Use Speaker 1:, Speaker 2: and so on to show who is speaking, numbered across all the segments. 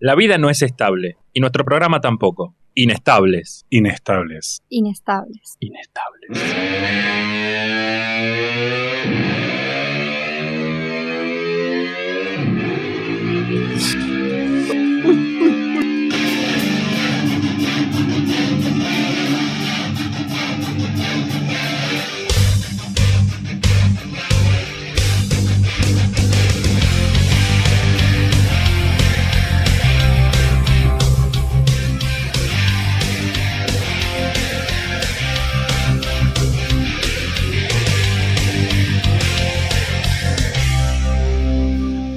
Speaker 1: La vida no es estable y nuestro programa tampoco. Inestables.
Speaker 2: Inestables.
Speaker 3: Inestables.
Speaker 1: Inestables.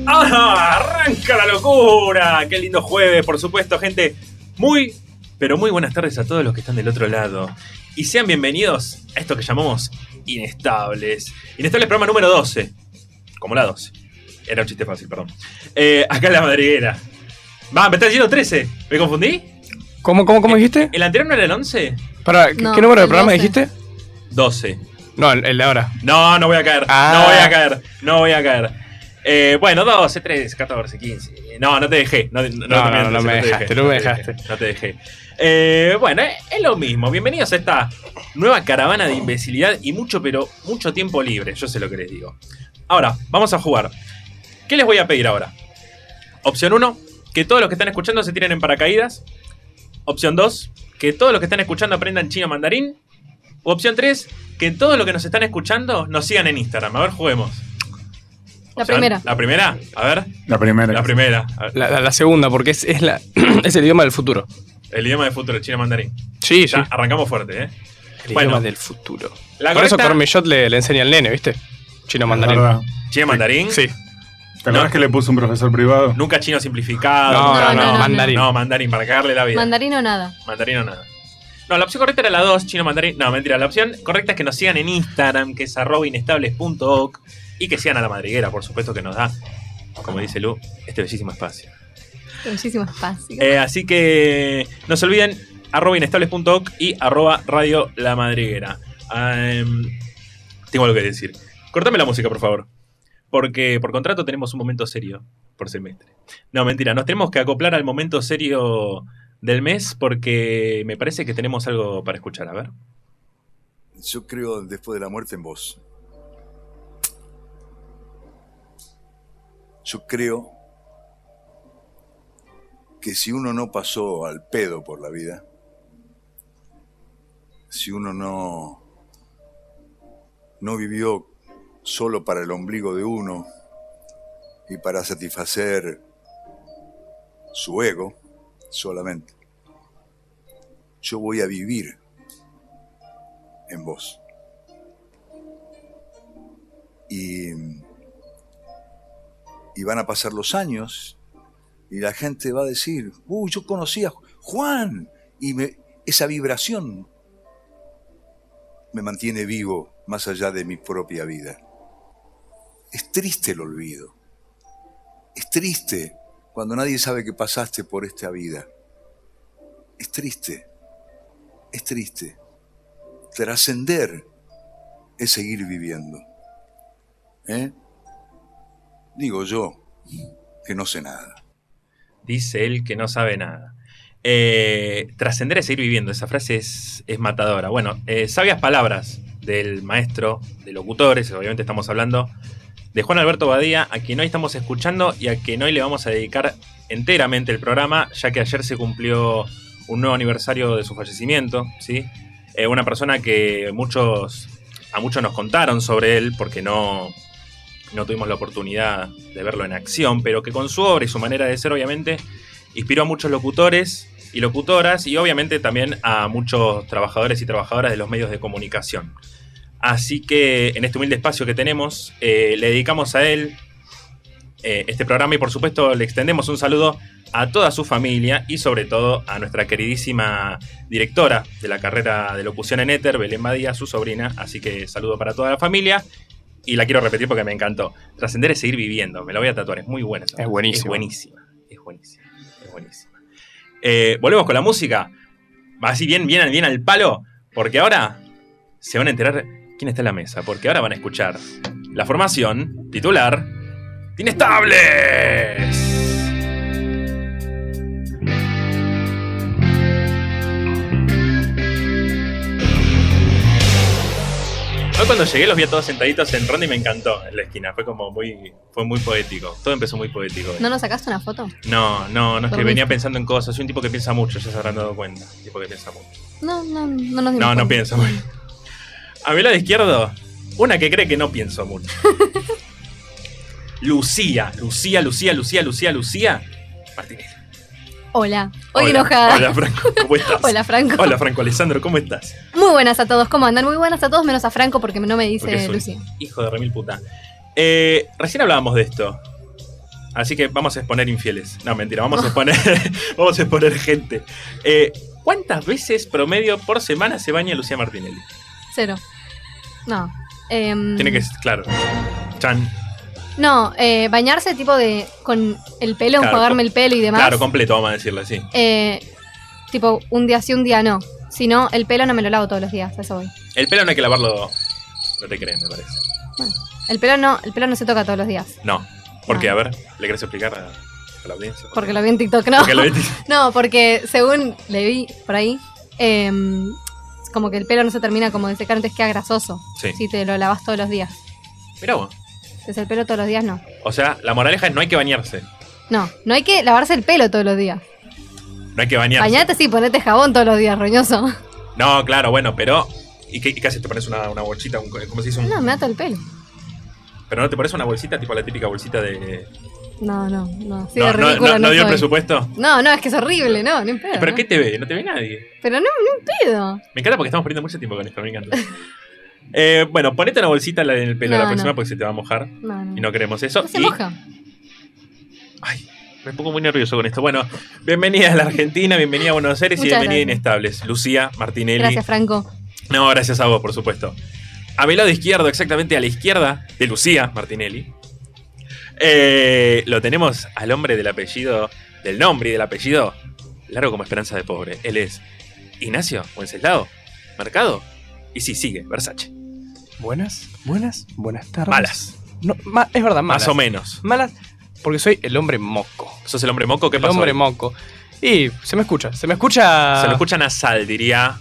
Speaker 1: ¡Ah! ¡Arranca la locura! ¡Qué lindo jueves, por supuesto, gente! Muy, pero muy buenas tardes a todos los que están del otro lado. Y sean bienvenidos a esto que llamamos Inestables. Inestables, programa número 12. Como la 12. Era un chiste fácil, perdón. Eh, acá en la madriguera. Va, me está diciendo 13. ¿Me confundí? Eh,
Speaker 2: ¿Cómo, cómo, cómo dijiste?
Speaker 1: ¿El anterior no era el 11?
Speaker 2: Pará, ¿qué-
Speaker 3: No,
Speaker 2: ¿qué número de
Speaker 3: el
Speaker 2: programa
Speaker 3: 12.
Speaker 2: dijiste?
Speaker 1: 12.
Speaker 2: No, el, el de ahora.
Speaker 1: No, no voy a caer.
Speaker 2: Ah.
Speaker 1: No voy a caer. No voy a caer. Eh, bueno, 12, 13, 14, 15. No, no te dejé. No, no,
Speaker 2: No,
Speaker 1: no, te
Speaker 2: no, no
Speaker 1: miento,
Speaker 2: me
Speaker 1: te
Speaker 2: dejaste,
Speaker 1: dejé,
Speaker 2: no me
Speaker 1: te dejé,
Speaker 2: dejaste.
Speaker 1: No te dejé. Eh, bueno, eh, es lo mismo. Bienvenidos a esta nueva caravana de imbecilidad y mucho, pero mucho tiempo libre. Yo sé lo que les digo. Ahora, vamos a jugar. ¿Qué les voy a pedir ahora? Opción 1, que todos los que están escuchando se tiren en paracaídas. Opción 2, que todos los que están escuchando aprendan chino mandarín. O opción 3, que todos los que nos están escuchando nos sigan en Instagram. A ver, juguemos.
Speaker 3: La
Speaker 1: O sea,
Speaker 3: primera.
Speaker 1: La primera, a ver.
Speaker 2: La primera.
Speaker 1: La primera. A ver,
Speaker 2: La, la- la segunda, porque es, es, la, es el idioma del futuro.
Speaker 1: El idioma de futuro, chino mandarín.
Speaker 2: Sí, sí.
Speaker 1: Ya, arrancamos fuerte, ¿eh?
Speaker 2: El
Speaker 1: bueno.
Speaker 2: idioma del futuro.
Speaker 1: La
Speaker 2: Por eso
Speaker 1: correcta-
Speaker 2: Cormillot le, le enseña al nene, ¿viste? Chino mandarín.
Speaker 4: Es verdad.
Speaker 1: Chino mandarín.
Speaker 2: Sí.
Speaker 4: ¿Te acuerdas
Speaker 1: No.
Speaker 4: que le puso un profesor privado?
Speaker 1: Nunca chino simplificado.
Speaker 2: No,
Speaker 1: nunca-
Speaker 3: no, no, no,
Speaker 2: mandarín.
Speaker 1: No, mandarín, para cagarle la vida.
Speaker 3: Mandarín o nada.
Speaker 1: Mandarín o nada. No, la opción correcta era la 2, chino mandarín. No, mentira. La opción correcta es que nos sigan en Instagram, que es arroba inestables.oc y que sigan a la madriguera, por supuesto, que nos da, como dice Lu, este bellísimo espacio.
Speaker 3: Muchísimo espacio.
Speaker 1: Eh, así que no se olviden, arroba inestables.oc y arroba radio la madriguera. Em, tengo algo que decir. Cortame la música, por favor. Porque por contrato tenemos un momento serio por semestre. No, mentira, nos tenemos que acoplar al momento serio del mes porque me parece que tenemos algo para escuchar. A ver.
Speaker 5: Yo creo después de la muerte en vos. Yo creo que si uno no pasó al pedo por la vida, si uno no no vivió solo para el ombligo de uno y para satisfacer su ego solamente, yo voy a vivir en vos. Y, y van a pasar los años y la gente va a decir, uy, yo conocía a Juan y me- esa vibración me mantiene vivo más allá de mi propia vida. Es triste el olvido. Es triste cuando nadie sabe que pasaste por esta vida. Es triste. Es triste trascender es seguir viviendo. ¿Eh? Digo yo que no sé nada.
Speaker 1: Dice él que no sabe nada. Eh, trascender es seguir viviendo. Esa frase es, es matadora. Bueno, eh, sabias palabras del maestro de locutores. Obviamente estamos hablando de Juan Alberto Badía, a quien hoy estamos escuchando y a quien hoy le vamos a dedicar enteramente el programa, ya que ayer se cumplió un nuevo aniversario de su fallecimiento. ¿sí? Eh, una persona que muchos, a muchos nos contaron sobre él porque no, no tuvimos la oportunidad de verlo en acción, pero que con su obra y su manera de ser, obviamente, inspiró a muchos locutores y locutoras y obviamente también a muchos trabajadores y trabajadoras de los medios de comunicación. Así que en este humilde espacio que tenemos, eh, le dedicamos a él eh, este programa y por supuesto le extendemos un saludo a toda su familia y sobre todo a nuestra queridísima directora de la carrera de locución en Éter, Belén Badía, su sobrina. Así que saludo para toda la familia y la quiero repetir porque me encantó. Trascender es seguir viviendo, me la voy a tatuar, es muy buena. esa
Speaker 2: Es
Speaker 1: frase.
Speaker 2: buenísima.
Speaker 1: Es buenísima, es buenísima, es buenísima. Eh, volvemos con la música, así bien, bien, bien al palo, porque ahora se van a enterar quién está en la mesa, porque ahora van a escuchar la formación titular de Inestables. cuando llegué los vi a todos sentaditos en ronda y me encantó en la esquina. Fue como muy, fue muy poético. Todo empezó muy poético. hoy.
Speaker 3: ¿No nos sacaste una foto?
Speaker 1: No, no, no es que
Speaker 3: Dormiste.
Speaker 1: venía pensando en cosas. Soy un tipo que piensa mucho, ya se habrán dado cuenta. Tipo que piensa mucho.
Speaker 3: No, no, no nos dimos
Speaker 1: No, no
Speaker 3: cuenta.
Speaker 1: pienso mucho. A mi lado izquierdo, una que cree que no pienso mucho. Lucía, Lucía, Lucía, Lucía, Lucía, Lucía. Martínez.
Speaker 3: Hola. Hoy
Speaker 1: Hola.
Speaker 3: enojada.
Speaker 1: Hola, Franco, ¿cómo estás?
Speaker 3: Hola, Franco.
Speaker 1: Hola, Franco Alessandro, ¿cómo estás?
Speaker 3: Muy buenas a todos, ¿cómo andan? Muy buenas a todos, menos a Franco porque no me
Speaker 1: Porque
Speaker 3: dice
Speaker 1: es un
Speaker 3: Lucy.
Speaker 1: hijo de remil puta. Eh, recién hablábamos de esto. Así que vamos a exponer infieles. No, mentira, vamos a exponer, vamos a exponer gente. Eh, ¿Cuántas veces promedio por semana se baña Lucía Martinelli?
Speaker 3: Cero. No. Em,
Speaker 1: Tiene que ser, claro. Chan.
Speaker 3: No, eh, bañarse tipo de. con el pelo,
Speaker 1: Claro,
Speaker 3: enjuagarme
Speaker 1: con-
Speaker 3: el pelo y demás.
Speaker 1: Claro, completo, vamos a decirlo así.
Speaker 3: Eh, tipo, un día sí, un día no. Si no, el pelo no me lo lavo todos los días, a eso voy.
Speaker 1: El pelo no hay que lavarlo. No te crees, me parece.
Speaker 3: El pelo no, el pelo no se toca todos los días.
Speaker 1: No. Porque,
Speaker 3: No.
Speaker 1: a ver, ¿le querés explicar a, a la audiencia?
Speaker 3: Porque lo vi en TikTok, no.
Speaker 1: Porque lo vi-
Speaker 3: No, porque según le vi por ahí, em, como que el pelo no se termina como de secar, entonces queda grasoso.
Speaker 1: Sí.
Speaker 3: Si te lo lavas todos los días.
Speaker 1: Mirá vos.
Speaker 3: Entonces el pelo todos los días no.
Speaker 1: O sea, la moraleja es no hay que bañarse.
Speaker 3: No, no hay que lavarse el pelo todos los días.
Speaker 1: No hay que bañarse.
Speaker 3: Bañate sí, ponete jabón todos los días, roñoso.
Speaker 1: No, claro, bueno, pero. ¿Y qué, y qué haces? ¿Te pones una, una bolsita? un- ¿Cómo se dice? Un-
Speaker 3: No, me ato el pelo.
Speaker 1: ¿Pero no te pones una bolsita, tipo la típica bolsita de.
Speaker 3: No, no, no. Sí,
Speaker 1: no,
Speaker 3: de
Speaker 1: no, no,
Speaker 3: ridícula
Speaker 1: no
Speaker 3: no,
Speaker 1: dio el
Speaker 3: soy.
Speaker 1: presupuesto.
Speaker 3: No, no, es que es horrible, no, ni en pedo.
Speaker 1: ¿Pero
Speaker 3: no.
Speaker 1: qué te ve? No te ve nadie.
Speaker 3: Pero no, no en pedo.
Speaker 1: Me encanta porque estamos perdiendo mucho tiempo con esto, me encanta. Eh, bueno, ponete una bolsita en la- en el pelo
Speaker 3: No,
Speaker 1: la próxima
Speaker 3: no.
Speaker 1: porque se te va a mojar
Speaker 3: No, no.
Speaker 1: y no queremos eso.
Speaker 3: No se
Speaker 1: Y-
Speaker 3: moja.
Speaker 1: Ay, me pongo muy nervioso con esto. Bueno, bienvenida a la Argentina, bienvenida a Buenos Aires y
Speaker 3: Muchas
Speaker 1: bienvenida a
Speaker 3: gracias.
Speaker 1: Inestables. Lucía Martinelli.
Speaker 3: Gracias, Franco.
Speaker 1: No, gracias a vos, por supuesto. A mi lado izquierdo, exactamente a la izquierda de Lucía Martinelli, eh, lo tenemos al hombre del apellido, del nombre y del apellido, largo como esperanza de pobre. Él es Ignacio Wenceslao, Mercado. Y sí, sigue, Versace.
Speaker 2: Buenas, buenas, buenas tardes.
Speaker 1: Malas,
Speaker 2: No, ma- es verdad, malas.
Speaker 1: más o menos.
Speaker 2: Malas, porque soy el hombre moco.
Speaker 1: ¿Sos el hombre moco? ¿Qué
Speaker 2: el
Speaker 1: pasó?
Speaker 2: hombre moco. Y se me escucha, se me escucha.
Speaker 1: Se lo escucha ¿Eh? nasal, diría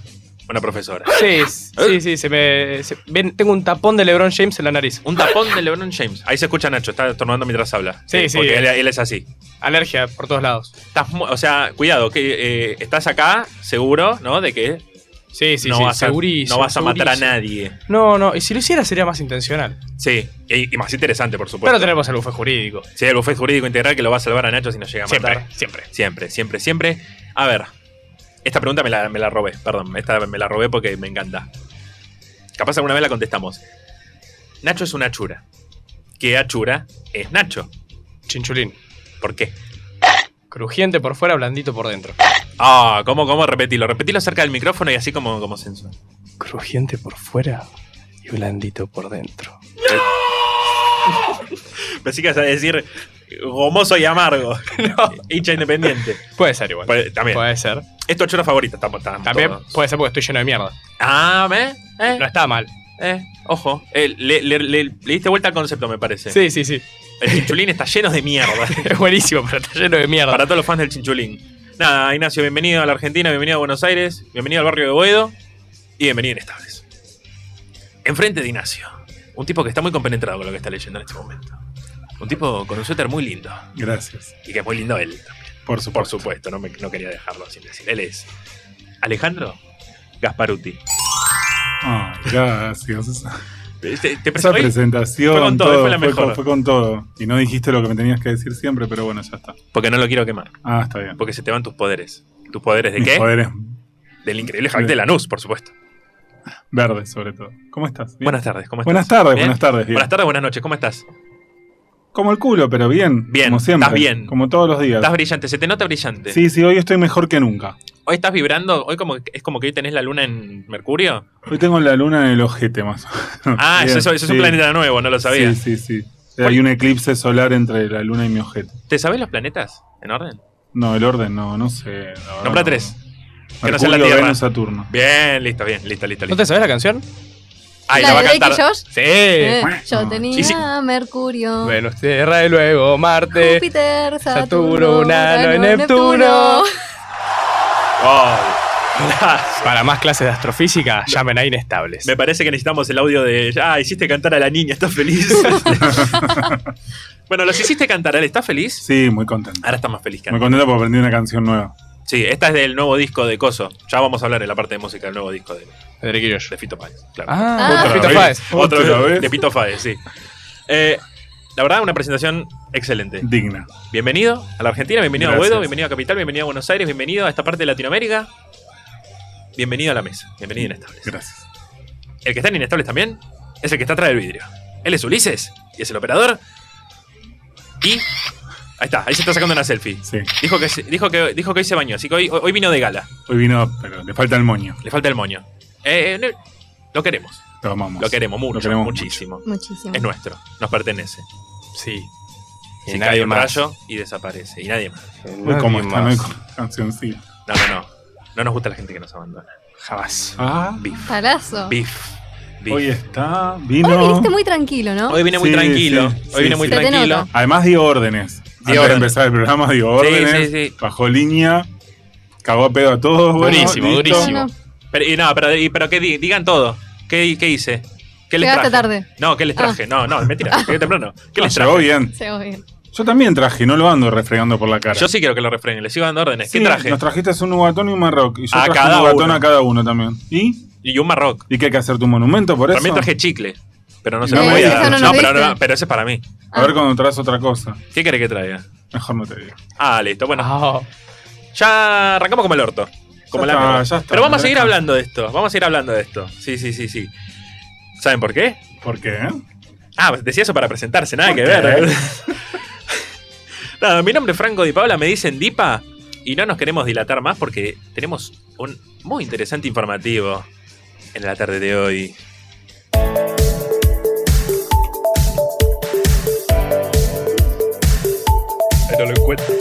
Speaker 1: una profesora.
Speaker 2: Ah. Sí, sí, sí, se me. se- ven, tengo un tapón de LeBron James en la nariz.
Speaker 1: Un tapón de LeBron James. Ahí se escucha a Nacho, está estornudando mientras habla. Eh,
Speaker 2: Sí, sí.
Speaker 1: Porque él, él es así.
Speaker 2: Alergia por todos lados.
Speaker 1: Estás mu- o sea, cuidado, que eh, estás acá seguro, ¿no? De que
Speaker 2: Sí, sí,
Speaker 1: no,
Speaker 2: sí.
Speaker 1: vas a,
Speaker 2: segurísimo,
Speaker 1: no vas a matar a
Speaker 2: segurísimo.
Speaker 1: nadie.
Speaker 2: No, no, y si lo hiciera sería más intencional.
Speaker 1: Sí, y, y más interesante, por supuesto.
Speaker 2: Pero tenemos el bufé jurídico.
Speaker 1: Sí, el bufete jurídico integral que lo va a salvar a Nacho si nos llega a matar.
Speaker 2: Siempre, siempre.
Speaker 1: Siempre, siempre, siempre. A ver, esta pregunta me la, me la robé, perdón, esta me la robé porque me encanta. Capaz alguna vez la contestamos. Nacho es una achura. ¿Qué achura es Nacho?
Speaker 2: Chinchulín.
Speaker 1: ¿Por qué?
Speaker 2: Crujiente por fuera, blandito por dentro.
Speaker 1: Ah, ¿cómo, cómo? Repetilo. Repetilo cerca del micrófono y así como, como sensual.
Speaker 2: Crujiente por fuera y blandito por dentro.
Speaker 1: Pensé que ibas a decir gomoso y amargo. Hincha independiente.
Speaker 2: Puede ser igual.
Speaker 1: Pues, también.
Speaker 2: Puede ser.
Speaker 1: Es tu achura favorita, estamos, estamos
Speaker 2: También
Speaker 1: todos.
Speaker 2: puede ser porque estoy lleno de mierda.
Speaker 1: Ah, ¿eh? ¿Eh?
Speaker 2: No está mal.
Speaker 1: eh, Ojo. Eh, le, le- le- le diste vuelta al concepto, me parece.
Speaker 2: Sí, sí, sí.
Speaker 1: El chinchulín está lleno de mierda.
Speaker 2: Es buenísimo, pero está lleno de mierda.
Speaker 1: Para todos los fans del chinchulín. Nada, Ignacio, bienvenido a la Argentina, bienvenido a Buenos Aires, bienvenido al barrio de Boedo y bienvenido a Inestables. Enfrente de Ignacio, un tipo que está muy compenetrado con lo que está leyendo en este momento. Un tipo con un suéter muy lindo
Speaker 4: Gracias.
Speaker 1: y que es muy lindo él
Speaker 4: Por
Speaker 1: Por
Speaker 4: supuesto.
Speaker 1: supuesto, no, me- no quería dejarlo sin decir. Él es Alejandro Gasparuti.
Speaker 4: Ah, gracias.
Speaker 1: Te, te
Speaker 4: Esa
Speaker 1: presenté hoy
Speaker 4: presentación
Speaker 1: fue con todo, fue la
Speaker 4: fue,
Speaker 1: mejor.
Speaker 4: con, fue con todo. Y no dijiste lo que me tenías que decir siempre, pero bueno, ya está.
Speaker 1: porque no lo quiero quemar.
Speaker 4: Ah, está bien.
Speaker 1: Porque se te van tus poderes. ¿Tus poderes de
Speaker 4: Mis
Speaker 1: qué?
Speaker 4: poderes
Speaker 1: Del increíble Javier de Lanús, por supuesto.
Speaker 4: verdes, sobre todo. ¿Cómo estás? Bien.
Speaker 1: Buenas tardes, ¿cómo estás?
Speaker 4: Buenas tardes,
Speaker 1: ¿Bien?
Speaker 4: buenas tardes. bien.
Speaker 1: Buenas tardes, buenas noches, ¿cómo estás?
Speaker 4: Como el culo, pero bien.
Speaker 1: Bien,
Speaker 4: Como siempre.
Speaker 1: estás bien.
Speaker 4: Como todos los días.
Speaker 1: Estás brillante, se te nota brillante.
Speaker 4: Sí, sí, hoy estoy mejor que nunca.
Speaker 1: Hoy estás vibrando, hoy como es como que hoy tenés la luna en Mercurio.
Speaker 4: Hoy tengo la luna en el ojete más. o menos.
Speaker 1: Ah,
Speaker 4: Bien,
Speaker 1: eso, eso es
Speaker 4: sí.
Speaker 1: un planeta nuevo, no lo sabía.
Speaker 4: Sí, sí, sí. Hay un eclipse solar entre la luna y mi ojete.
Speaker 1: ¿Te sabés los planetas en orden?
Speaker 4: No, el orden no, no sé. la verdad
Speaker 1: Nombra
Speaker 4: no.
Speaker 1: tres. Que no sea
Speaker 4: Mercurio,
Speaker 1: la Tierra.
Speaker 4: Venus, Saturno.
Speaker 1: Bien, listo, bien, listo, listo,
Speaker 2: ¿No
Speaker 1: listo.
Speaker 2: te sabes la canción?
Speaker 1: Ahí
Speaker 3: ¿La de Drake y Josh?
Speaker 2: Sí.
Speaker 3: Eh,
Speaker 4: no.
Speaker 3: yo tenía
Speaker 1: Sí, sí.
Speaker 3: Mercurio,
Speaker 2: Venus, Tierra y luego Marte.
Speaker 3: Júpiter,
Speaker 2: Eh, Saturno,
Speaker 3: Saturno,
Speaker 2: Urano y
Speaker 3: Urano,
Speaker 2: Neptuno.
Speaker 1: Gol.
Speaker 2: Para más clases de astrofísica, llamen a inestables.
Speaker 1: Me parece que necesitamos el audio de. Ah, hiciste cantar a la niña, ¿estás feliz? bueno, los hiciste cantar, Ale, ¿estás feliz?
Speaker 4: Sí, muy contento.
Speaker 1: Ahora está más feliz que
Speaker 4: Muy
Speaker 1: antes.
Speaker 4: contento porque aprendí una canción nueva.
Speaker 1: Sí, esta es del nuevo disco de Coso. Ya vamos a hablar en la parte de música del nuevo disco de,
Speaker 2: Federico y yo.
Speaker 1: de Fito Páez. Claro.
Speaker 2: Ah,
Speaker 3: Ah.
Speaker 2: Fito
Speaker 4: vez.
Speaker 2: Páez.
Speaker 1: Otra
Speaker 4: ¿Otra
Speaker 1: vez,
Speaker 4: vez?
Speaker 1: De Fito Páez, sí. Eh, la verdad, una presentación excelente.
Speaker 4: Digna.
Speaker 1: Bienvenido a la Argentina, bienvenido a
Speaker 4: Gracias.
Speaker 1: Boedo, bienvenido a Capital, bienvenido a Buenos Aires, bienvenido a esta parte de Latinoamérica. Bienvenido a la mesa, bienvenido a Inestables.
Speaker 4: Gracias.
Speaker 1: El que está en Inestables también es el que está atrás del vidrio. Él es Ulises y es el operador. Y. Ahí está, ahí se está sacando una selfie.
Speaker 4: Sí.
Speaker 1: Dijo que, se- dijo que, dijo que hoy se bañó, así que hoy, hoy vino de gala.
Speaker 4: Hoy vino, pero le falta el moño.
Speaker 1: Le falta el moño. Eh, eh, no- lo queremos,
Speaker 4: Lo amamos.
Speaker 1: lo queremos mucho,
Speaker 4: Lo queremos
Speaker 1: muchísimo.
Speaker 3: Muchísimo.
Speaker 1: Es nuestro, nos pertenece.
Speaker 2: Sí.
Speaker 1: Si cae un rayo y desaparece, y nadie más.
Speaker 4: Uy, cómo
Speaker 2: Nadie
Speaker 4: está,
Speaker 2: más.
Speaker 4: ¿no? Con la cancioncilla.
Speaker 1: No, no, no. No nos gusta la gente que nos abandona.
Speaker 2: Jamás.
Speaker 4: Ah,
Speaker 1: Beef.
Speaker 3: Palazo.
Speaker 1: Beef. Beef.
Speaker 4: hoy está,
Speaker 3: Hoy
Speaker 4: vino.
Speaker 3: viniste muy tranquilo, ¿no?
Speaker 1: Hoy vine muy
Speaker 4: Sí,
Speaker 1: tranquilo.
Speaker 4: sí,
Speaker 1: hoy vine
Speaker 4: sí,
Speaker 1: muy
Speaker 4: sí.
Speaker 3: Se te
Speaker 1: tranquilo.
Speaker 3: nota.
Speaker 4: Además dio órdenes. Antes de
Speaker 1: órdenes.
Speaker 4: empezar el programa dio órdenes.
Speaker 1: sí, sí.
Speaker 4: Bajó línea. Cagó a pedo a todos. bueno,
Speaker 2: Durísimo,
Speaker 4: listo.
Speaker 3: No,
Speaker 2: durísimo.
Speaker 3: no,
Speaker 1: Pero, y no, pero, y- pero que di- digan todo. ¿Qué, qué hice? ¿Qué les
Speaker 3: Llegaste
Speaker 1: traje?
Speaker 3: tarde. Ah.
Speaker 1: No, ¿qué les traje? No, no, mentira. Llegué temprano. ¿Qué
Speaker 4: No,
Speaker 1: les
Speaker 4: llegó
Speaker 1: traje?
Speaker 4: bien.
Speaker 3: se ve bien.
Speaker 4: Yo también traje, no lo ando refregando por la cara.
Speaker 1: Yo sí quiero que lo refrenen. Les sigo dando órdenes. ¿Qué
Speaker 4: Sí,
Speaker 1: traje?
Speaker 4: Nos trajiste un ugatón y un marroc. Y yo
Speaker 1: A
Speaker 4: traje
Speaker 1: cada
Speaker 4: un ugatón
Speaker 1: uno.
Speaker 4: a cada uno también. ¿Y?
Speaker 1: Y un marroc.
Speaker 4: ¿Y qué hay que hacer tu monumento por eso?
Speaker 1: También traje chicle. Pero no se
Speaker 4: No
Speaker 1: lo
Speaker 4: me
Speaker 1: voy a
Speaker 4: digas,
Speaker 1: dar.
Speaker 4: no
Speaker 1: No,
Speaker 3: nos
Speaker 1: pero,
Speaker 3: diste.
Speaker 1: no, pero ese es para mí.
Speaker 4: A ver cuando traes otra cosa.
Speaker 1: ¿Qué querés que traiga?
Speaker 4: Mejor no te digo.
Speaker 1: Ah, listo. Bueno,
Speaker 2: Ah,
Speaker 1: Ya arrancamos como el orto. Como la
Speaker 4: Ya está,
Speaker 1: mierda.
Speaker 4: ya está,
Speaker 1: Pero vamos a
Speaker 4: ya
Speaker 1: seguir
Speaker 4: está.
Speaker 1: hablando de esto. Vamos a seguir hablando de esto. Sí, sí, sí, sí. ¿Saben por qué?
Speaker 4: ¿Por qué?
Speaker 1: Ah, decía eso para presentarse, nada que
Speaker 4: Ok.
Speaker 1: ver. Nada, mi nombre es Franco Di Paula, me dicen Dipa. Y no nos queremos dilatar más porque tenemos un muy interesante informativo en la tarde de hoy. No lo encuentro.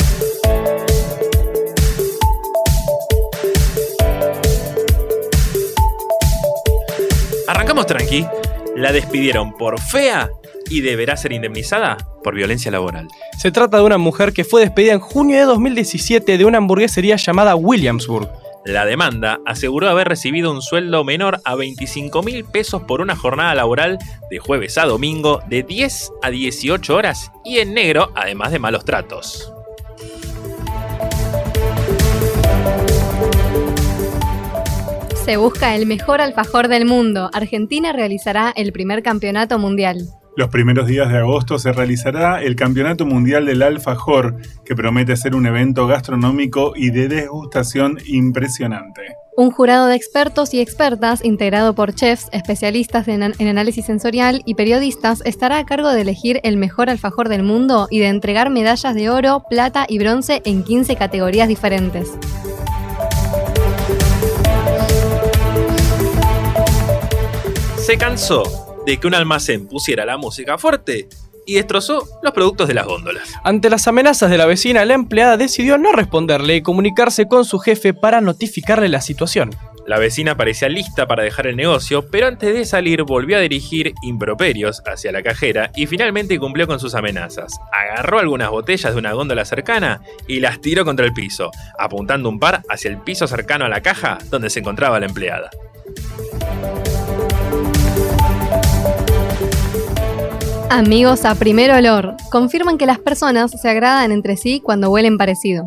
Speaker 1: Arrancamos tranqui. La despidieron por fea y deberá ser indemnizada por violencia laboral.
Speaker 2: Se trata de una mujer que fue despedida en junio de 2017 de una hamburguesería llamada Williamsburg.
Speaker 1: La demanda aseguró haber recibido un sueldo menor a 25 mil pesos por una jornada laboral de jueves a domingo de 10 a 18 horas y en negro, además de malos tratos.
Speaker 3: Se busca el mejor alfajor del mundo. Argentina realizará el primer campeonato mundial.
Speaker 4: Los primeros días de agosto se realizará el Campeonato Mundial del Alfajor, que promete ser un evento gastronómico y de degustación impresionante.
Speaker 3: Un jurado de expertos y expertas, integrado por chefs, especialistas en, an- en análisis sensorial y periodistas, estará a cargo de elegir el mejor alfajor del mundo y de entregar medallas de oro, plata y bronce en 15 categorías diferentes.
Speaker 1: Se cansó de que un almacén pusiera la música fuerte y destrozó los productos de las góndolas.
Speaker 2: Ante las amenazas de la vecina, la empleada decidió no responderle y comunicarse con su jefe para notificarle la situación.
Speaker 1: La vecina parecía lista para dejar el negocio, pero antes de salir volvió a dirigir improperios hacia la cajera y finalmente cumplió con sus amenazas. Agarró algunas botellas de una góndola cercana y las tiró contra el piso, apuntando un par hacia el piso cercano a la caja donde se encontraba la empleada.
Speaker 3: Amigos a primer olor, confirman que las personas se agradan entre sí cuando huelen parecido.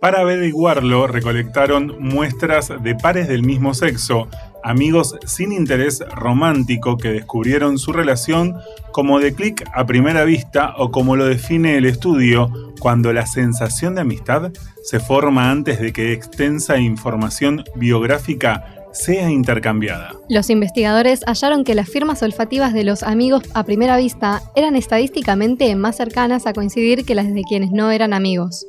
Speaker 4: Para averiguarlo, recolectaron muestras de pares del mismo sexo, amigos sin interés romántico que descubrieron su relación como de clic a primera vista o como lo define el estudio, cuando la sensación de amistad se forma antes de que extensa información biográfica sea intercambiada.
Speaker 3: Los investigadores hallaron que las firmas olfativas de los amigos a primera vista eran estadísticamente más cercanas a coincidir que las de quienes no eran amigos.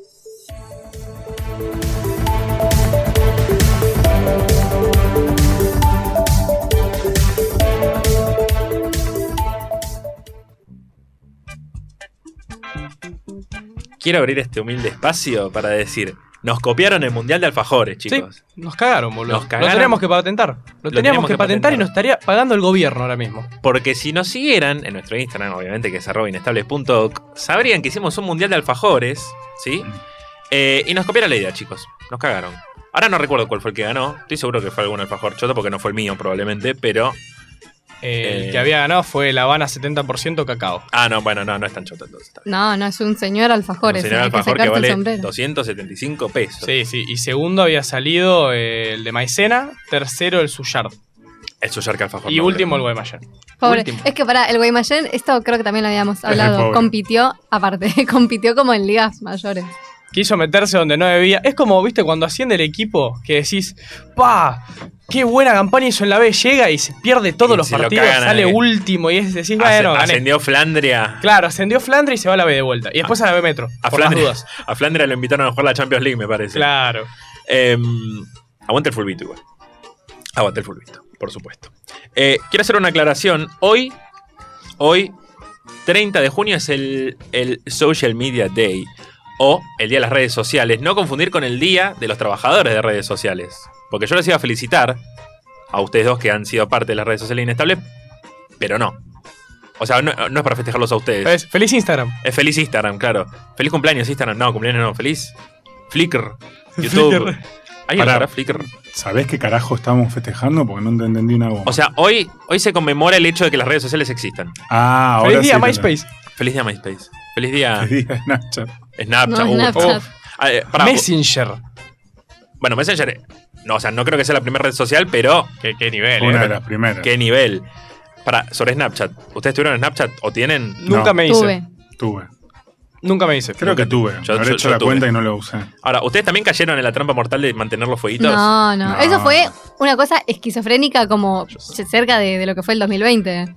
Speaker 1: Quiero abrir este humilde espacio para decir, nos copiaron el Mundial de Alfajores, chicos.
Speaker 2: Sí, nos cagaron, boludo.
Speaker 1: Nos cagaron.
Speaker 2: Lo teníamos que patentar. Lo, teníamos,
Speaker 1: teníamos
Speaker 2: que,
Speaker 1: que
Speaker 2: patentar,
Speaker 1: patentar.
Speaker 2: y nos estaría pagando el gobierno ahora mismo.
Speaker 1: Porque si nos siguieran en nuestro Instagram, obviamente que es arroba inestables.oc, sabrían que hicimos un mundial de alfajores, ¿sí? Eh, y nos copiaron la idea, chicos. Nos cagaron. Ahora no recuerdo cuál fue el que ganó. Estoy seguro que fue algún alfajor choto porque no fue el mío probablemente, pero...
Speaker 2: El
Speaker 1: Eh.
Speaker 2: que había ganado fue La Habana 70% cacao.
Speaker 1: Ah, no, bueno, no, no es tan choto entonces. está bien.
Speaker 3: No, no, es un señor alfajores.
Speaker 1: Un señor
Speaker 3: hay que
Speaker 1: alfajor que
Speaker 3: sacarte el
Speaker 1: vale
Speaker 3: sombrero.
Speaker 1: 275 pesos.
Speaker 2: Sí, sí. Y segundo había salido eh, el de maicena, tercero el suyard
Speaker 1: El Suyarca alfajor.
Speaker 2: y
Speaker 1: no,
Speaker 2: último el
Speaker 1: boludo.
Speaker 2: Guaymallén.
Speaker 3: Pobre.
Speaker 1: Último.
Speaker 3: Es que para el Guaymallén, esto creo que también lo habíamos hablado,
Speaker 4: pobre.
Speaker 3: compitió, aparte, compitió como en ligas mayores.
Speaker 2: Quiso meterse donde no debía. Es como, viste, cuando asciende el equipo que decís, ¡pa! ¡Qué buena campaña hizo en la B! Llega y se pierde todos
Speaker 1: Y
Speaker 2: los
Speaker 1: se lo
Speaker 2: partidos,
Speaker 1: cagan a
Speaker 2: sale
Speaker 1: él.
Speaker 2: último y es decís,
Speaker 1: Ascen-
Speaker 2: bueno, gané.
Speaker 1: ascendió Flandria. Ah.
Speaker 2: Claro, ascendió Flandria y se va a la B de vuelta. Y después a la B Metro.
Speaker 1: A
Speaker 2: por las
Speaker 1: Flandria,
Speaker 2: dudas.
Speaker 1: a Flandria lo invitaron a jugar la Champions League, me parece.
Speaker 2: Claro.
Speaker 1: Eh, aguanta el fulbito igual. Aguanta el fulbito, por supuesto. Eh, quiero hacer una aclaración. Hoy, hoy, 30 de junio es el, el Social Media Day o el Día de las Redes Sociales. No confundir con el Día de los Trabajadores de Redes Sociales. Porque yo les iba a felicitar a ustedes dos que han sido parte de las redes sociales inestables, pero no. O sea, no, no es para festejarlos a ustedes.
Speaker 2: ¿Ves? Feliz Instagram.
Speaker 1: Es feliz Instagram, claro. Feliz cumpleaños Instagram. No, cumpleaños no, feliz. Flickr. YouTube.
Speaker 2: Flickr.
Speaker 1: ¿Alguien
Speaker 4: Pará.
Speaker 1: usará Flickr?
Speaker 4: ¿Sabés qué carajo estamos festejando? Porque no te entendí una bomba.
Speaker 1: O sea, hoy, hoy se conmemora el hecho de que las redes sociales existan.
Speaker 4: ah, ahora
Speaker 2: Feliz día,
Speaker 4: sí te-
Speaker 2: MySpace.
Speaker 1: Feliz día MySpace. Feliz día
Speaker 4: Feliz día, Snapchat.
Speaker 1: Snapchat.
Speaker 3: No,
Speaker 1: Uy,
Speaker 3: Snapchat.
Speaker 1: uf. Ah, eh, pará,
Speaker 2: Messenger.
Speaker 1: Bueno, Messenger. eh, No, o sea, no creo que sea la primera red social, pero
Speaker 2: ¿Qué, qué nivel,
Speaker 4: Fue una
Speaker 2: eh.
Speaker 4: de las primeras.
Speaker 1: qué nivel. Para, sobre Snapchat. ¿Ustedes tuvieron Snapchat o tienen?
Speaker 2: Nunca
Speaker 4: No.
Speaker 2: me hice.
Speaker 3: Tuve.
Speaker 4: Tuve.
Speaker 2: Nunca me hice.
Speaker 4: Creo que tuve.
Speaker 1: Yo-
Speaker 4: Habré
Speaker 1: yo-
Speaker 4: hecho
Speaker 1: yo
Speaker 4: la
Speaker 1: tuve.
Speaker 4: cuenta y no la usé.
Speaker 1: Ahora, ¿ustedes también cayeron en la trampa mortal de mantener los fueguitos?
Speaker 3: No, no,
Speaker 4: No.
Speaker 3: Eso fue una cosa esquizofrénica como cerca de, de lo que fue el 2020.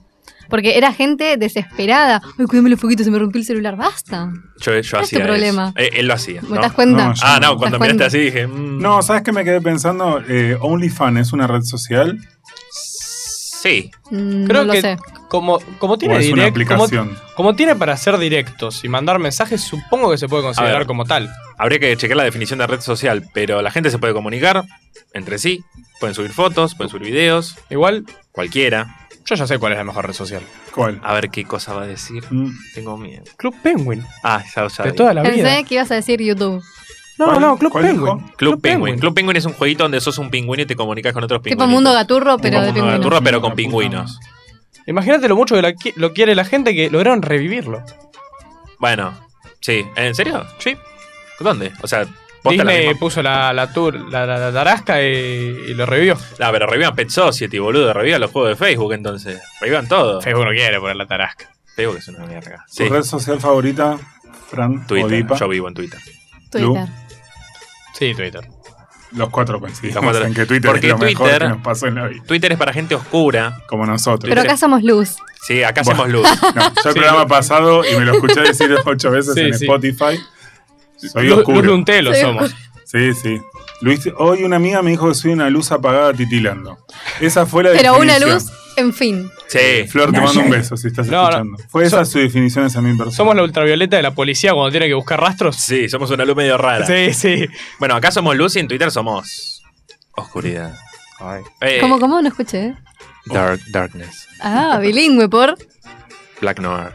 Speaker 3: Porque era gente desesperada. Ay, cuídame los foquitos, se me rompió el celular. Basta.
Speaker 1: Yo, yo hacía
Speaker 3: es tu
Speaker 1: eso.
Speaker 3: problema.
Speaker 1: Eh, él lo hacía.
Speaker 3: ¿Me
Speaker 1: ¿no?
Speaker 3: das cuenta?
Speaker 4: No, yo-
Speaker 1: Ah,
Speaker 4: ¿Te
Speaker 1: no,
Speaker 4: das
Speaker 1: cuando miraste
Speaker 3: cuenta?
Speaker 1: así dije. mm,
Speaker 4: No, ¿sabes qué me quedé pensando? Eh, OnlyFans es una red social
Speaker 1: Sí.
Speaker 3: Mm,
Speaker 2: Creo
Speaker 3: no
Speaker 2: que
Speaker 3: lo sé.
Speaker 2: como, como
Speaker 4: o
Speaker 2: tiene
Speaker 4: es una
Speaker 2: direct- como,
Speaker 4: aplicación.
Speaker 2: como tiene para hacer directos y mandar mensajes, supongo que se puede
Speaker 1: A
Speaker 2: considerar
Speaker 1: ver.
Speaker 2: como tal.
Speaker 1: Habría que checar la definición de red social, pero la gente se puede comunicar entre sí. Pueden subir fotos, pueden subir videos,
Speaker 2: Igual,
Speaker 1: cualquiera.
Speaker 2: yo ya sé cuál es la mejor red social.
Speaker 4: ¿Cuál?
Speaker 1: A ver qué cosa va a decir.
Speaker 4: Mm,
Speaker 1: Tengo miedo.
Speaker 2: Club Penguin.
Speaker 1: Ah, ya, ya.
Speaker 2: De toda la vida.
Speaker 3: Pensé que ibas a decir YouTube.
Speaker 2: No,
Speaker 4: ¿Cuál-
Speaker 2: no, Club
Speaker 4: cuál
Speaker 2: Penguin.
Speaker 4: dijo?
Speaker 1: Club Penguin. Club Penguin es un jueguito donde sos un pingüino y te comunicas con otros
Speaker 3: Tipo
Speaker 1: pingüinos.
Speaker 3: mundo gaturro, pero
Speaker 1: Tipo
Speaker 3: de
Speaker 1: mundo
Speaker 3: pingüinos.
Speaker 1: gaturro, pero con
Speaker 4: La puta
Speaker 1: pingüinos.
Speaker 4: madre.
Speaker 2: Imagínate lo mucho que la qui- lo quiere la gente que lograron revivirlo.
Speaker 1: Bueno, sí. ¿En serio?
Speaker 2: Sí.
Speaker 1: ¿Dónde? O sea, posta la
Speaker 2: Disney
Speaker 1: misma-
Speaker 2: puso la, la tour, la, la- la tarasca y, y lo revivió.
Speaker 1: Ah, pero revivan Pet Society, boludo. Revivan los juegos de Facebook entonces. Revivan todo.
Speaker 2: Facebook no quiere poner la tarasca.
Speaker 1: Facebook es una mierda.
Speaker 4: ¿Tu
Speaker 1: Sí.
Speaker 4: red social favorita, Fran? o
Speaker 1: Twitter.
Speaker 4: Dipa?
Speaker 1: Yo vivo en Twitter.
Speaker 3: Twitter.
Speaker 2: Sí, Twitter.
Speaker 4: Los cuatro coincidimos
Speaker 1: Los cuatro.
Speaker 4: en que Twitter
Speaker 1: Porque
Speaker 4: es lo mejor
Speaker 1: Twitter-
Speaker 4: que nos pasó en la vida.
Speaker 1: Twitter es para gente oscura.
Speaker 4: Como nosotros.
Speaker 3: Pero acá somos luz.
Speaker 1: Sí, acá
Speaker 4: Bueno.
Speaker 1: hacemos luz.
Speaker 4: No, yo el
Speaker 2: Sí.
Speaker 4: programa pasado y me lo escuché decir ocho veces
Speaker 2: Sí,
Speaker 4: en
Speaker 2: sí.
Speaker 4: Spotify. Soy
Speaker 2: Lu- Luz
Speaker 4: oscuro.
Speaker 2: Luntelo
Speaker 3: Soy
Speaker 2: somos.
Speaker 4: Sí, sí. Luis, hoy una amiga me dijo que soy una luz apagada titilando. Esa fue la
Speaker 3: Pero una
Speaker 4: definición.
Speaker 3: luz, en fin.
Speaker 1: Sí.
Speaker 4: Flor, te mando un beso si estás
Speaker 2: No, no.
Speaker 4: escuchando. Fue esa su definición esa mi persona.
Speaker 2: Somos la ultravioleta de la policía cuando tiene que buscar rastros.
Speaker 1: Sí, somos una luz medio rara.
Speaker 2: Sí, sí.
Speaker 1: Bueno, acá somos luz y en Twitter somos oscuridad. Eh,
Speaker 3: ¿Cómo, cómo? No escuché.
Speaker 1: Dark, darkness.
Speaker 3: Ah, bilingüe, por.
Speaker 1: Black Noir.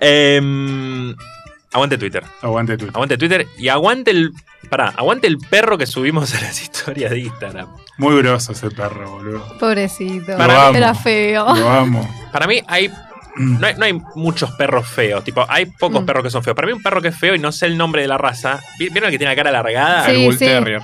Speaker 1: Em, aguante Twitter.
Speaker 4: Aguante Twitter.
Speaker 1: Aguante Twitter y aguante el. Pará, aguante el perro que subimos a las historias de Instagram.
Speaker 4: Muy groso ese perro, boludo.
Speaker 3: Pobrecito.
Speaker 4: Para-
Speaker 3: Era feo.
Speaker 4: Lo amo.
Speaker 1: Para mí hay.
Speaker 2: Mm.
Speaker 1: No hay, no hay muchos perros feos, tipo, hay pocos
Speaker 3: Mm.
Speaker 1: perros que son feos. Para mí un perro que es feo y no sé el nombre de la raza. ¿vi- ¿Vieron el que tiene la cara alargada?
Speaker 3: Sí,
Speaker 2: el Bull
Speaker 3: sí.
Speaker 2: Terrier.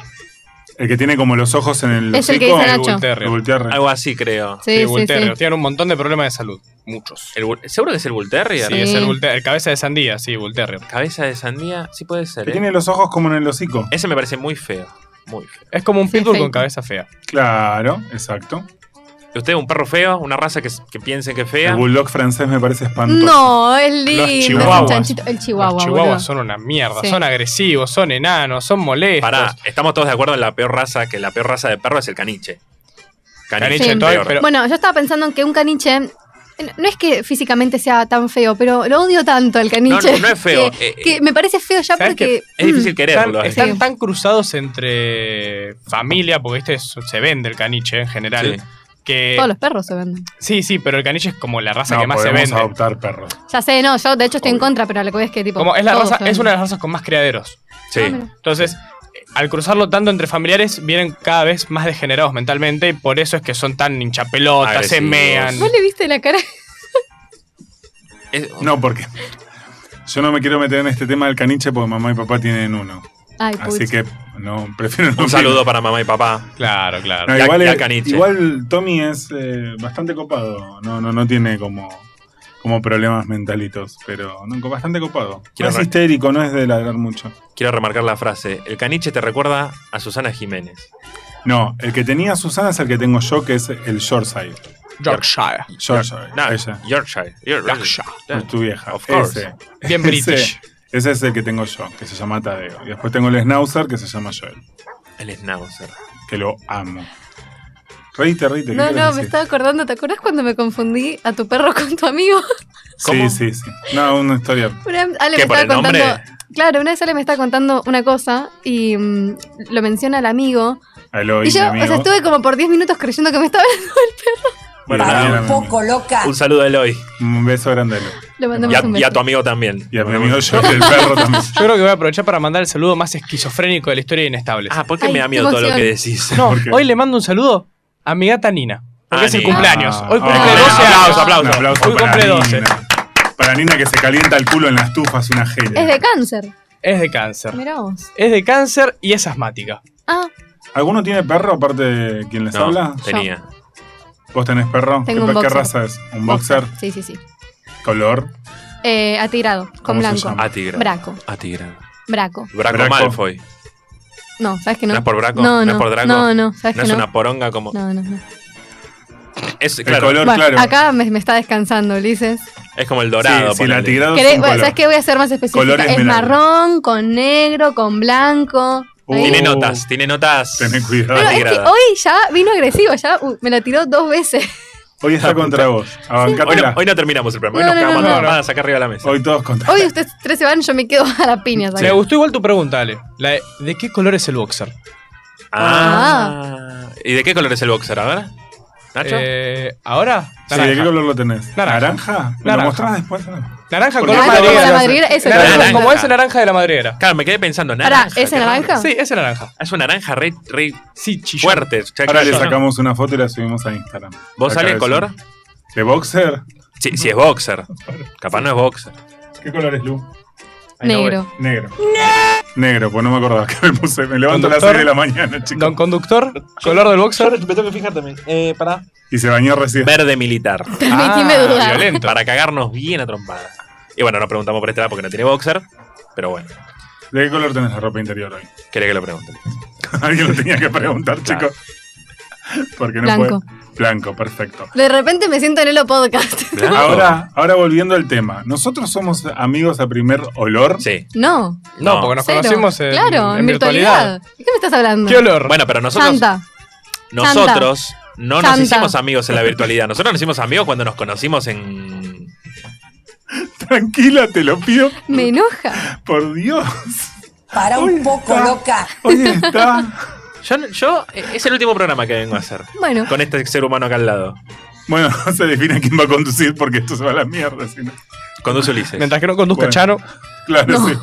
Speaker 4: El que tiene como los ojos en el
Speaker 3: Es el que
Speaker 4: hocico,
Speaker 3: dice
Speaker 2: El
Speaker 3: Nacho.
Speaker 2: Bull
Speaker 4: el
Speaker 2: Terrier.
Speaker 4: voltear.
Speaker 1: Algo así, creo.
Speaker 3: Sí,
Speaker 2: Bull
Speaker 3: sí, sí.
Speaker 2: Terrier. Tienen un montón de problemas de salud. Muchos.
Speaker 1: El Bull- ¿Seguro que es el Bull Terrier?
Speaker 2: Sí, es el, Bull Ter- el cabeza de sandía, sí, Bull Terrier.
Speaker 1: Cabeza de sandía, sí puede ser.
Speaker 4: Que
Speaker 1: ¿eh?
Speaker 4: tiene los ojos como en el hocico.
Speaker 1: Ese me parece muy feo. Muy feo.
Speaker 2: Es como un
Speaker 3: Sí,
Speaker 2: pitbull
Speaker 3: feito.
Speaker 2: con cabeza fea.
Speaker 4: Claro, exacto.
Speaker 1: ¿Y ¿Usted un perro feo? ¿Una raza que, que piensen que es fea?
Speaker 4: El bulldog francés me parece espantoso.
Speaker 3: No, es lindo. es un
Speaker 2: chihuahuas.
Speaker 3: chanchito. El chihuahua.
Speaker 2: Los chihuahuas
Speaker 3: boludo.
Speaker 2: son una mierda,
Speaker 3: Sí.
Speaker 2: son agresivos, son enanos, son molestos.
Speaker 1: Pará, estamos todos de acuerdo en la peor raza, que la peor raza de perro es el caniche.
Speaker 2: Caniche
Speaker 1: es el
Speaker 2: toy,
Speaker 1: peor.
Speaker 2: pero-
Speaker 3: Bueno, yo estaba pensando en que un caniche. n- No es que físicamente sea tan feo, pero lo odio tanto al caniche.
Speaker 1: No, no, no es feo,
Speaker 3: Que,
Speaker 1: eh, eh.
Speaker 3: que me parece feo ya
Speaker 2: ¿Sabes
Speaker 3: porque.
Speaker 1: Es difícil
Speaker 2: Están,
Speaker 1: quererlo. eh.
Speaker 2: están
Speaker 3: mm. Sí.
Speaker 2: tan cruzados entre familia, porque este es- se vende el caniche en general,
Speaker 1: Sí.
Speaker 2: que...
Speaker 3: Todos los perros se venden.
Speaker 2: Sí, sí, pero el caniche es como la raza
Speaker 4: No,
Speaker 2: que más se
Speaker 4: podemos
Speaker 2: vende.
Speaker 4: adoptar perros.
Speaker 3: Ya sé, no, yo de hecho estoy en
Speaker 4: Obvio.
Speaker 3: contra, pero a lo que voy es que tipo.
Speaker 2: Como es la
Speaker 3: todos
Speaker 2: raza,
Speaker 3: se
Speaker 2: es
Speaker 3: venden.
Speaker 2: una de las razas con más criaderos.
Speaker 1: Sí.
Speaker 3: Ah, mira.
Speaker 2: Entonces, eh, al cruzarlo tanto entre familiares, vienen cada vez más degenerados mentalmente y por eso es que son tan hinchapelotas, se
Speaker 1: Agresivos.
Speaker 2: mean.
Speaker 3: ¿Vos le viste la cara?
Speaker 1: Es-
Speaker 4: No, porque yo no me quiero meter en este tema del caniche porque mamá y papá tienen uno.
Speaker 3: Ay,
Speaker 4: Así
Speaker 3: pucha.
Speaker 4: que no, prefiero no.
Speaker 1: Un saludo para mamá y papá.
Speaker 2: Claro, claro.
Speaker 4: No,
Speaker 1: Ya-
Speaker 4: igual,
Speaker 1: ya
Speaker 4: es-
Speaker 1: caniche.
Speaker 4: igual Tommy es eh, bastante copado. No, no, no tiene como, como problemas mentalitos, pero no, bastante copado.
Speaker 1: Quiero
Speaker 4: es
Speaker 1: arran-
Speaker 4: histérico, no es de ladrar mucho.
Speaker 1: Quiero remarcar la frase. El caniche te recuerda a Susana Jiménez.
Speaker 4: No, el que tenía Susana es el que tengo yo, que es el Shoreside.
Speaker 2: Yorkshire.
Speaker 4: Yorkshire.
Speaker 1: No,
Speaker 4: ella.
Speaker 1: Yorkshire. Yorkshire.
Speaker 2: Yorkshire.
Speaker 1: Yeah.
Speaker 4: Tu vieja.
Speaker 1: Of course.
Speaker 4: Ese.
Speaker 2: Bien
Speaker 4: Ese.
Speaker 2: british.
Speaker 4: Ese es el que tengo yo, que se llama Tadeo. Y después tengo el Schnauzer, que se llama Joel,
Speaker 1: El schnauzer.
Speaker 4: que lo amo. Reíte, reíte. ¿qué
Speaker 3: No,
Speaker 4: querés
Speaker 3: no, me
Speaker 4: decir?
Speaker 3: estaba acordando. ¿Te acuerdas cuando me confundí a tu perro con tu amigo?
Speaker 1: ¿Cómo?
Speaker 4: Sí, sí, sí. No, una historia.
Speaker 3: Una vez Ale
Speaker 1: ¿Qué,
Speaker 3: me
Speaker 1: por
Speaker 3: estaba
Speaker 1: el nombre?
Speaker 3: contando. Claro, una vez Ale me estaba contando una cosa y mm, lo menciona al amigo.
Speaker 4: Aloy,
Speaker 3: y yo,
Speaker 4: mi amigo.
Speaker 3: o sea, estuve como por 10 minutos creyendo que me estaba.
Speaker 4: Y
Speaker 1: Bueno,
Speaker 4: Aloy
Speaker 1: nada.
Speaker 4: era mi amigo.
Speaker 6: poco loca.
Speaker 1: Un saludo a Eloy.
Speaker 4: Un beso grande a Eloy.
Speaker 3: Le mandamos
Speaker 1: Y a,
Speaker 3: un
Speaker 1: y
Speaker 3: beso.
Speaker 1: a tu amigo también.
Speaker 4: Y a mi amigo Joel, el perro también.
Speaker 2: Yo creo que voy a aprovechar para mandar el saludo más esquizofrénico de la historia de Inestables.
Speaker 1: Ah, ¿por qué
Speaker 3: Ay,
Speaker 1: me da
Speaker 3: qué
Speaker 1: miedo todo lo que
Speaker 3: emoción.
Speaker 1: decís?
Speaker 2: no,
Speaker 4: ¿por qué?
Speaker 2: hoy le mando un saludo a mi gata Nina. Porque
Speaker 1: Ah,
Speaker 2: es el
Speaker 1: Nina.
Speaker 2: cumpleaños. Hoy
Speaker 4: Ah,
Speaker 2: cumple
Speaker 4: ah,
Speaker 2: 12 años.
Speaker 1: aplauso, aplauso.
Speaker 4: Un aplauso
Speaker 2: Hoy
Speaker 4: para
Speaker 2: cumple 12.
Speaker 4: Nina. Para Nina que se calienta el culo en las tufas, una genia.
Speaker 3: Es de cáncer.
Speaker 2: Es de cáncer.
Speaker 3: Mirá vos.
Speaker 2: Es de cáncer y es asmática.
Speaker 3: Ah,
Speaker 4: ¿Alguno tiene perro aparte de quien les
Speaker 1: No,
Speaker 4: habla?
Speaker 1: tenía.
Speaker 4: ¿Vos tenés perro?
Speaker 3: Tengo
Speaker 4: ¿Qué,
Speaker 3: un
Speaker 4: qué
Speaker 3: boxer.
Speaker 4: raza es? ¿Un boxer?
Speaker 3: Sí, sí, sí.
Speaker 4: ¿Color?
Speaker 3: Eh, atirado,
Speaker 4: ¿Cómo
Speaker 3: con
Speaker 4: se
Speaker 3: blanco.
Speaker 4: llama?
Speaker 1: A Tigra.
Speaker 3: Braco.
Speaker 1: A Tigra.
Speaker 3: Braco.
Speaker 1: Braco,
Speaker 4: Braco.
Speaker 1: Malfoy.
Speaker 3: No, ¿sabes que
Speaker 1: ¿No
Speaker 3: no?
Speaker 1: es por Braco?
Speaker 3: No,
Speaker 1: ¿No
Speaker 3: no.
Speaker 1: es por Draco?
Speaker 3: No, no, ¿sabes
Speaker 1: No
Speaker 3: que
Speaker 1: es
Speaker 3: no?
Speaker 1: una poronga como.
Speaker 3: No, no, no.
Speaker 1: Es,
Speaker 4: El
Speaker 1: claro,
Speaker 4: color,
Speaker 3: Bueno,
Speaker 4: claro.
Speaker 3: acá me, me está descansando, Ulises.
Speaker 1: es como el dorado.
Speaker 4: Sí, sí,
Speaker 1: ponele.
Speaker 4: la tigrado es
Speaker 3: Queré-
Speaker 4: un
Speaker 3: bueno,
Speaker 4: color.
Speaker 3: ¿Sabes qué? Voy a ser más
Speaker 4: Color
Speaker 3: específica. Es
Speaker 4: esmeralda.
Speaker 3: marrón, con negro, con blanco.
Speaker 4: Uh,
Speaker 3: Ahí.
Speaker 1: Tiene
Speaker 4: Oh.
Speaker 1: notas, tiene notas.
Speaker 4: Tené
Speaker 3: No,
Speaker 4: cuidado.
Speaker 3: no, es que
Speaker 1: tigrada.
Speaker 3: hoy ya vino agresivo, ya uh, me lo tiró dos veces.
Speaker 4: Hoy está contra vos.
Speaker 1: Hoy
Speaker 4: Abancátela.
Speaker 1: no, hoy no terminamos el programa. Hoy
Speaker 3: No,
Speaker 1: nos
Speaker 3: no,
Speaker 1: cagamos
Speaker 3: no,
Speaker 1: a
Speaker 3: no.
Speaker 1: trompadas acá arriba de la mesa.
Speaker 4: Hoy todos contra
Speaker 3: Hoy ustedes tres se van, yo me quedo a la piña.
Speaker 2: Me
Speaker 3: ¿sabes?
Speaker 2: gustó igual tu pregunta, Ale. La de, ¿de qué color es el boxer?
Speaker 1: Ah. ¿Y de qué color es el boxer? A ver. ¿Nacho?
Speaker 2: Eh, ¿Ahora?
Speaker 4: Sí,
Speaker 2: Naranja.
Speaker 4: ¿de qué color lo tenés?
Speaker 2: Naranja.
Speaker 4: ¿Naranja? ¿Me lo
Speaker 2: Naranja.
Speaker 4: mostrás después?
Speaker 2: Naranja color
Speaker 4: Porque Naranja
Speaker 3: Ah, como la
Speaker 2: madriguera.
Speaker 4: madre-
Speaker 3: madriguera, ese
Speaker 2: Naranja,
Speaker 1: Naranja.
Speaker 2: Como ese naranja de la madriguera.
Speaker 1: Claro, me quedé pensando.
Speaker 3: Pará,
Speaker 1: Naranja,
Speaker 3: ¿ese
Speaker 1: qué
Speaker 3: naranja?
Speaker 1: raro.
Speaker 2: Sí, ese naranja.
Speaker 1: Es una naranja re, re
Speaker 2: Sí, chillón.
Speaker 1: fuerte. Ya
Speaker 4: Ahora le
Speaker 1: chillona.
Speaker 4: sacamos una foto y la subimos a Instagram.
Speaker 1: ¿Vos
Speaker 4: Acá
Speaker 1: sale el
Speaker 4: es-
Speaker 1: color?
Speaker 4: ¿De boxer?
Speaker 1: Si es boxer. Capaz no es boxer.
Speaker 4: ¿Qué color es Lu?
Speaker 1: Ahí no
Speaker 3: Negro.
Speaker 4: Negro. Negro, pues no me acordaba que me puse. Me levanto a las
Speaker 2: Conductor.
Speaker 4: 6 de la mañana,
Speaker 2: Don
Speaker 4: chicos.
Speaker 2: conductor, color del boxer.
Speaker 1: Me tengo que fijar también. Eh, pará.
Speaker 4: Y se bañó recién.
Speaker 1: Verde militar.
Speaker 3: Permitime
Speaker 2: Ah,
Speaker 3: dudar.
Speaker 2: Violento.
Speaker 1: Para cagarnos bien a trompadas. Y bueno, no preguntamos por este lado porque no tiene boxer. Pero bueno,
Speaker 4: ¿De qué color tenés la ropa interior hoy?
Speaker 1: quería que lo pregunten.
Speaker 4: Alguien lo tenía que preguntar,
Speaker 1: Claro.
Speaker 4: chicos. Porque no
Speaker 3: Blanco.
Speaker 4: puede. Blanco, perfecto.
Speaker 3: De repente me siento en el podcast.
Speaker 1: Blanco.
Speaker 4: Ahora, ahora volviendo al tema. Nosotros somos amigos a primer olor.
Speaker 1: Sí.
Speaker 3: No.
Speaker 2: No,
Speaker 1: No.
Speaker 2: porque nos
Speaker 3: cero.
Speaker 2: conocimos en,
Speaker 3: Claro, en, virtualidad. ¿De qué me estás hablando?
Speaker 2: ¿Qué olor?
Speaker 1: Bueno, pero nosotros,
Speaker 3: Santa.
Speaker 1: nosotros no nos
Speaker 3: Chanta.
Speaker 1: hicimos amigos en la virtualidad. Nosotros nos hicimos amigos cuando nos conocimos en.
Speaker 4: Tranquila, te lo pido.
Speaker 3: Me enoja.
Speaker 4: Por Dios.
Speaker 6: Para
Speaker 4: Hoy
Speaker 6: un poco
Speaker 4: está-
Speaker 6: loca.
Speaker 4: Hoy está.
Speaker 1: Yo, yo eh, es el último programa que vengo a hacer.
Speaker 3: Bueno,
Speaker 1: Con este ser humano acá al lado.
Speaker 4: Bueno, no se define quién va a conducir porque esto se va a la mierda. si no.
Speaker 1: Conduce Ulises.
Speaker 2: Mientras que no conduzca
Speaker 4: Bueno.
Speaker 2: Chano.
Speaker 4: Claro,
Speaker 3: No.
Speaker 4: sí.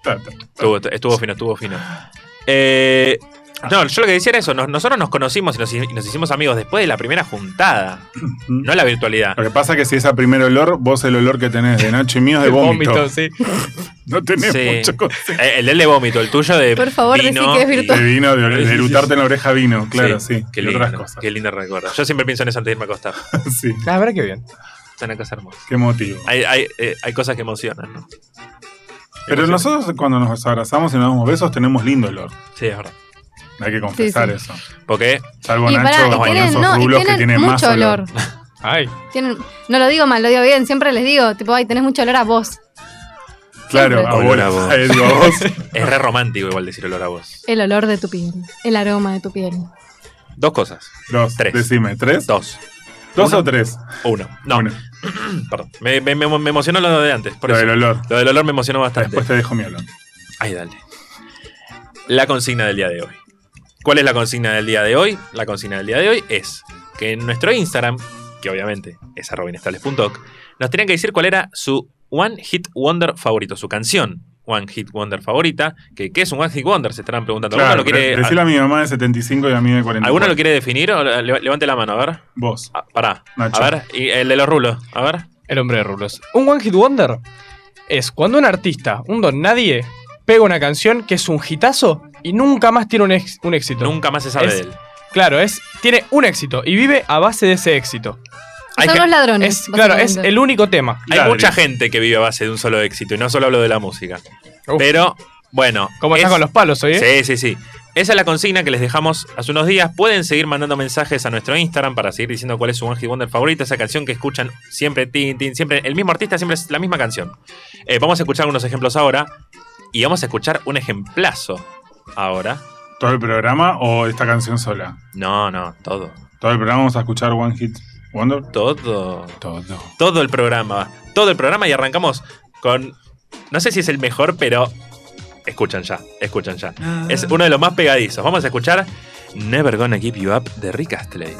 Speaker 4: Uh, ta, ta.
Speaker 1: Estuvo, estuvo fino, estuvo fino. Eh, no, yo lo que decía era eso. nos- nosotros nos conocimos y nos, y nos hicimos amigos después de la primera juntada. No la virtualidad.
Speaker 4: Lo que pasa es que si es a primer olor, vos el olor que tenés de Nacho y mío es de vómito.
Speaker 2: Vómito, sí.
Speaker 4: No tenés
Speaker 1: Sí.
Speaker 4: mucho concepto.
Speaker 1: Eh, El del de vómito, el tuyo de.
Speaker 3: Por favor, decí
Speaker 1: vino
Speaker 3: que es
Speaker 1: y-
Speaker 4: De
Speaker 3: virtual.
Speaker 4: vino, de, de
Speaker 1: Sí, sí,
Speaker 4: eructarte
Speaker 1: sí.
Speaker 4: en la oreja vino, claro, sí.
Speaker 1: Qué
Speaker 4: y
Speaker 1: lindo,
Speaker 4: otras cosas.
Speaker 1: qué lindo recuerdo. Yo siempre pienso en eso antes de irme a acostar.
Speaker 4: Sí,
Speaker 2: La verdad que bien.
Speaker 1: Es una cosa hermosa.
Speaker 4: qué motivo.
Speaker 1: Hay, hay, eh, hay cosas que emocionan. ¿no?
Speaker 4: Pero
Speaker 1: Emocionan.
Speaker 4: nosotros cuando nos abrazamos y nos damos besos tenemos lindo olor.
Speaker 1: Sí, es verdad.
Speaker 4: Hay que confesar
Speaker 3: sí.
Speaker 4: eso.
Speaker 1: Porque
Speaker 4: Salvo
Speaker 3: y pará,
Speaker 4: Nacho
Speaker 3: y
Speaker 4: con
Speaker 3: tienen,
Speaker 4: esos
Speaker 3: no, y
Speaker 4: rulos que
Speaker 3: tienen
Speaker 4: tienen más
Speaker 3: mucho olor.
Speaker 4: olor.
Speaker 2: Ay.
Speaker 3: Tienen, no lo digo mal, lo digo bien. Siempre les digo, tipo, ay, tenés mucho olor a vos.
Speaker 4: Claro,
Speaker 3: Siempre.
Speaker 1: Olor a
Speaker 4: abuela,
Speaker 1: vos.
Speaker 4: a Edu, a vos.
Speaker 1: es re romántico igual decir olor a vos.
Speaker 3: El olor de tu piel. El aroma de tu piel.
Speaker 1: Dos cosas.
Speaker 4: Dos,
Speaker 1: Tres.
Speaker 4: decime, ¿tres?
Speaker 1: Dos.
Speaker 4: ¿Dos
Speaker 1: Uno.
Speaker 4: o tres?
Speaker 1: O uno. No,
Speaker 4: Uno,
Speaker 1: perdón. Me, me- me- me emocionó lo de antes. Por
Speaker 4: lo
Speaker 1: eso.
Speaker 4: del olor.
Speaker 1: Lo del olor me emocionó bastante.
Speaker 4: Después te dejo mi olor.
Speaker 1: Ahí dale. La consigna del día de hoy. ¿Cuál es la consigna del día de hoy? La consigna del día de hoy es que en nuestro Instagram, que obviamente es arrobinestales.org, nos tenían que decir cuál era su One Hit Wonder favorito, su canción One Hit Wonder favorita, que ¿qué es un One Hit Wonder? Se estarán preguntando.
Speaker 4: Claro,
Speaker 1: ¿Alguno, lo quiere,
Speaker 4: re- decile a mi mamá de 75 y a mí de 40.
Speaker 1: ¿alguno lo quiere definir? O le- Levante la mano, a ver.
Speaker 4: Vos.
Speaker 1: Ah, pará.
Speaker 4: Nacho.
Speaker 1: A ver, y el de los rulos, a ver.
Speaker 2: El hombre de rulos. Un One Hit Wonder es cuando un artista, un don nadie, pega una canción que es un hitazo y nunca más tiene un, ex- un éxito.
Speaker 1: Nunca más se sabe
Speaker 2: Es-
Speaker 1: de él.
Speaker 2: Claro, es tiene un éxito y vive a base de ese éxito.
Speaker 1: Hay,
Speaker 3: Son
Speaker 1: gen-
Speaker 3: los ladrones.
Speaker 2: Es, claro, es
Speaker 3: básicamente.
Speaker 2: el único tema.
Speaker 1: hay
Speaker 4: Ladri.
Speaker 1: mucha gente que vive a base de un solo éxito, y no solo hablo de la música.
Speaker 2: Uf,
Speaker 1: Pero, bueno.
Speaker 2: Como
Speaker 1: es-
Speaker 2: estás con los palos hoy, ¿eh?
Speaker 1: Sí, sí, sí. Esa es la consigna que les dejamos hace unos días. Pueden seguir mandando mensajes a nuestro Instagram para seguir diciendo cuál es su One Hit Wonder favorita, esa canción que escuchan siempre, tin, tin, siempre. El mismo artista siempre es la misma canción. Eh, vamos a escuchar unos ejemplos ahora y vamos a escuchar un ejemplazo ahora.
Speaker 4: ¿Todo el programa o esta canción sola?
Speaker 1: No, no, todo.
Speaker 4: Todo el programa vamos a escuchar One Hit Wonder.
Speaker 1: Todo.
Speaker 4: Todo.
Speaker 1: Todo el programa. Todo el programa y arrancamos con. No sé si es el mejor, pero. Escuchan ya, escuchan ya. Es uno de los más pegadizos. Vamos a escuchar Never Gonna Give You Up de Rick Astley.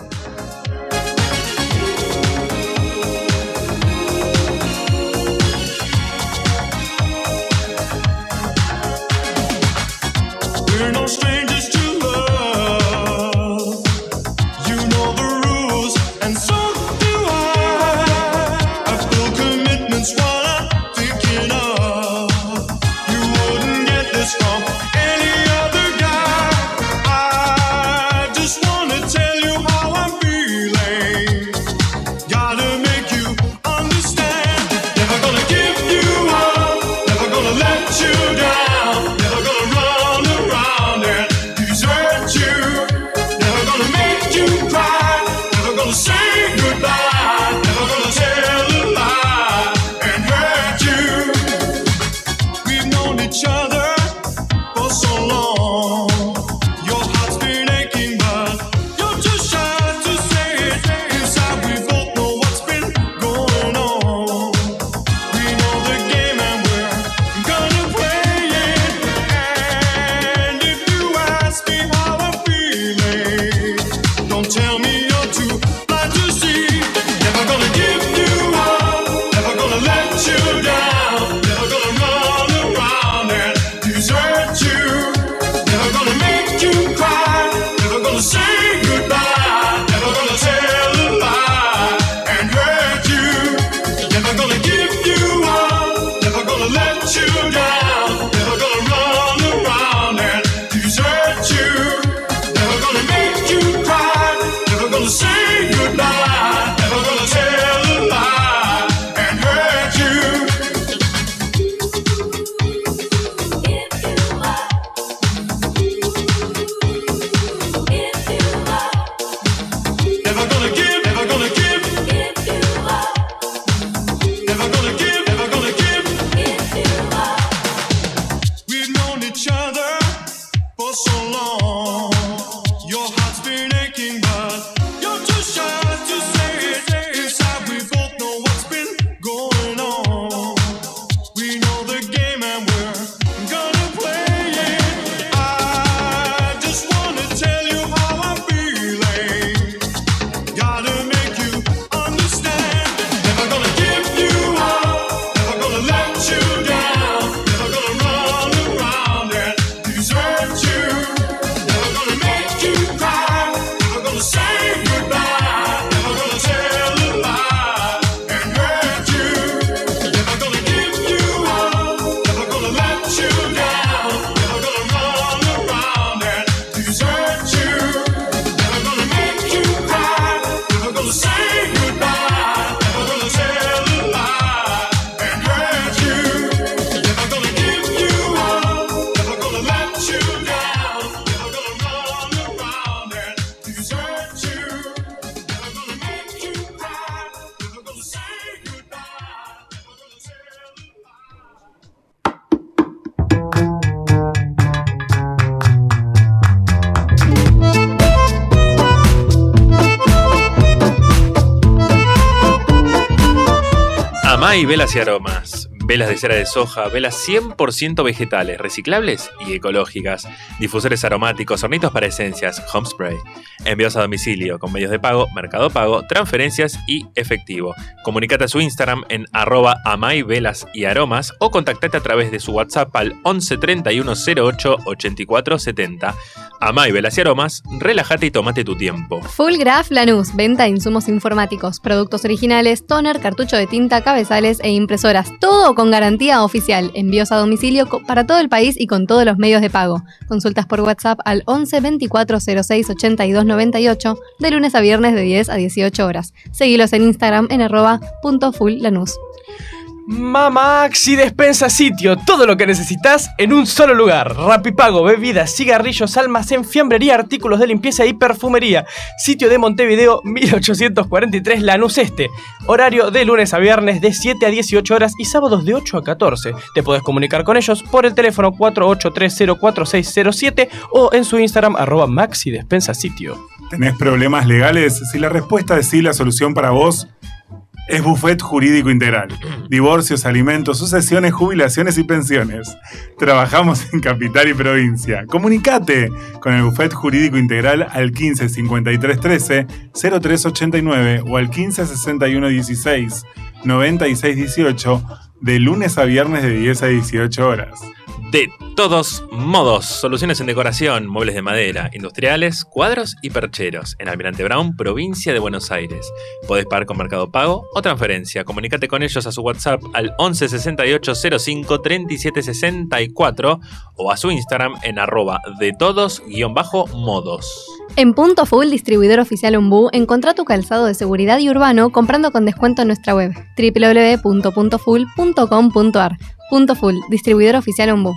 Speaker 6: We're no strangers to love. You know the rules, and so do I. I feel commitments while I'm thinking of. You wouldn't get this from any other guy. I just wanna tell you how I'm feeling. Gotta make you understand. Never gonna give you up. Never gonna let you down. Never gonna run around and desert you. Never gonna make you cry. Never gonna say goodbye. Never gonna tell a lie and hurt you. We've known each other for so long. Your heart's been aching, but you're too shy to say it. Inside, we both know what's been going on. We know the game, and we're gonna play it. And if you ask me how I'm feeling, don't tell me you're too blind to see. Never gonna give you up. Never gonna let you down. Never gonna run around and desert you. Never gonna make you cry. Never gonna say goodbye. Never gonna tell a lie and hurt you. Never gonna give you up. Never gonna let you down. Never gonna run around and desert you. Never gonna make you cry. Never gonna say goodbye. Never gonna tell a lie and hurt you. Never gonna give, never gonna give. Never gonna give, never gonna give. We've known each other for so long. Your heart's been aching, but you're too shy to say it. Inside, we both know what's been going on. We know the game and we're gonna play it. I just wanna tell you how I'm feeling. Gotta make you understand. Never gonna give you up. Never gonna let you down. Never gonna run around and desert you. Never gonna make you cry. Never gonna say goodbye. Never gonna tell a lie and hurt you. Never gonna give you up. Never gonna let you down. Never gonna run around and desert you. Never gonna make you cry. Never gonna say goodbye. Never gonna tell a lie and hurt you. Never gonna give you up. Never gonna let you down. Never gonna run around and desert you. Never gonna make you cry. Never gonna say goodbye. Never gonna tell a lie.
Speaker 1: Amá y velas y aromas. velas de cera de soja, velas 100% vegetales, reciclables y ecológicas, difusores aromáticos, hornitos para esencias, home spray, envíos a domicilio con medios de pago, mercado pago, transferencias y efectivo. Comunicate a su Instagram en arroba velas y aromas o contactate a través de su WhatsApp al 11 31 08 84 70. Amay velas y aromas, relájate y tómate tu tiempo.
Speaker 3: Full Graph Lanús, venta de insumos informáticos, productos originales, toner, cartucho de tinta, cabezales e impresoras. Todo con garantía oficial. Envíos a domicilio co- para todo el país y con todos los medios de pago. Consultas por WhatsApp al 11 24 06 82 98 de lunes a viernes de 10 a 18 horas. Seguilos en Instagram en arroba punto full lanús.
Speaker 2: Mamaxi Despensa Sitio, todo lo que necesitas en un solo lugar. Rapipago, bebidas, cigarrillos, almacén, fiambrería, artículos de limpieza y perfumería. Sitio de Montevideo 1843 Lanús Este. Horario de lunes a viernes de 7 a 18 horas y sábados de 8 a 14. Te podés comunicar con ellos por el teléfono 48304607 o en su Instagram arroba Maxi Despensa Sitio.
Speaker 4: ¿Tenés problemas legales? Si la respuesta es sí, la solución para vos es Buffet Jurídico Integral. Divorcios, alimentos, sucesiones, jubilaciones y pensiones. Trabajamos en capital y provincia. Comunicate con el Buffet Jurídico Integral al 15 53 13 03 89 o al 15 61 16 96 18 de lunes a viernes de 10 a 18 horas.
Speaker 1: De todos modos, soluciones en decoración, muebles de madera, industriales, cuadros y percheros. En Almirante Brown, provincia de Buenos Aires. Podés pagar con Mercado Pago o transferencia. Comunicate con ellos a su WhatsApp al 11 68 05 37 64 o a su Instagram en arroba de todos-modos.
Speaker 3: En Punto Full, distribuidor oficial Umbú, encontrá tu calzado de seguridad y urbano comprando con descuento en nuestra web www.puntofull.com.ar. Punto Full, distribuidor oficial Umbú.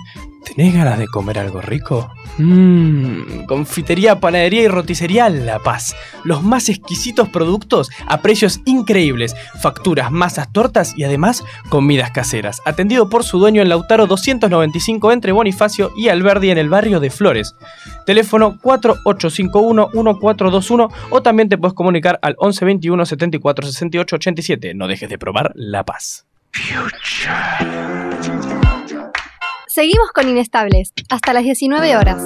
Speaker 2: ¿Tenés ganas de comer algo rico? Mmm, confitería, panadería y roticería La Paz. Los más exquisitos productos a precios increíbles. Facturas, masas, tortas y además comidas caseras. Atendido por su dueño en Lautaro 295 entre Bonifacio y Alberdi en el barrio de Flores. Teléfono 4851-1421 o también te puedes comunicar al 1121 74 68 87. No dejes de probar La Paz.
Speaker 3: Seguimos con Inestables, hasta las 19 horas.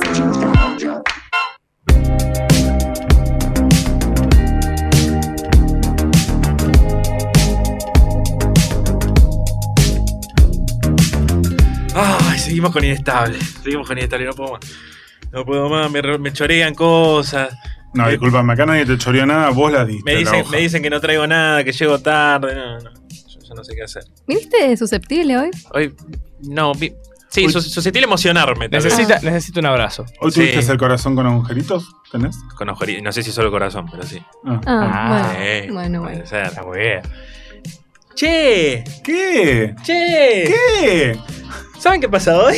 Speaker 1: Ay, seguimos con inestable. Seguimos con inestable, no puedo más. No puedo más, me, re- me chorean cosas.
Speaker 4: No,
Speaker 1: Eh,
Speaker 4: disculpame, acá nadie te choreó nada, vos las diste.
Speaker 1: Me
Speaker 4: la
Speaker 1: dicen,
Speaker 4: hoja.
Speaker 1: me dicen que no traigo nada, que llego tarde. No, no, yo ya no sé qué hacer.
Speaker 3: ¿Viniste susceptible hoy?
Speaker 1: Hoy, no, vi- sí,
Speaker 4: Uy.
Speaker 1: sus- susceptible a emocionarme. tal vez.
Speaker 2: Necesita, necesito un abrazo.
Speaker 4: ¿Hoy
Speaker 1: Sí.
Speaker 4: tuviste el corazón con agujeritos? ¿Tenés?
Speaker 1: Con ojeri- no sé si solo el corazón, pero sí.
Speaker 4: Ah.
Speaker 3: Ah,
Speaker 1: Sí,
Speaker 3: bueno, bueno,
Speaker 1: puede
Speaker 3: bueno.
Speaker 1: ser.
Speaker 2: Está muy bien.
Speaker 1: Che,
Speaker 4: ¿Qué?
Speaker 1: che.
Speaker 4: ¿Qué?
Speaker 1: ¿Saben qué pasa hoy?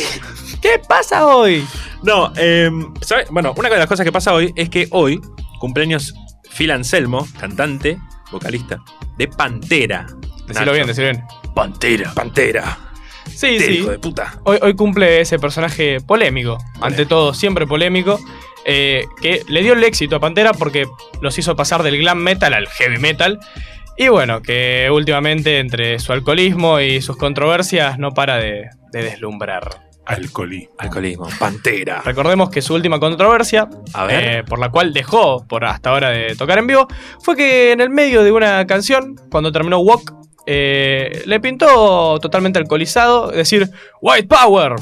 Speaker 2: ¿Qué pasa hoy?
Speaker 1: No, em, ¿sabe? bueno, una de las cosas que pasa hoy es que hoy cumpleaños Phil Anselmo, cantante, vocalista de Pantera.
Speaker 2: Decilo bien, decilo bien.
Speaker 1: Pantera, Pantera.
Speaker 2: Sí,
Speaker 1: Te,
Speaker 2: sí.
Speaker 1: hijo de puta.
Speaker 2: Hoy, hoy cumple ese personaje polémico, ante todo siempre polémico, eh, que le dio el éxito a Pantera porque los hizo pasar del glam metal al heavy metal. Y bueno, que últimamente entre su alcoholismo y sus controversias no para de, de deslumbrar.
Speaker 4: Alcolí.
Speaker 1: Alcoholismo, Pantera.
Speaker 2: Recordemos que su última controversia,
Speaker 1: A ver.
Speaker 2: eh, por la cual dejó por hasta ahora de tocar en vivo, fue que en el medio de una canción, cuando terminó Walk, eh, le pintó totalmente alcoholizado decir White Power.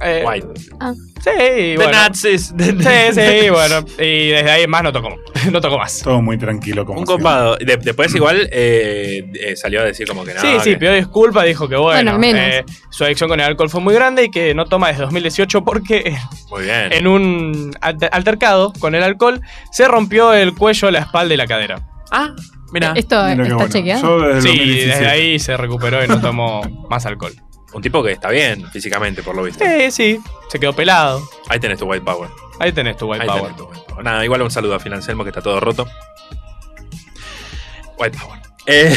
Speaker 2: Eh,
Speaker 1: White.
Speaker 3: Ah.
Speaker 2: Sí, y
Speaker 1: The
Speaker 2: bueno.
Speaker 1: Nazis.
Speaker 2: Sí, sí, bueno. Y desde ahí en más no tocó, no tocó más.
Speaker 4: Todo muy tranquilo como
Speaker 1: Un
Speaker 4: siempre.
Speaker 1: copado. De- después igual eh, eh, salió a decir como que no.
Speaker 2: sí, sí,
Speaker 1: que-
Speaker 2: pidió disculpas, dijo que
Speaker 3: Bueno,
Speaker 2: bueno,
Speaker 3: al menos.
Speaker 2: eh, su adicción con el alcohol fue muy grande y que no toma desde 2018 porque
Speaker 1: Muy bien.
Speaker 2: en un alter- altercado con el alcohol se rompió el cuello, la espalda y la cadera.
Speaker 1: Ah, mira.
Speaker 3: Eh, Esto
Speaker 4: Mira qué
Speaker 3: está
Speaker 4: bueno.
Speaker 3: chequeado.
Speaker 4: Yo desde el
Speaker 2: Sí,
Speaker 4: 2017.
Speaker 2: desde ahí se recuperó y no tomó más alcohol.
Speaker 1: Un tipo que está bien físicamente, por lo visto.
Speaker 4: Eh,
Speaker 2: Sí, sí, se quedó pelado.
Speaker 1: Ahí tenés tu White Power.
Speaker 2: Ahí tenés tu white
Speaker 1: Ahí
Speaker 2: power.
Speaker 1: tenés tu White Power. Nada, igual un saludo a Phil Anselmo que está todo roto. White Power. Eh,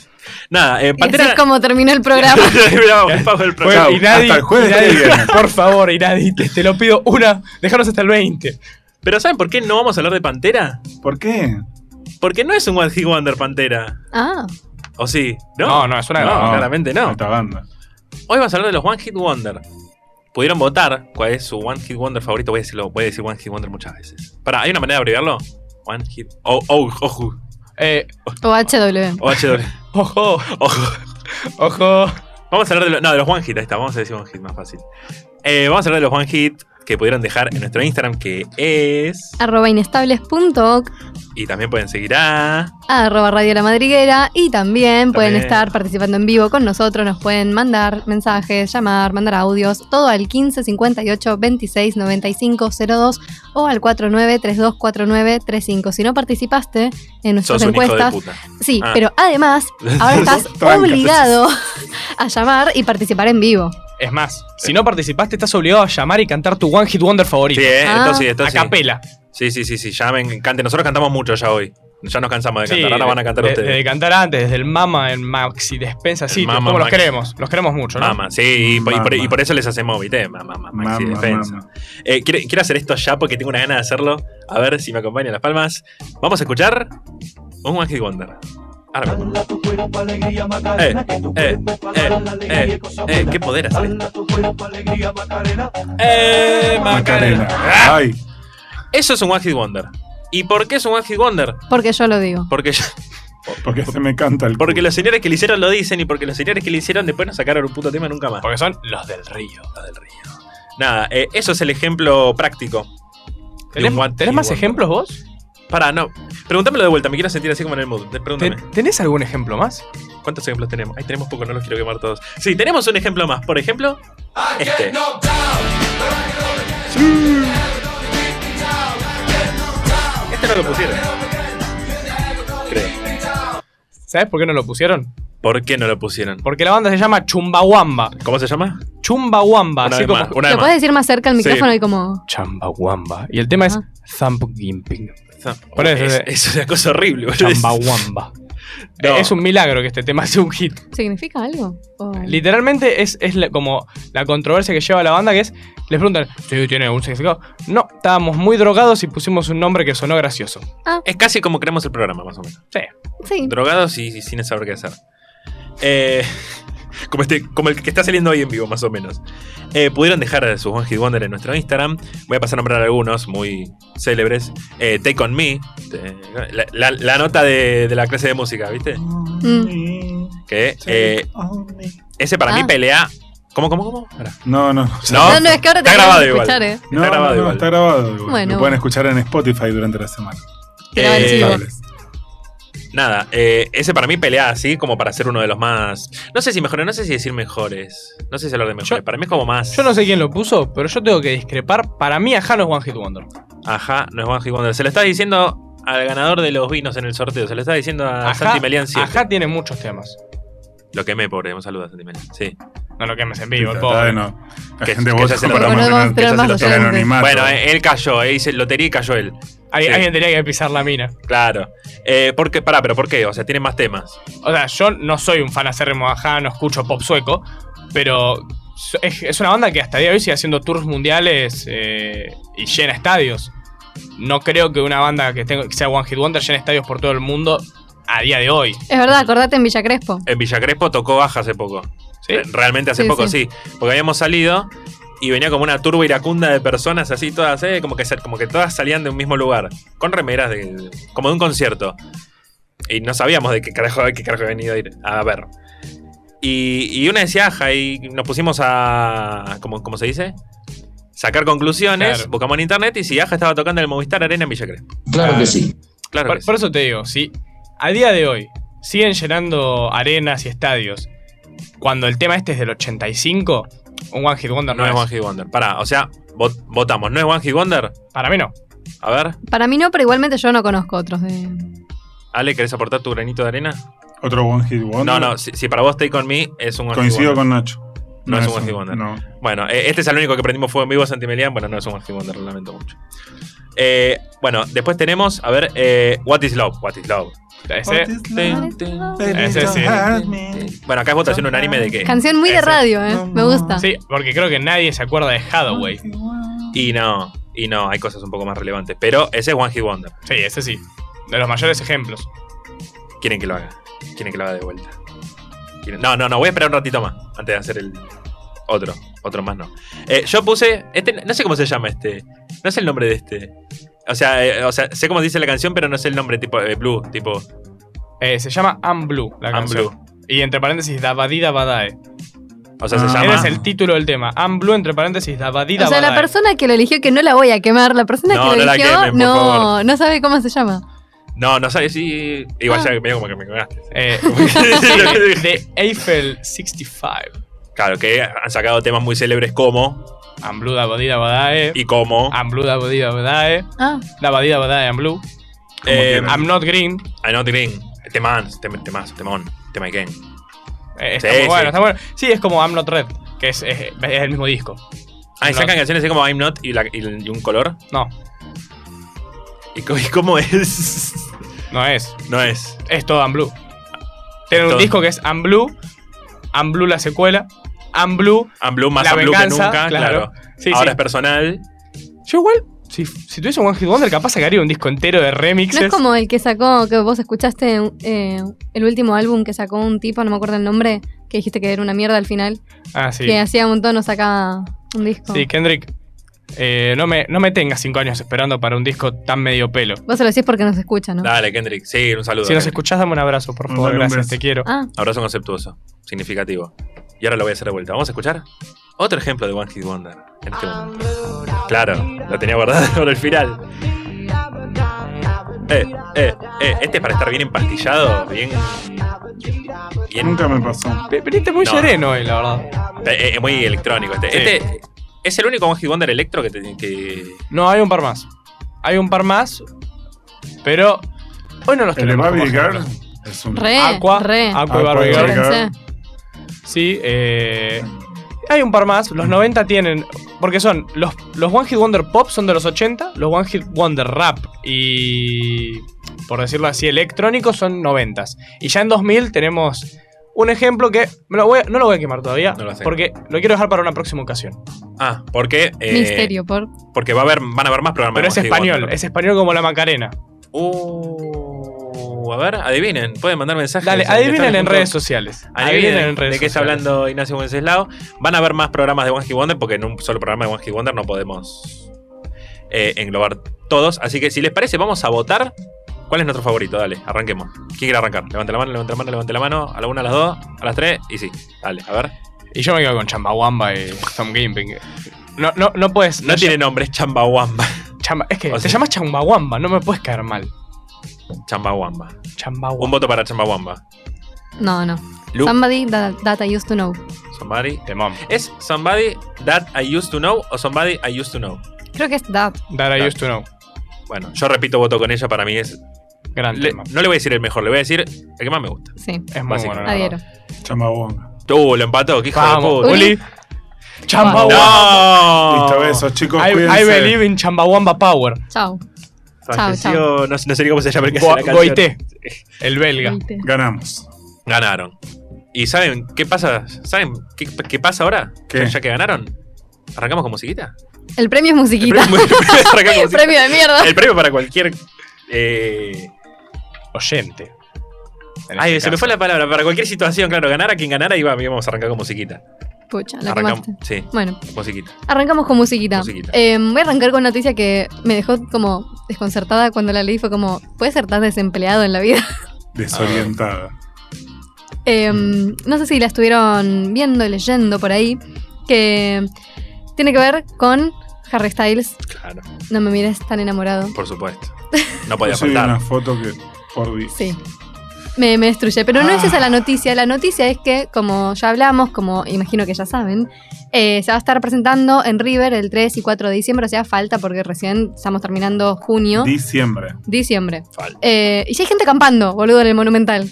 Speaker 1: nada, eh,
Speaker 3: Y así
Speaker 1: Pantera.
Speaker 3: es como terminó el programa.
Speaker 1: Mirá, White Power, el
Speaker 2: Fue-
Speaker 1: programa.
Speaker 4: Chau,
Speaker 2: y nadie-
Speaker 4: hasta el jueves
Speaker 2: y
Speaker 4: que
Speaker 2: nadie-
Speaker 4: viene.
Speaker 2: por favor, Iradi, te, te lo pido una, dejanos hasta el 20.
Speaker 1: Pero ¿saben por qué no vamos a hablar de Pantera?
Speaker 4: ¿Por qué?
Speaker 1: Porque no es un One Hit Wonder Pantera.
Speaker 3: Ah,
Speaker 1: ¿O sí?
Speaker 2: No, no, es una-
Speaker 1: No, claramente no.
Speaker 4: Otra banda.
Speaker 1: Hoy vamos a hablar de los One Hit Wonder. Pudieron votar cuál es su One Hit Wonder favorito. Voy a decirlo, voy a decir One Hit Wonder muchas veces. Pará, ¿hay una manera de abreviarlo? One Hit. Oh, oh, ojo.
Speaker 2: Eh,
Speaker 3: O HW.
Speaker 1: O HW.
Speaker 2: ojo,
Speaker 1: Ojo.
Speaker 2: ojo.
Speaker 1: Vamos a hablar de, los- no, de los One Hit, ahí está, vamos a decir One Hit más fácil. Eh, vamos a hablar de los One Hit que pudieron dejar en nuestro Instagram, que es.
Speaker 3: Arroba inestables.org,
Speaker 1: Y también pueden seguir a.
Speaker 3: arroba Radio La Madriguera y también pueden
Speaker 1: También.
Speaker 3: estar participando en vivo con nosotros, nos pueden mandar mensajes, llamar, mandar audios, todo al 15 58 26 95 02 o al 49 32 49 35. Si no participaste en nuestras
Speaker 1: Sos un hijo de
Speaker 3: encuestas,
Speaker 1: puta.
Speaker 3: sí,
Speaker 1: Ah.
Speaker 3: pero además ahora estás
Speaker 4: Tranca.
Speaker 3: obligado a llamar y participar en vivo.
Speaker 2: Es más, si no participaste, estás obligado a llamar y cantar tu One Hit Wonder favorito.
Speaker 1: Sí, eh,
Speaker 3: Ah.
Speaker 1: esto sí, esto
Speaker 2: a
Speaker 1: sí.
Speaker 2: capela.
Speaker 1: Sí, sí, sí, sí, llamen, canten. Nosotros cantamos mucho ya hoy. Ya nos cansamos de cantar, ahora van a cantar
Speaker 2: de-
Speaker 1: ustedes.
Speaker 2: de cantar antes, desde el Mama en Maxi Despensa
Speaker 1: El
Speaker 2: sí
Speaker 1: Mama
Speaker 2: ¿Cómo los
Speaker 1: Maxi.
Speaker 2: queremos? Los queremos mucho, ¿no?
Speaker 1: Mama, sí, y por, y por-
Speaker 4: Mama.
Speaker 1: y por eso les hacemos ¿viste? Mama, mama, maxi
Speaker 4: Mamá,
Speaker 1: defensa.
Speaker 4: mamá.
Speaker 1: Eh, quiero, quiero hacer esto ya porque tengo una gana de hacerlo. A ver si me acompañan las palmas. Vamos a escuchar un One Hit Wonder. Ahora vengo. eh, eh, eh, eh, qué poder hacer esto. Eh,
Speaker 4: Macarena.
Speaker 1: Macarena.
Speaker 4: Ay,
Speaker 1: Eso es un One Hit Wonder. ¿Y por qué es un One Hit Wonder?
Speaker 3: Porque yo lo digo.
Speaker 1: Porque ya-
Speaker 4: porque se me canta el.
Speaker 1: Porque los señores que le hicieron lo dicen y porque los señores que le hicieron después no sacaron un puto tema nunca más.
Speaker 2: Porque son los del río.
Speaker 1: Los del río. Nada, eh, eso es el ejemplo práctico. de
Speaker 2: ¿Tenés,
Speaker 1: un One
Speaker 2: tenés
Speaker 1: Hit
Speaker 2: más
Speaker 1: Wonder.
Speaker 2: ejemplos vos?
Speaker 1: Pará, no. Pregúntamelo de vuelta, me quiero sentir así como en el mood. Te- Pregúntame.
Speaker 2: ¿Ten- ¿Tenés algún ejemplo más?
Speaker 1: ¿Cuántos ejemplos tenemos? Ahí tenemos pocos, no los quiero quemar todos. Sí, tenemos un ejemplo más. Por ejemplo, este. Sí. Este no lo pusieron. Creo.
Speaker 2: ¿Sabes por qué no lo pusieron?
Speaker 1: ¿Por qué no lo pusieron?
Speaker 2: Porque la banda se llama Chumbawamba.
Speaker 1: ¿Cómo se llama?
Speaker 2: Chumbawamba.
Speaker 1: Una
Speaker 2: así
Speaker 1: vez
Speaker 2: como.
Speaker 1: más. Una vez
Speaker 3: ¿Lo puedes
Speaker 1: más.
Speaker 3: decir más cerca al micrófono y como...
Speaker 2: Chumbawamba. Y el tema es
Speaker 3: Ah.
Speaker 2: Thump Gimping. Por
Speaker 1: Oh,
Speaker 2: eso,
Speaker 1: es,
Speaker 2: eh.
Speaker 1: es una cosa horrible, boludo.
Speaker 2: Chumbawamba.
Speaker 1: No.
Speaker 2: Es un milagro que este tema sea un hit.
Speaker 3: ¿Significa algo? O-
Speaker 2: Literalmente es, es la- como la controversia que lleva la banda, que es, les preguntan, ¿sí tiene un significado? No, estábamos muy drogados y pusimos un nombre que sonó gracioso.
Speaker 1: Es casi como creamos el programa, más o menos.
Speaker 2: Sí.
Speaker 3: Sí.
Speaker 1: Drogados y, y sin saber qué hacer. Eh, como, este, como el que está saliendo hoy en vivo, más o menos. Eh, pudieron dejar sus One Hit Wonder en nuestro Instagram. Voy a pasar a nombrar algunos muy célebres. Eh, Take On Me. eh, la, la- la nota de, de la clase de música, ¿viste?
Speaker 3: Mm.
Speaker 1: Que eh, ese para mí
Speaker 3: Ah. pelea.
Speaker 1: pelea. ¿cómo, cómo, cómo? Pará.
Speaker 4: No, no. no.
Speaker 1: No,
Speaker 3: No, no, es que ahora
Speaker 1: está
Speaker 3: te
Speaker 1: grabado
Speaker 3: que
Speaker 1: igual.
Speaker 3: escuchar, eh.
Speaker 1: Está grabado
Speaker 4: no, no,
Speaker 1: igual.
Speaker 4: está grabado igual.
Speaker 3: Bueno.
Speaker 4: Lo pueden escuchar en Spotify durante la semana.
Speaker 3: Graba el
Speaker 1: Eh,
Speaker 3: chivo.
Speaker 4: Estables.
Speaker 1: Nada, eh, ese para mí pelea así como para ser uno de los más. No sé si mejores, no sé si decir mejores. No sé si hablar de mejores.
Speaker 2: Yo-
Speaker 1: para mí es como más.
Speaker 2: Yo no sé quién lo puso, pero yo tengo que discrepar. Para mí, ajá no es One Hit Wonder.
Speaker 1: Ajá, no es One Hit Wonder. Se lo está diciendo al ganador de los vinos en el sorteo. Se lo está diciendo a
Speaker 2: Ajá,
Speaker 1: Santi Melian 7.
Speaker 2: Ajá tiene muchos temas.
Speaker 1: Lo quemé, pobre. Un saludo a Santi Melian. Sí.
Speaker 2: No lo quemes en
Speaker 4: Sí,
Speaker 2: vivo, el
Speaker 4: tratá
Speaker 2: pobre.
Speaker 4: de no. La
Speaker 1: Que-
Speaker 4: gente
Speaker 1: que
Speaker 4: vota
Speaker 1: ya se lo
Speaker 4: para
Speaker 1: tomen.
Speaker 3: Bueno, vamos a tener
Speaker 4: mantener
Speaker 3: más
Speaker 4: el
Speaker 3: docentes.
Speaker 4: anonimato.
Speaker 1: Bueno, eh, él cayó. eh, hice lotería y cayó él.
Speaker 2: Ahí-
Speaker 1: Sí.
Speaker 2: Alguien tenía que pisar la mina.
Speaker 1: Claro. Eh, porque, pará, pero ¿por qué? O sea, tiene más temas.
Speaker 2: O sea, yo no soy un fan acérrimo de ajá, no escucho pop sueco, pero so- es, es una banda que hasta el día de hoy sigue haciendo tours mundiales eh, y llena estadios. No creo que una banda que, tenga, que sea One Hit Wonder llene estadios por todo el mundo a día de hoy.
Speaker 3: Es verdad, acordate en Villa Crespo.
Speaker 1: En Villa Crespo tocó baja hace poco.
Speaker 2: ¿sí?
Speaker 1: Eh, Realmente hace
Speaker 3: Sí,
Speaker 1: poco, sí.
Speaker 3: sí.
Speaker 1: Porque habíamos salido y venía como una turba iracunda de personas así, todas, eh, como, que, sal- como que todas salían de un mismo lugar, con remeras, de, como de un concierto. Y no sabíamos de qué carajo, de qué carajo había venido a ir a ver. Y, y una decía, ajá, y nos pusimos a. ¿Cómo, cómo se dice? Sacar conclusiones,
Speaker 2: Claro.
Speaker 1: buscamos en internet y si Aja estaba tocando en el Movistar Arena en Villa Crespo.
Speaker 7: Claro que sí.
Speaker 1: Claro. que
Speaker 2: Por,
Speaker 1: sí.
Speaker 2: por eso te digo, si a día de hoy siguen llenando arenas y estadios, cuando el tema este es del 85, un One Hit Wonder
Speaker 1: no es One Hit Wonder. Pará, Ah, o sea, vot- votamos. ¿No es One Hit Wonder?
Speaker 2: Para mí no.
Speaker 1: A ver,
Speaker 3: Para mí no, pero igualmente yo no conozco otros de...
Speaker 1: Ale, ¿querés aportar tu granito de arena?
Speaker 4: Otro One Hit Wonder.
Speaker 1: No, no, si, si para vos Take On Me es un One Hit Wonder.
Speaker 4: Coincido con Nacho.
Speaker 1: No es un One Hit Wonder.
Speaker 4: No.
Speaker 1: Bueno, eh, este es el único que prendimos fuego en vivo, Santimelian. Bueno, no es un One Hit Wonder, lo lamento mucho. Eh, bueno, después tenemos, a ver, eh, What is Love? What is Love?
Speaker 2: Ese-
Speaker 1: Tin, tin, tin,
Speaker 2: Ese sí.
Speaker 1: tin. Bueno, acá es votación unánime de que.
Speaker 3: Canción muy de
Speaker 2: Ese.
Speaker 3: radio, eh. Me gusta.
Speaker 2: sí, porque creo que nadie se acuerda de Hathaway.
Speaker 1: Y no, y no, hay cosas un poco más relevantes. Pero ese es One Hit Wonder.
Speaker 2: Sí, ese sí. De los mayores ejemplos.
Speaker 1: Quieren que lo haga. Quieren que lo haga de vuelta. ¿Quieren? No, no, no, voy a esperar un ratito más antes de hacer el otro. Otro más no. Eh, yo puse. Este, no sé cómo se llama este. No sé el nombre de este. O sea, eh, o sea, sé cómo dice la canción, pero no sé el nombre tipo eh, Blue, tipo
Speaker 2: Eh, se llama I'm Blue, la
Speaker 1: I'm
Speaker 2: canción.
Speaker 1: Blue.
Speaker 2: Y entre paréntesis, Dabadi Dabadae.
Speaker 1: O sea, se
Speaker 4: Ah.
Speaker 1: llama.
Speaker 2: Ese es el título del tema. I'm Blue, entre paréntesis, Dabadi
Speaker 3: O sea,
Speaker 2: Dabadae.
Speaker 3: la persona que lo eligió, que no la voy a quemar, la persona
Speaker 1: No,
Speaker 3: que lo
Speaker 1: no la
Speaker 3: eligió
Speaker 1: quemen, por
Speaker 3: no,
Speaker 1: favor.
Speaker 3: no sabe cómo se llama.
Speaker 1: No, no sabes si. Igual
Speaker 3: Ah.
Speaker 1: ya medio como que me cagaste.
Speaker 2: Eh, de Eiffel 65.
Speaker 1: Claro, que han sacado temas muy célebres como.
Speaker 2: I'm Blue, Dabadi Dabadae.
Speaker 1: Y como.
Speaker 2: I'm Blue, Dabadi Dabadae.
Speaker 3: Ah,
Speaker 2: Dabadi Dabadae, I'm Blue.
Speaker 1: eh,
Speaker 4: quieras.
Speaker 2: I'm Not Green.
Speaker 1: I Not Green. Temans, tem, temas, temón, tema again.
Speaker 2: Eh, está
Speaker 1: Sí,
Speaker 2: muy bueno,
Speaker 1: sí.
Speaker 2: está muy bueno. Sí, es como I'm Not Red, que es, es- es el mismo disco.
Speaker 1: Ah, y
Speaker 2: Not-
Speaker 1: sacan canciones así como I'm Not y, la- y- y un color.
Speaker 2: No,
Speaker 1: ¿Y, co- y cómo es?
Speaker 2: no es.
Speaker 1: no es.
Speaker 2: Es todo I'm Blue. Tienen un
Speaker 1: Todo.
Speaker 2: disco que es I'm Blue, I'm Blue la secuela, I'm Blue
Speaker 1: I'm Blue más
Speaker 2: La
Speaker 1: I'm Blue que
Speaker 2: venganza,
Speaker 1: nunca,
Speaker 2: claro.
Speaker 1: claro.
Speaker 2: Sí,
Speaker 1: Ahora
Speaker 2: sí.
Speaker 1: es personal.
Speaker 2: Yo igual, si, si tuviese un One Hit Wonder, capaz sacaría un disco entero de remixes.
Speaker 3: no es como el que sacó, que vos escuchaste eh, el último álbum que sacó un tipo, no me acuerdo el nombre, que dijiste que era una mierda al final,
Speaker 2: ah, sí.
Speaker 3: que hacía un tono, sacaba un disco.
Speaker 2: Sí, Kendrick, eh, no, me, no me tengas cinco años esperando para un disco tan medio pelo.
Speaker 3: Vos se lo decís porque nos escucha, ¿no?
Speaker 1: Dale, Kendrick. Sí, un saludo.
Speaker 2: Si nos
Speaker 1: Kendrick.
Speaker 2: escuchás, dame un abrazo, por
Speaker 4: Un
Speaker 2: favor.
Speaker 4: dale un
Speaker 2: Gracias,
Speaker 4: beso.
Speaker 2: te quiero.
Speaker 3: Ah,
Speaker 1: Abrazo conceptuoso, significativo. Y ahora lo voy a hacer de vuelta. ¿Vamos a escuchar? Otro ejemplo de One Hit Wonder en este momento. Claro, lo tenía guardado para el final. Eh, eh, eh, este es para estar bien empastillado, bien. bien
Speaker 4: Nunca me pasó.
Speaker 2: Ve- Veniste Este muy
Speaker 1: No.
Speaker 2: sereno hoy, la verdad.
Speaker 1: eh, eh, muy electrónico este.
Speaker 2: Sí.
Speaker 1: Este es el único One Hit Wonder electro que, te- que-
Speaker 2: No, hay un par más. Hay un par más, pero hoy no los
Speaker 4: El de
Speaker 2: tenemos.
Speaker 4: Barbie
Speaker 2: por
Speaker 4: Girl
Speaker 2: ejemplo.
Speaker 4: es un.
Speaker 3: re,
Speaker 2: Aqua,
Speaker 3: re.
Speaker 2: Aqua y
Speaker 4: Aqua
Speaker 2: Barbie
Speaker 4: y
Speaker 2: Girl.
Speaker 4: Barbie Girl.
Speaker 3: Pensé.
Speaker 2: Sí, eh, hay un par más. Los 90 tienen. Porque son. Los, los One Hit Wonder Pop son de los 80. Los One Hit Wonder Rap y. Por decirlo así, electrónicos son 90. Y ya en 2000 tenemos un ejemplo que. me lo voy a- no lo voy a quemar todavía.
Speaker 1: No lo hace.
Speaker 2: porque lo quiero dejar para una próxima ocasión.
Speaker 1: Ah, porque. eh,
Speaker 3: Misterio, por.
Speaker 1: Porque va a haber, van a haber más programas.
Speaker 2: Pero
Speaker 1: de
Speaker 2: es
Speaker 1: One Hit
Speaker 2: español.
Speaker 1: Wonder.
Speaker 2: Es español como la Macarena.
Speaker 1: Uh, a ver, adivinen. Pueden mandar mensajes.
Speaker 2: Dale,
Speaker 1: al
Speaker 2: adivinen
Speaker 1: director
Speaker 2: en
Speaker 1: junto-
Speaker 2: redes sociales.
Speaker 1: Adivinen
Speaker 2: Adivinen en redes
Speaker 1: de qué está
Speaker 2: sociales.
Speaker 1: hablando Ignacio Wenceslao. Van a haber más programas de One Hit Wonder porque en un solo programa de One Hit Wonder no podemos eh, englobar todos. Así que si les parece, vamos a votar. ¿Cuál es nuestro favorito? Dale, arranquemos. ¿Quién quiere arrancar? Levante la mano, levante la mano, levante la mano. A la una, a las dos, a las tres y sí. Dale, a ver.
Speaker 2: Y yo me quedo con Chambawamba y Tom Gimping. No, no, no puedes.
Speaker 1: No tiene nombre, es Chambawamba.
Speaker 2: Chamba- es que
Speaker 1: O
Speaker 2: te
Speaker 1: sea-
Speaker 2: llamas Chambawamba, no me puedes caer mal.
Speaker 1: Chambawamba. Un
Speaker 2: Chambawamba.
Speaker 1: voto para Chambawamba.
Speaker 3: No, no.
Speaker 1: Lu-
Speaker 3: Somebody that, that I used to know.
Speaker 1: Somebody.
Speaker 2: Temón.
Speaker 1: ¿Es somebody that I used to know o somebody I used to know?
Speaker 3: Creo que es that.
Speaker 2: That I
Speaker 1: Claro.
Speaker 2: used to know.
Speaker 1: Bueno, yo repito voto con ella, para mí es...
Speaker 2: Gran
Speaker 1: le-
Speaker 2: tema.
Speaker 1: no le voy a decir el mejor, le voy a decir el que más me gusta.
Speaker 3: Sí.
Speaker 2: Es muy
Speaker 1: Básico.
Speaker 2: bueno. la
Speaker 3: Adhiero.
Speaker 2: verdad.
Speaker 4: Chamabonga.
Speaker 1: Uh, lo empató, qué hijo
Speaker 2: Vamos,
Speaker 1: de puta.
Speaker 2: Uli. Chambawamba.
Speaker 1: ¡No!
Speaker 4: Listo, besos, chicos.
Speaker 2: I,
Speaker 4: cuídense.
Speaker 2: I believe in Chambawamba Power.
Speaker 3: Chao. Chao,
Speaker 1: Falleció, No, no sé ni cómo se llama el que hace
Speaker 2: Go-
Speaker 1: la canción.
Speaker 2: Goité, el belga.
Speaker 3: Oíste.
Speaker 4: Ganamos.
Speaker 1: Ganaron. ¿Y saben qué pasa? ¿Saben qué, qué pasa ahora?
Speaker 4: ¿Qué?
Speaker 1: Ya que ganaron. ¿Arrancamos con musiquita?
Speaker 3: El premio es
Speaker 1: El
Speaker 3: musiquita.
Speaker 1: premio, el premio- arrancamos con
Speaker 3: El
Speaker 1: musiquita.
Speaker 3: premio de mierda.
Speaker 1: El premio para cualquier... eh,
Speaker 2: Oyente. En
Speaker 1: ay,
Speaker 2: este
Speaker 1: se me
Speaker 2: caso.
Speaker 1: fue la palabra. Para cualquier situación, claro, ganara quien ganara, iba, íbamos a arrancar con musiquita.
Speaker 3: Pucha, la
Speaker 1: arrancamos,
Speaker 3: quemaste.
Speaker 1: sí,
Speaker 3: Bueno,
Speaker 1: musiquita.
Speaker 3: arrancamos con musiquita.
Speaker 1: Musiquita.
Speaker 3: Eh, voy a arrancar con una noticia que me dejó como desconcertada cuando la leí. Fue como, ¿puede ser tan desempleado en la vida?
Speaker 4: Desorientada.
Speaker 1: Ah,
Speaker 3: Eh, no sé si la estuvieron viendo y leyendo por ahí. Que tiene que ver con Harry Styles.
Speaker 1: Claro,
Speaker 3: No me mires tan enamorado.
Speaker 1: por supuesto. No
Speaker 4: Yo
Speaker 1: podía
Speaker 4: vi
Speaker 1: faltar.
Speaker 4: una foto que. Por Dios.
Speaker 3: Sí. Me, me destruye. Pero no es esa la noticia. La noticia es que, como ya hablamos, como imagino que ya saben, eh, se va a estar presentando en River el 3 y 4 de diciembre. O sea, falta porque recién estamos terminando junio,
Speaker 4: Diciembre.
Speaker 3: diciembre.
Speaker 1: Falta.
Speaker 3: Eh, y ya hay gente acampando, boludo, en el Monumental.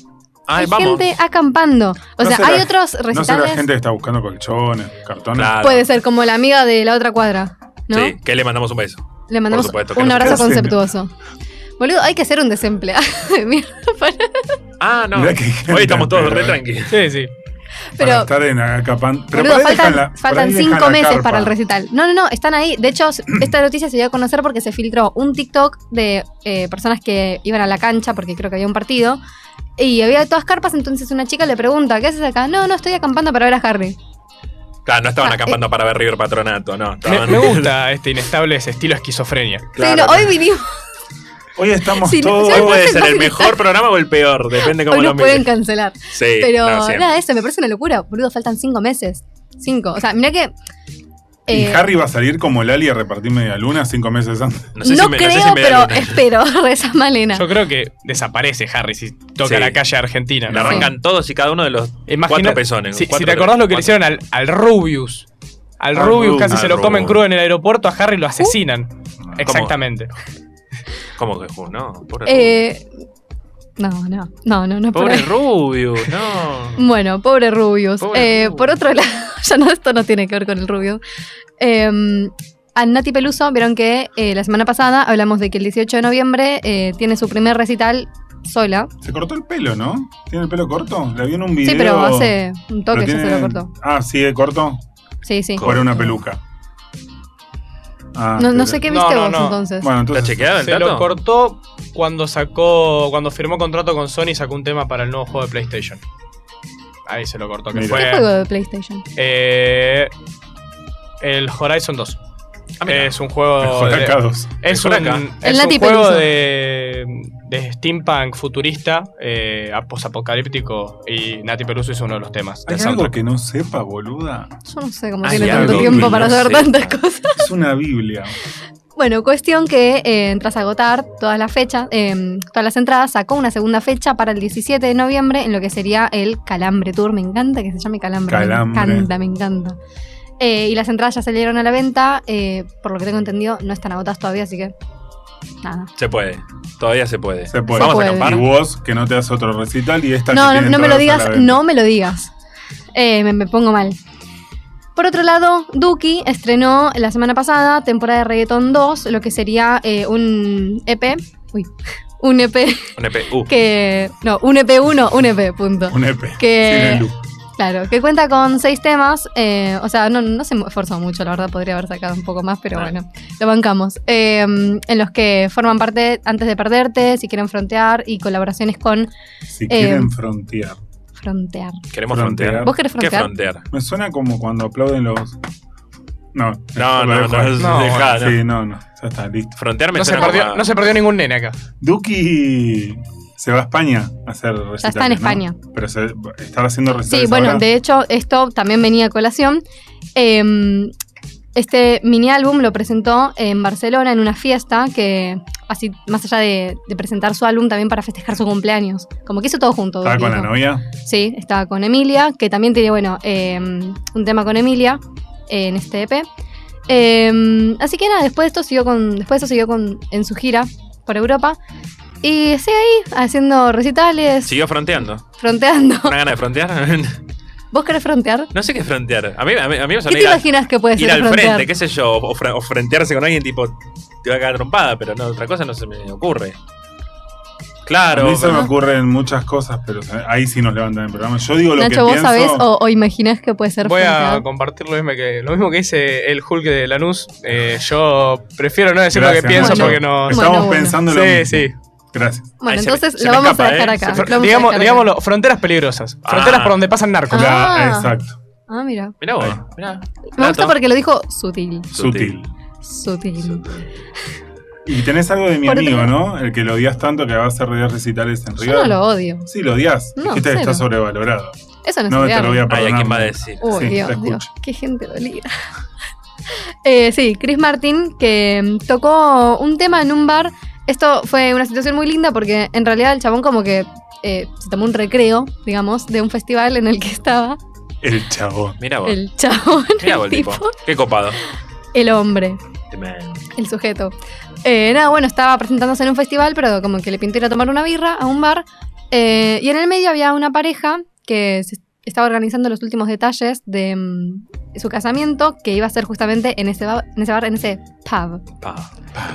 Speaker 1: Ay,
Speaker 3: hay
Speaker 1: vamos.
Speaker 3: gente acampando. O
Speaker 4: No
Speaker 3: sea,
Speaker 4: será-
Speaker 3: hay otros
Speaker 4: No sé, la
Speaker 3: recitales.
Speaker 4: gente que está buscando colchones, cartones.
Speaker 1: Claro.
Speaker 3: Puede ser como la amiga de la otra cuadra, ¿no?
Speaker 1: Sí, que le mandamos un beso.
Speaker 3: Le mandamos
Speaker 1: supuesto que
Speaker 3: un
Speaker 1: no.
Speaker 3: abrazo
Speaker 4: ¿Qué hacen?
Speaker 3: conceptuoso. Boludo, hay que ser un desempleado. de mierda para-
Speaker 1: Ah, no.
Speaker 4: Mirá que gente, ¿eh?
Speaker 1: Hoy estamos todos
Speaker 4: pero-
Speaker 1: re tranquilos.
Speaker 2: Sí, sí.
Speaker 3: Pero
Speaker 4: para estar en Acapán. Pero
Speaker 3: Boludo,
Speaker 4: por ahí
Speaker 3: faltan,
Speaker 4: dejan la- por
Speaker 3: faltan
Speaker 4: ahí dejan
Speaker 3: cinco
Speaker 4: la
Speaker 3: meses
Speaker 4: carpa.
Speaker 3: para el recital. No, no, no, están ahí. De hecho, s- esta noticia se dio a conocer porque se filtró un TikTok de eh, personas que iban a la cancha, porque creo que había un partido, Y había todas carpas, entonces una chica le pregunta, ¿qué haces acá? No, no, estoy acampando para ver a Harry.
Speaker 1: Claro, no estaban
Speaker 3: Ah,
Speaker 1: acampando para ver River Patronato, no.
Speaker 2: Me,
Speaker 1: Estaban,
Speaker 2: me gusta este inestable ese estilo esquizofrenia.
Speaker 1: Claro.
Speaker 3: Pero hoy vinimos,
Speaker 4: Hoy estamos
Speaker 3: Sí, no,
Speaker 4: todos.
Speaker 1: Hoy
Speaker 3: yo-
Speaker 1: puede
Speaker 3: Entonces,
Speaker 1: ser el
Speaker 3: ¿dónde
Speaker 1: mejor programa o el peor, depende cómo
Speaker 3: hoy
Speaker 1: lo
Speaker 3: nos pueden
Speaker 1: mires.
Speaker 3: cancelar.
Speaker 1: Sí,
Speaker 3: Pero
Speaker 1: no, siempre.
Speaker 3: nada, eso me parece una locura. Boludo, faltan cinco meses. Cinco. O sea, mirá que.
Speaker 4: Y
Speaker 3: eh,
Speaker 4: Harry va a salir como Lali a repartir media luna cinco meses antes.
Speaker 1: No sé
Speaker 3: no
Speaker 1: si me,
Speaker 3: creo,
Speaker 1: no sé si me da
Speaker 3: pero
Speaker 1: luna.
Speaker 3: espero, reza Malena.
Speaker 2: Yo creo que desaparece Harry si toca
Speaker 1: Sí.
Speaker 2: la calle argentina.
Speaker 1: Le
Speaker 2: ¿no?
Speaker 1: arrancan todos y cada uno de los
Speaker 2: Imagina-
Speaker 1: cuatro pezones.
Speaker 2: Si, si
Speaker 1: cuatro
Speaker 2: te acordás lo que le
Speaker 1: pezones,
Speaker 2: hicieron al, al Rubius. Al
Speaker 4: Al
Speaker 2: Rubius
Speaker 4: Rubius.
Speaker 2: casi se
Speaker 1: Al
Speaker 2: lo comen
Speaker 1: Rubius.
Speaker 2: crudo en el aeropuerto, a Harry lo asesinan. Exactamente.
Speaker 1: cuatro. ¿Cómo que Ju? No, pobre
Speaker 3: Eh, no, no, no, no, no es
Speaker 1: Rubius.
Speaker 3: por
Speaker 1: Pobre
Speaker 3: ahí.
Speaker 1: Rubius, no.
Speaker 3: Bueno, pobre Rubius.
Speaker 1: Pobre
Speaker 3: Eh,
Speaker 1: Rubius.
Speaker 3: Por otro lado, ya no, esto no tiene que ver con el Rubius. Eh, a Nati Peluso, vieron que eh, la semana pasada hablamos de que el 18 de noviembre eh, tiene su primer recital sola.
Speaker 4: Se cortó el pelo, ¿no? ¿Tiene el pelo corto? La vi en un video.
Speaker 3: Sí, pero hace un toque
Speaker 4: pero
Speaker 3: ya se
Speaker 4: tiene-
Speaker 3: lo cortó.
Speaker 4: Ah, sigue corto.
Speaker 3: Sí, sí.
Speaker 4: Por una peluca. Ah,
Speaker 3: No, no
Speaker 4: pero-
Speaker 3: sé qué
Speaker 2: No,
Speaker 3: viste
Speaker 2: no,
Speaker 3: vos
Speaker 2: no.
Speaker 3: entonces.
Speaker 4: Bueno,
Speaker 1: ¿Está
Speaker 4: entonces.
Speaker 1: chequeado el
Speaker 2: Se lo
Speaker 1: dato?
Speaker 2: cortó cuando sacó. Cuando firmó contrato con Sony sacó un tema para el nuevo juego de PlayStation. Ahí se lo cortó, que
Speaker 4: Mira.
Speaker 3: ¿Qué
Speaker 2: fue.
Speaker 3: juego de PlayStation?
Speaker 2: eh, el Horizon 2.
Speaker 1: Ah, mira.
Speaker 2: es un juego.
Speaker 4: Mejor
Speaker 2: de-
Speaker 4: acá dos.
Speaker 2: es
Speaker 1: Mejor
Speaker 2: un,
Speaker 1: acá.
Speaker 3: El
Speaker 2: es un
Speaker 3: Nati
Speaker 2: juego
Speaker 3: Peluso.
Speaker 2: de, de steampunk futurista, eh, posapocalíptico. Y Nati Peluso hizo uno de los temas.
Speaker 4: Hay
Speaker 2: del
Speaker 4: algo
Speaker 2: soundtrack.
Speaker 4: que no sepa, boluda.
Speaker 3: Yo no sé cómo
Speaker 1: Hay
Speaker 3: tiene
Speaker 4: algo
Speaker 3: tanto
Speaker 4: que
Speaker 3: tiempo
Speaker 4: no
Speaker 3: para hacer
Speaker 1: sé.
Speaker 3: tantas cosas.
Speaker 4: Es una Biblia.
Speaker 3: Bueno, cuestión que eh, tras agotar todas las fechas, eh, todas las entradas, sacó una segunda fecha para el 17 de noviembre en lo que sería el Calambre Tour. Me encanta que se llame Calambre.
Speaker 4: Calambre.
Speaker 3: Me encanta, me encanta. Eh, y las entradas ya salieron a la venta. eh, por lo que tengo entendido, no están agotadas todavía, así que nada.
Speaker 1: Se puede. Todavía se puede.
Speaker 4: Se puede.
Speaker 1: Vamos
Speaker 3: puede.
Speaker 1: a
Speaker 4: Y
Speaker 1: acampar.
Speaker 4: vos, que no te das otro recital y esta
Speaker 3: No,
Speaker 4: que
Speaker 3: no,
Speaker 4: tiene
Speaker 3: no me
Speaker 4: entradas
Speaker 3: lo
Speaker 4: a
Speaker 3: digas,
Speaker 4: la venta.
Speaker 3: no me lo digas. Eh, me, me pongo mal. Por otro lado, Duki estrenó la semana pasada temporada de Reggaeton 2, lo que sería eh, un EP. Uy, un E EP
Speaker 1: Un EP. Uh,
Speaker 3: que. No, un EP1, un EP, punto.
Speaker 4: Un E EP.
Speaker 3: Que-
Speaker 4: Sin el look.
Speaker 3: Claro, que cuenta con seis temas. eh, o sea, no, no se esforzó mucho, la verdad, podría haber sacado un poco más, pero
Speaker 1: Ah.
Speaker 3: bueno, lo bancamos. Eh, en los que forman parte Antes de Perderte, Si Quieren Frontear y colaboraciones con em,
Speaker 4: Si
Speaker 3: eh,
Speaker 4: quieren frontear.
Speaker 3: Frontear.
Speaker 1: queremos
Speaker 4: Frontear.
Speaker 1: frontear.
Speaker 3: ¿Vos querés
Speaker 1: ¿Qué
Speaker 3: frontear?
Speaker 1: frontear?
Speaker 4: Me suena como cuando aplauden los. No,
Speaker 1: No,
Speaker 4: lo
Speaker 1: no,
Speaker 4: dejo
Speaker 1: no,
Speaker 4: ahí.
Speaker 1: no, dejá, no.
Speaker 4: Sí, no, no. Ya está, listo.
Speaker 1: Frontear me
Speaker 2: No se,
Speaker 1: suena
Speaker 2: perdió,
Speaker 1: como a-
Speaker 2: no se perdió ningún nene acá.
Speaker 4: Duki se va a España a hacer recitales.
Speaker 3: está en
Speaker 4: ¿no?
Speaker 3: España.
Speaker 4: Pero se, estaba haciendo recitales.
Speaker 3: Sí, bueno,
Speaker 4: ahora.
Speaker 3: de hecho, esto también venía a colación. Eh, este mini álbum lo presentó en Barcelona en una fiesta que, así, más allá de, de presentar su álbum, también para festejar su cumpleaños. Como que hizo todo junto.
Speaker 4: Estaba
Speaker 3: Duki,
Speaker 4: con la
Speaker 3: ¿no?
Speaker 4: novia.
Speaker 3: Sí, estaba con Emilia, que también tiene, bueno, eh, un tema con Emilia en este EP. Eh, así que nada, después de esto siguió con. Después de esto siguió con. en su gira por Europa. Y sigue ahí, haciendo recitales,
Speaker 1: Siguió fronteando.
Speaker 3: fronteando.
Speaker 1: ¿Una gana de frontear?
Speaker 3: ¿Vos querés frontear?
Speaker 1: no sé qué es frontear. A mí, a mí, a mí me
Speaker 3: ¿Qué
Speaker 1: suena
Speaker 3: te
Speaker 1: ir, a-
Speaker 3: imaginas que puede ser
Speaker 1: ir al
Speaker 3: frontear?
Speaker 1: frente, qué sé yo, o, fre- o frentearse con alguien tipo te va a caer trompada, pero no, otra cosa no se me ocurre.
Speaker 4: A
Speaker 1: Claro.
Speaker 4: mí se me
Speaker 1: pero-
Speaker 4: ocurren muchas cosas, pero se- ahí sí nos levantan el programa. Yo digo lo que
Speaker 3: Nacho, ¿vos
Speaker 4: pienso.
Speaker 3: sabés o, o imaginás que puede ser
Speaker 2: Voy a
Speaker 3: frontear?
Speaker 2: compartir lo mismo que, lo mismo que dice el Hulk de Lanús. Eh, yo prefiero no decir lo
Speaker 4: Gracias,
Speaker 2: que pienso
Speaker 4: Nacho.
Speaker 2: porque no.
Speaker 3: Bueno,
Speaker 4: Estamos
Speaker 3: bueno.
Speaker 4: pensando lo
Speaker 2: Sí,
Speaker 4: mismo.
Speaker 2: sí.
Speaker 4: Gracias.
Speaker 3: Bueno,
Speaker 1: Ay, se me-
Speaker 3: entonces
Speaker 1: se
Speaker 3: lo
Speaker 1: me
Speaker 3: vamos
Speaker 1: escapa,
Speaker 3: a dejar
Speaker 1: ¿eh?
Speaker 3: acá.
Speaker 1: Se
Speaker 3: lo vamos a
Speaker 2: Digamos-
Speaker 3: dejar acá.
Speaker 2: digámoslo, fronteras peligrosas. Fronteras
Speaker 1: Ah.
Speaker 2: por donde pasan narcos.
Speaker 3: Ah.
Speaker 4: La- exacto.
Speaker 3: Ah, mira.
Speaker 1: Mirá vos,
Speaker 4: Ahí.
Speaker 1: mirá.
Speaker 3: Me gusta
Speaker 1: Dato.
Speaker 3: porque lo dijo sutil.
Speaker 4: Sutil.
Speaker 3: Sutil.
Speaker 4: Y tenés algo de mi
Speaker 3: Por otro
Speaker 4: amigo,
Speaker 3: lado-
Speaker 4: ¿no? El que lo odias tanto que va a hacer de recitales en
Speaker 3: Yo
Speaker 4: River.
Speaker 3: no lo odio.
Speaker 4: Sí, lo odias.
Speaker 3: No,
Speaker 4: Dijiste que
Speaker 3: cero.
Speaker 4: está sobrevalorado.
Speaker 3: Eso no es
Speaker 4: No, te
Speaker 3: odiar.
Speaker 4: lo voy a
Speaker 1: Ay,
Speaker 4: perdonar.
Speaker 1: ¿a quién va a decir?
Speaker 3: Uy,
Speaker 4: Sí, te
Speaker 3: Dios,
Speaker 4: escucho.
Speaker 3: Dios, qué gente dolida. Eh, sí, Chris Martin, que mm, tocó un tema en un bar. Esto fue una situación muy linda porque en realidad el chabón como que eh, se tomó un recreo, digamos, de un festival en el que estaba
Speaker 4: El chabón.
Speaker 1: Mirá vos.
Speaker 3: el chabón,
Speaker 1: Mirá vos
Speaker 3: el
Speaker 1: el tipo.
Speaker 3: tipo,
Speaker 1: Qué copado.
Speaker 3: el hombre.
Speaker 1: Te me-
Speaker 3: el sujeto. Eh, nada, bueno, estaba presentándose en un festival, pero como que le pintó ir a tomar una birra a un bar. Eh, y en el medio había una pareja que se estaba organizando los últimos detalles de mm, su casamiento, que iba a ser justamente en ese, ba- en ese bar, en ese pub.
Speaker 1: Pa.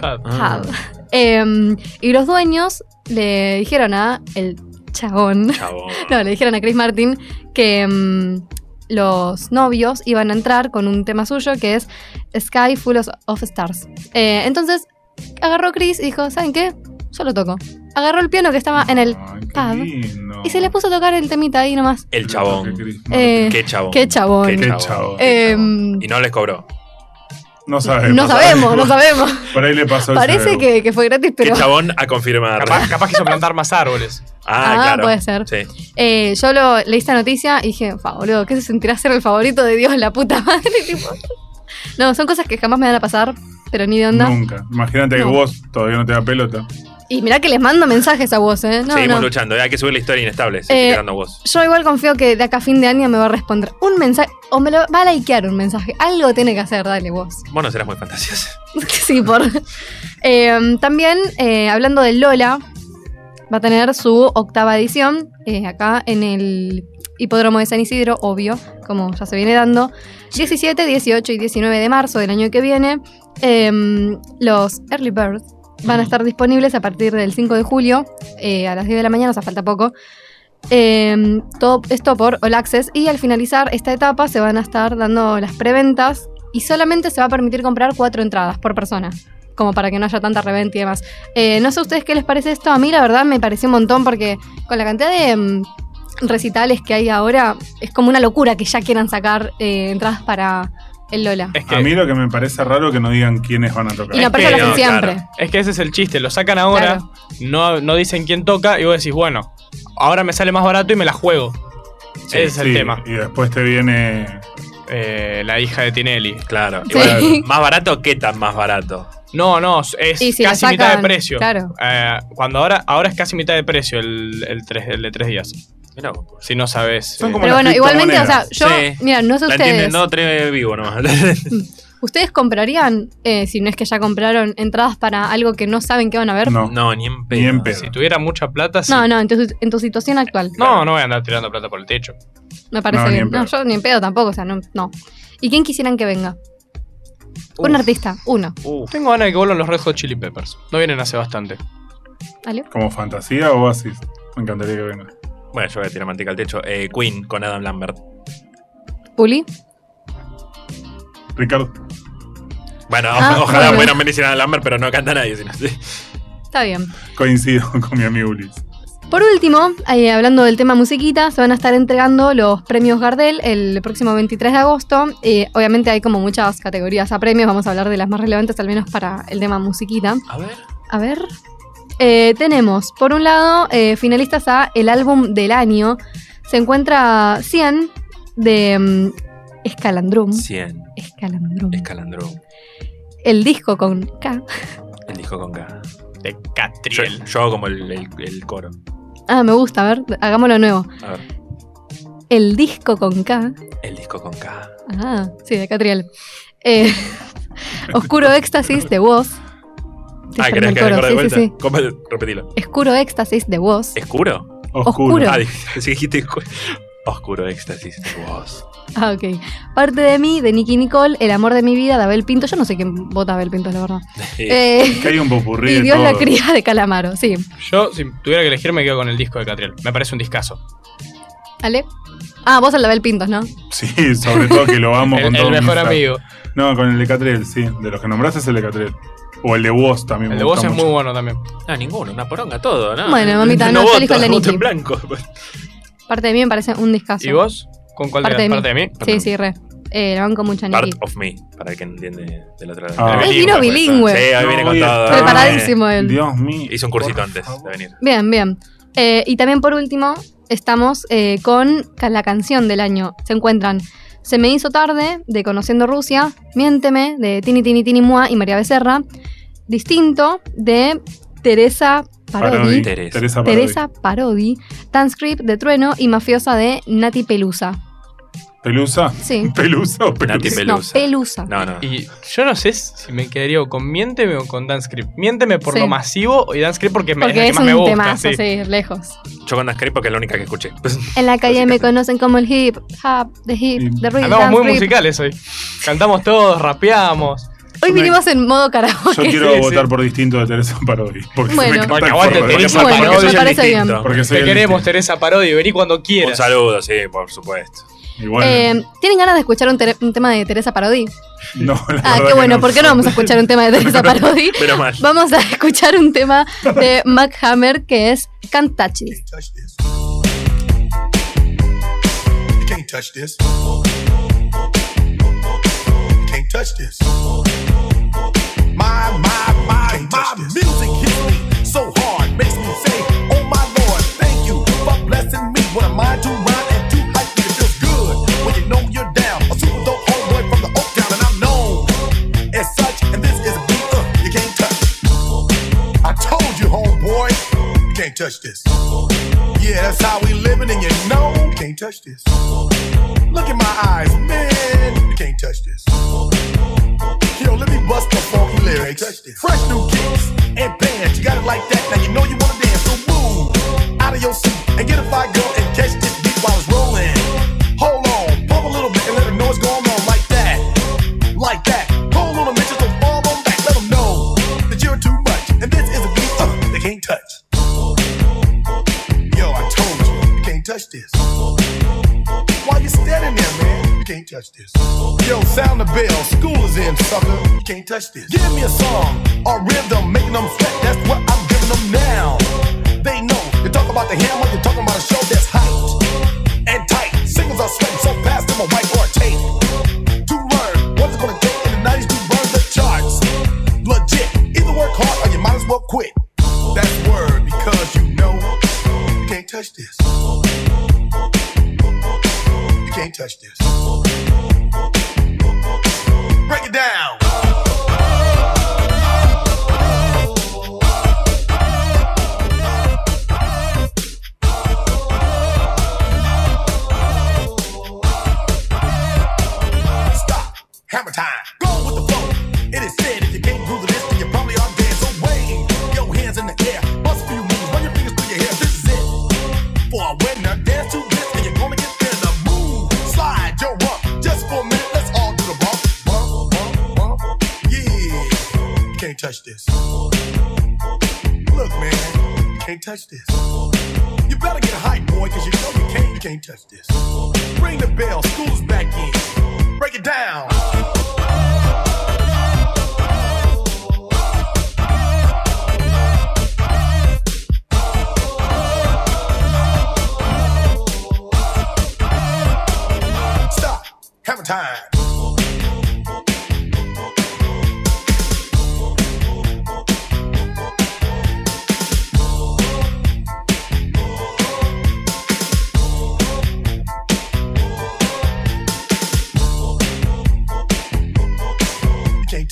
Speaker 3: Ah.
Speaker 1: Ah.
Speaker 3: Em, y los dueños le dijeron a el chabón
Speaker 1: Chabón.
Speaker 3: no, le dijeron a Chris Martin que mm, los novios iban a entrar con un tema suyo que es Sky Full of- of Stars. Eh, entonces agarró Chris y dijo, ¿saben qué? Yo lo toco. agarró el piano que estaba en el
Speaker 4: Ay, qué
Speaker 3: pub
Speaker 4: lindo.
Speaker 3: y se le puso a tocar el temita ahí nomás.
Speaker 1: El
Speaker 4: Qué
Speaker 1: chabón.
Speaker 4: carismático.
Speaker 3: Eh,
Speaker 1: Qué chabón.
Speaker 3: qué chabón.
Speaker 1: Qué
Speaker 4: Qué
Speaker 1: chabón.
Speaker 4: chabón.
Speaker 3: Eh,
Speaker 1: Y no les cobró.
Speaker 4: no sabemos.
Speaker 3: no sabemos, no sabemos.
Speaker 4: Por ahí le pasó el
Speaker 3: Parece
Speaker 4: cerebro.
Speaker 3: que, que fue gratis,
Speaker 1: Qué
Speaker 3: pero
Speaker 1: chabón a confirmar.
Speaker 2: Capaz, capaz quiso plantar más árboles.
Speaker 1: Ah,
Speaker 3: Ah,
Speaker 1: claro.
Speaker 3: puede ser.
Speaker 1: Sí.
Speaker 3: eh, yo lo, leí esta noticia y dije, fa, boludo, ¿qué se sentirá ser el favorito de Dios, la puta madre? Tipo, No, son cosas que jamás me van a pasar, pero ni de onda.
Speaker 4: Nunca. Imagínate
Speaker 3: No.
Speaker 4: que vos todavía no te da pelota.
Speaker 3: Y mirá que les mando mensajes a vos, ¿eh? No,
Speaker 1: Seguimos
Speaker 3: no.
Speaker 1: luchando. eh, Hay que subir la historia inestable.
Speaker 3: Eh,
Speaker 1: Seguimos vos.
Speaker 3: Yo igual confío que de acá a fin de año me va a responder un mensaje, o me lo va a likear un mensaje. Algo tiene que hacer, dale vos.
Speaker 1: Vos no serás muy fantasiosa.
Speaker 3: sí, por. Eh, también, eh, hablando de Lola, va a tener su octava edición eh, acá en el Hipódromo de San Isidro, obvio, como ya se viene dando. 17, 18 y 19 de marzo del año que viene, eh, los Early Birds van a estar disponibles a partir del 5 de julio eh, a las 10 de la mañana, o sea, falta poco. Eh, todo esto por All Access y al finalizar esta etapa se van a estar dando las preventas y solamente se va a permitir comprar cuatro entradas por persona, como para que no haya tanta reventa y demás. Eh, no sé a ustedes qué les parece esto, a mí la verdad me pareció un montón porque con la cantidad de mm, recitales que hay ahora es como una locura que ya quieran sacar eh, entradas para el Lola.
Speaker 2: Es
Speaker 4: A mí
Speaker 2: que,
Speaker 4: lo que me parece raro es que no digan quiénes van a tocar.
Speaker 3: Y no,
Speaker 2: es
Speaker 3: pero
Speaker 2: que
Speaker 3: lo hacen
Speaker 2: no,
Speaker 3: siempre.
Speaker 2: es que ese es el chiste. Lo sacan ahora,
Speaker 3: Claro.
Speaker 2: no, no dicen quién toca y vos decís, bueno, ahora me sale más barato y me la juego.
Speaker 1: Sí,
Speaker 2: Ese es el
Speaker 4: Sí,
Speaker 2: tema.
Speaker 4: Y después te viene.
Speaker 2: Eh, la hija de Tinelli.
Speaker 1: Claro.
Speaker 3: Sí.
Speaker 1: Igual, más barato, ¿qué tan más barato?
Speaker 2: No, no, es
Speaker 3: Y si la
Speaker 2: casi mitad
Speaker 3: sacan,
Speaker 2: de precio.
Speaker 3: claro.
Speaker 2: Eh, cuando ahora, ahora es casi mitad de precio el, el, tres- el de tres días.
Speaker 1: Mirá vos.
Speaker 2: Si no sabes.
Speaker 4: Son
Speaker 2: eh,
Speaker 4: como
Speaker 3: Pero
Speaker 4: las
Speaker 3: bueno, igualmente, o sea,
Speaker 4: criptomonedas.
Speaker 3: yo,
Speaker 1: Sí.
Speaker 3: mira, no sé
Speaker 1: La
Speaker 3: ustedes.
Speaker 1: entienden, no tres vivo nomás.
Speaker 3: ¿Ustedes comprarían, eh, si no es que ya compraron, entradas para algo que no saben que van a ver?
Speaker 4: No.
Speaker 1: no, ni en pedo.
Speaker 4: Ni en pedo.
Speaker 2: si tuviera mucha plata, sí.
Speaker 3: no, no, en, tu, en tu situación actual.
Speaker 2: No, no voy a andar tirando plata por el techo.
Speaker 3: Me parece
Speaker 4: No, ni
Speaker 3: bien.
Speaker 4: en pedo.
Speaker 3: No, yo ni en pedo tampoco, o sea, no. no. ¿Y quién quisieran que venga? Un
Speaker 2: Uf.
Speaker 3: artista, uno.
Speaker 1: Uf.
Speaker 2: Tengo ganas de que vuelvan los Red Hot Chili Peppers. No vienen hace bastante.
Speaker 3: ¿Vale?
Speaker 4: Como fantasía o así. Me encantaría que venga.
Speaker 1: Bueno, yo voy a tirar manteca al techo. Eh, Queen con Adam Lambert.
Speaker 3: Puli.
Speaker 4: Ricardo,
Speaker 1: Bueno,
Speaker 3: Ah,
Speaker 1: ojalá
Speaker 3: bueno.
Speaker 1: fueran mencionar a Lambert, pero no canta nadie. sino-
Speaker 3: Está bien.
Speaker 4: coincido con mi amigo Ulises.
Speaker 3: Por último, eh, hablando del tema musiquita, se van a estar entregando los premios Gardel el próximo 23 de agosto. Eh, obviamente hay como muchas categorías a premios, vamos a hablar de las más relevantes al menos para el tema musiquita.
Speaker 1: A ver.
Speaker 3: A ver. Eh, tenemos, por un lado, eh, finalistas a el álbum del año. Se encuentra 100 de mm, Escalandrum.
Speaker 1: 100.
Speaker 3: Escalandrum.
Speaker 1: Escalandro.
Speaker 3: el disco con K.
Speaker 1: El disco con K.
Speaker 2: De
Speaker 1: Yo,
Speaker 2: Catriel.
Speaker 1: yo hago como el, el- el coro.
Speaker 3: Ah, me gusta, a ver, hagámoslo nuevo.
Speaker 1: A ver.
Speaker 3: El disco con K.
Speaker 1: El disco con K.
Speaker 3: Ah, sí, de Catriel. Eh, Oscuro éxtasis de Woz. Sí,
Speaker 1: Ah,
Speaker 3: ya
Speaker 1: ¿querés
Speaker 3: me
Speaker 1: que
Speaker 3: acuerdo,
Speaker 1: recuerde de
Speaker 3: sí,
Speaker 1: vuelta?
Speaker 3: sí,
Speaker 1: ¿Cómo? Repetilo.
Speaker 3: sí. Oscuro éxtasis de Woz.
Speaker 1: ¿Escuro?
Speaker 3: Oscuro.
Speaker 1: Ah, dije- sí, dijiste escu- oscuro éxtasis. Vos.
Speaker 3: Ah, ok. Parte de mí, de Nicky Nicole, El amor de mi vida, de Abel Pinto. Yo no sé quién vota a Abel Pinto, la verdad. Eh,
Speaker 4: Que hay un popurrí.
Speaker 3: y
Speaker 4: de
Speaker 3: Dios la
Speaker 4: todo.
Speaker 3: cría de Calamaro, sí.
Speaker 2: Yo, si tuviera que elegir, me quedo con el disco de Catriel. Me parece un discazo.
Speaker 3: ¿Ale? Ah, vos al de Abel Pintos, ¿no?
Speaker 4: Sí, sobre todo que lo amo
Speaker 2: El,
Speaker 4: con
Speaker 2: el
Speaker 4: todo mi
Speaker 2: mejor
Speaker 4: ser.
Speaker 2: amigo.
Speaker 4: No, con el de Catrel, sí. De los que nombraste es el de Catrel. O el de Woz también.
Speaker 2: El
Speaker 4: me
Speaker 2: de vos
Speaker 4: gusta
Speaker 2: es muy
Speaker 4: mucho.
Speaker 2: bueno también.
Speaker 1: No, Ah, ninguno. Una poronga, todo, ¿no?
Speaker 3: Bueno, mamita, no, yo
Speaker 1: voto,
Speaker 3: elijo el de
Speaker 1: voto en
Speaker 3: Nicky.
Speaker 1: blanco.
Speaker 3: Parte de mí me parece un discazo.
Speaker 2: ¿Y vos? ¿Con cuál
Speaker 3: Parte
Speaker 2: te
Speaker 3: de
Speaker 2: parte de mí?
Speaker 3: Sí, sí, re. Eh, la banco mucho a
Speaker 1: Part
Speaker 3: Nicky.
Speaker 1: of me, para el que entiende del otro lado.
Speaker 4: Ah.
Speaker 1: El
Speaker 4: Él
Speaker 3: vino
Speaker 1: puede ser.
Speaker 3: bilingüe.
Speaker 1: Sí, hoy
Speaker 4: No,
Speaker 1: viene con
Speaker 4: hoy
Speaker 1: todo.
Speaker 4: está-
Speaker 3: Preparadísimo él.
Speaker 4: Dios mío.
Speaker 1: Hizo un cursito antes de venir.
Speaker 3: Bien, bien. Eh, y también por último, estamos eh, con ca- la canción del año. Se encuentran Se me hizo tarde, de Conociendo Rusia, Miénteme, de Tini Tini Tini Mua y María Becerra, Distinto, de Teresa
Speaker 4: Parodi.
Speaker 3: Parodi,
Speaker 1: Teresa.
Speaker 4: Teresa Parodi.
Speaker 3: Teresa Parodi, Transcript de Trueno y Mafiosa de Nati Pelusa.
Speaker 4: ¿Pelusa?
Speaker 3: Sí.
Speaker 4: ¿Pelusa o
Speaker 1: Nati
Speaker 4: pelusa?
Speaker 3: No,
Speaker 1: Pelusa.
Speaker 3: Pelusa.
Speaker 1: No, no.
Speaker 2: Y yo no sé si me quedaría o con Miénteme o con Dance Script. Miénteme por
Speaker 3: Sí.
Speaker 2: lo masivo y Dance Script porque, me-
Speaker 3: Porque
Speaker 2: es
Speaker 3: es
Speaker 2: la que más me
Speaker 3: un
Speaker 2: gusta.
Speaker 3: temazo,
Speaker 2: sí.
Speaker 3: sí, lejos.
Speaker 1: Yo con Nascari porque es la única que escuché.
Speaker 3: En la calle me
Speaker 1: Básicamente.
Speaker 3: conocen como el hip hop, the hip,
Speaker 4: Y
Speaker 3: the rhythm,
Speaker 2: Andamos muy
Speaker 3: rip.
Speaker 2: musicales hoy. Cantamos todos, rapeamos.
Speaker 3: Hoy
Speaker 4: Yo me-
Speaker 3: vinimos en modo
Speaker 4: Yo
Speaker 3: karaoke.
Speaker 4: quiero
Speaker 2: sí.
Speaker 4: votar por distinto de Teresa Parodi. Porque
Speaker 3: Bueno.
Speaker 4: me encanta
Speaker 2: Porque
Speaker 4: el
Speaker 2: aguante
Speaker 4: forro de
Speaker 2: Teresa
Speaker 4: Parodi.
Speaker 2: Parodi.
Speaker 3: me parece
Speaker 1: Distinto.
Speaker 4: Porque soy
Speaker 2: Te
Speaker 4: el
Speaker 2: queremos,
Speaker 4: distinto.
Speaker 2: Teresa Parodi. Vení cuando
Speaker 1: Un
Speaker 2: quieras.
Speaker 1: saludo, sí, por supuesto.
Speaker 4: Y bueno,
Speaker 3: Eh, ¿Tienen ganas de escuchar un, tere- un tema de Teresa Parodi?
Speaker 4: no, la
Speaker 3: Ah,
Speaker 4: verdad
Speaker 3: qué
Speaker 4: que
Speaker 3: bueno,
Speaker 4: no.
Speaker 3: ¿por qué no vamos a escuchar un tema de Teresa Parodi?
Speaker 1: Pero mal.
Speaker 3: Vamos a escuchar un tema de Mac Hammer que es Can't Touch This.
Speaker 8: touch this. You can't touch this. You can't touch this. My, my, my, my music hits me so hard. Makes me say, oh my lord, thank you for blessing me. What a mind to rhyme and to hype me. It feels good when you know you're down. A super dope homeboy from the Oak Town and I'm known as such. And this is a beat uh, you can't touch. I told you, homeboy, you can't touch this. Yeah, that's how we living, and you know you can't touch this. Look in my eyes, man, you can't touch this. Yo, let me bust the funky lyrics. Fresh new kicks and bands, you got it like that. Now you know you wanna dance, so move out of your seat and get a fire girl and catch this beat while it's rolling. Hold on, pump a little bit and let her know what's going on like that, like that. Hold on a minute, just don't fall on back. Let them know that you're too much, and this is a beat uh, they can't touch. Yo, I told you, you can't touch this. Why you standing there, man? You can't touch this. Yo, sound the bell, school is in, sucker. You can't touch this. Give me a song, a rhythm, making them sweat. That's what I'm giving them now. They know. You talk about the hammer, you're talking about a show that's hyped and tight. Singles are sweating so fast, I'm a whiteboard tape. To learn what's it gonna take in the 90s to burn the charts. Legit, either work hard or you might as well quit. That's word because you know you can't touch this. You can't touch this. Break it down. Stop. Hammer time. Go with the flow. It is said if you can't groove to this, then you probably are dead. So wave your hands in the air. Bust a few moves. Run your fingers through your hair. This is it for a winner. Dance to this, and you're gonna get there. The move, slide your rump. Just for a minute, let's all do the bump, bump, bump, bump. Yeah, you can't touch this. Look, man, you can't touch this. You better get hype, boy, cause you know you can't, you can't touch this. Ring the bell, school's back in. Break it down. Stop. Hammer time. You can't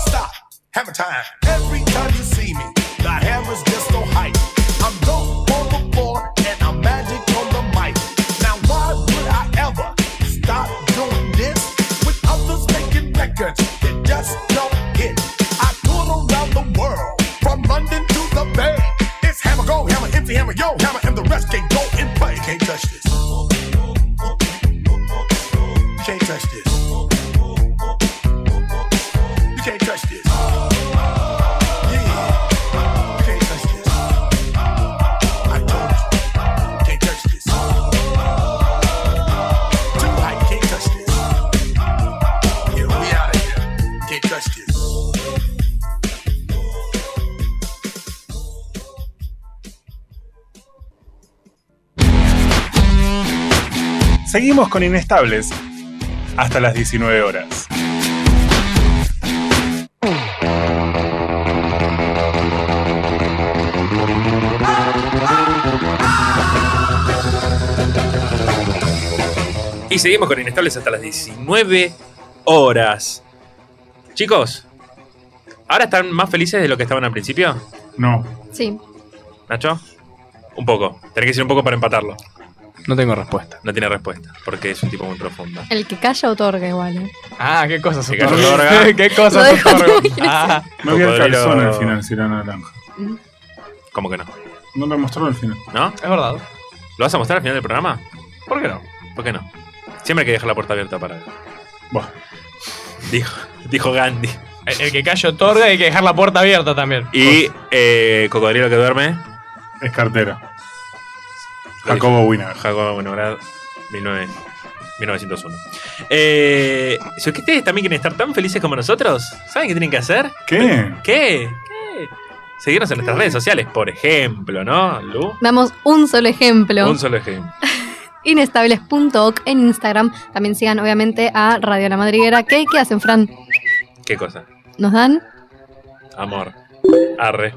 Speaker 8: Stop. Hammer time. Every time you see me, the hammer's just so hype. I'm dope on the floor and I'm magic on the mic. Now why would I ever stop doing this? With others making records that just don't hit. I tour around the world, from London to the Bay. It's hammer go, hammer empty, hammer yo, hammer, and the rest can go and play. You can't touch this. You can't touch this. You can't touch this. Yeah. You can't touch this. I told you. You can't touch this. Too high. You can't touch this. Yeah, we out of here. You can't touch this.
Speaker 4: Seguimos con Inestables hasta las 19 horas.
Speaker 1: Y seguimos con Inestables hasta las 19 horas. Chicos, ¿ahora están más felices de lo que estaban al principio?
Speaker 4: No,
Speaker 3: Sí.
Speaker 1: ¿Nacho? Un poco. Tenés que decir un poco para empatarlo.
Speaker 2: No tengo respuesta.
Speaker 1: No tiene respuesta, porque es un tipo muy profundo.
Speaker 3: El que calla otorga igual. ¿eh?
Speaker 2: Ah, qué cosas
Speaker 1: Que
Speaker 2: otorga.
Speaker 1: otorga.
Speaker 2: qué
Speaker 3: Lo
Speaker 2: cosas
Speaker 3: dejo
Speaker 2: otorga.
Speaker 3: tu imaginación.
Speaker 2: Ah,
Speaker 4: No vi el
Speaker 1: Cocodrilo-
Speaker 4: calzón al final, si era naranja.
Speaker 1: ¿Cómo que no?
Speaker 4: No lo mostraron al final.
Speaker 1: ¿No?
Speaker 2: es verdad.
Speaker 1: ¿Lo vas a mostrar al final del programa?
Speaker 2: ¿Por qué no?
Speaker 1: ¿Por qué no? Siempre hay que dejar la puerta abierta para.
Speaker 4: Buah.
Speaker 1: Dijo, dijo Gandhi.
Speaker 2: El, el que calla otorga y hay que dejar la puerta abierta también.
Speaker 1: Y eh, Cocodrilo que duerme.
Speaker 4: Es cartera. Jacobo Winner.
Speaker 1: Jacobo Winograd, 19 1901. Eh, si ustedes también quieren estar tan felices como nosotros, ¿saben qué tienen que hacer?
Speaker 4: ¿Qué?
Speaker 1: ¿Qué? ¿Qué? Seguirnos en nuestras redes sociales, por ejemplo, ¿no, Lu?
Speaker 3: Damos un solo ejemplo.
Speaker 1: Un solo ejemplo.
Speaker 3: Inestables.oc en Instagram. También sigan, obviamente, a Radio La Madriguera. ¿Qué, ¿Qué hacen, Fran?
Speaker 1: ¿Qué cosa?
Speaker 3: ¿Nos dan?
Speaker 1: Amor. Arre.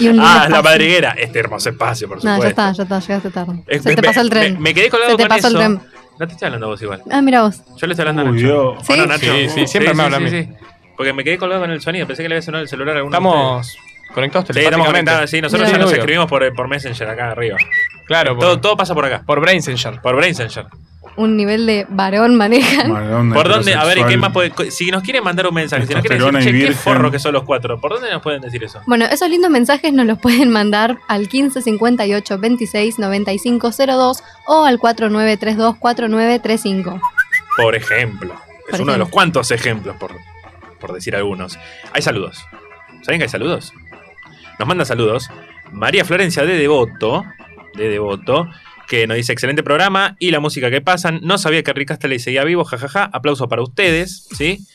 Speaker 3: Y un lindo
Speaker 1: Ah, la
Speaker 3: espacio.
Speaker 1: madriguera. Este hermoso espacio, por
Speaker 3: No,
Speaker 1: supuesto.
Speaker 3: ya está, ya está, llegaste tarde.
Speaker 1: Es-
Speaker 3: Se
Speaker 1: me-
Speaker 3: te pasó el tren.
Speaker 1: Me, me quedé colgado
Speaker 3: Se te
Speaker 1: con eso.
Speaker 3: pasó el tren.
Speaker 1: No te estoy hablando a vos igual.
Speaker 3: Ah, mira vos.
Speaker 1: Yo le estoy hablando a
Speaker 4: Uy,
Speaker 1: Nacho.
Speaker 4: Dios.
Speaker 1: ¿O no,
Speaker 3: ¿Sí?
Speaker 1: Nacho?
Speaker 2: Sí, sí, siempre me habla a mí.
Speaker 1: Porque me quedé colgado con el sonido. Pensé que le había sonado el celular a alguno de ustedes.
Speaker 2: Estamos conectados
Speaker 1: Sí, estamos
Speaker 2: telepáticamente.
Speaker 1: conectados, sí. Nosotros
Speaker 2: Sí,
Speaker 1: ya nos
Speaker 2: obvio.
Speaker 1: escribimos por, por Messenger acá arriba. Eh,
Speaker 2: Claro, por,
Speaker 1: Todo, todo pasa por acá.
Speaker 2: por Brainsenger.
Speaker 1: Por Messenger.
Speaker 3: Un nivel de varón manejan.
Speaker 4: Madonna,
Speaker 1: ¿Por dónde? A ver, ¿y ¿qué
Speaker 4: heterosexual.
Speaker 1: más puede, co- Si nos quieren mandar un mensaje, si nos quieren
Speaker 4: Testosterona
Speaker 1: decir,
Speaker 4: y
Speaker 1: che, qué
Speaker 4: virgen".
Speaker 1: forro que son los cuatro, ¿por dónde nos pueden decir eso?
Speaker 3: Bueno, esos lindos mensajes nos los pueden mandar al 15 58 26 95 02 o al 4932 4935.
Speaker 1: Por ejemplo. Es
Speaker 3: Por
Speaker 1: uno de
Speaker 3: ejemplo.
Speaker 1: los cuantos ejemplos, por, por decir algunos. Hay saludos. ¿Saben que hay saludos? Nos manda saludos María Florencia de Devoto, de Devoto, que nos dice excelente programa y la música que pasan. No sabía que Ricasta le seguía vivo, jajaja. Aplausos para ustedes, ¿sí?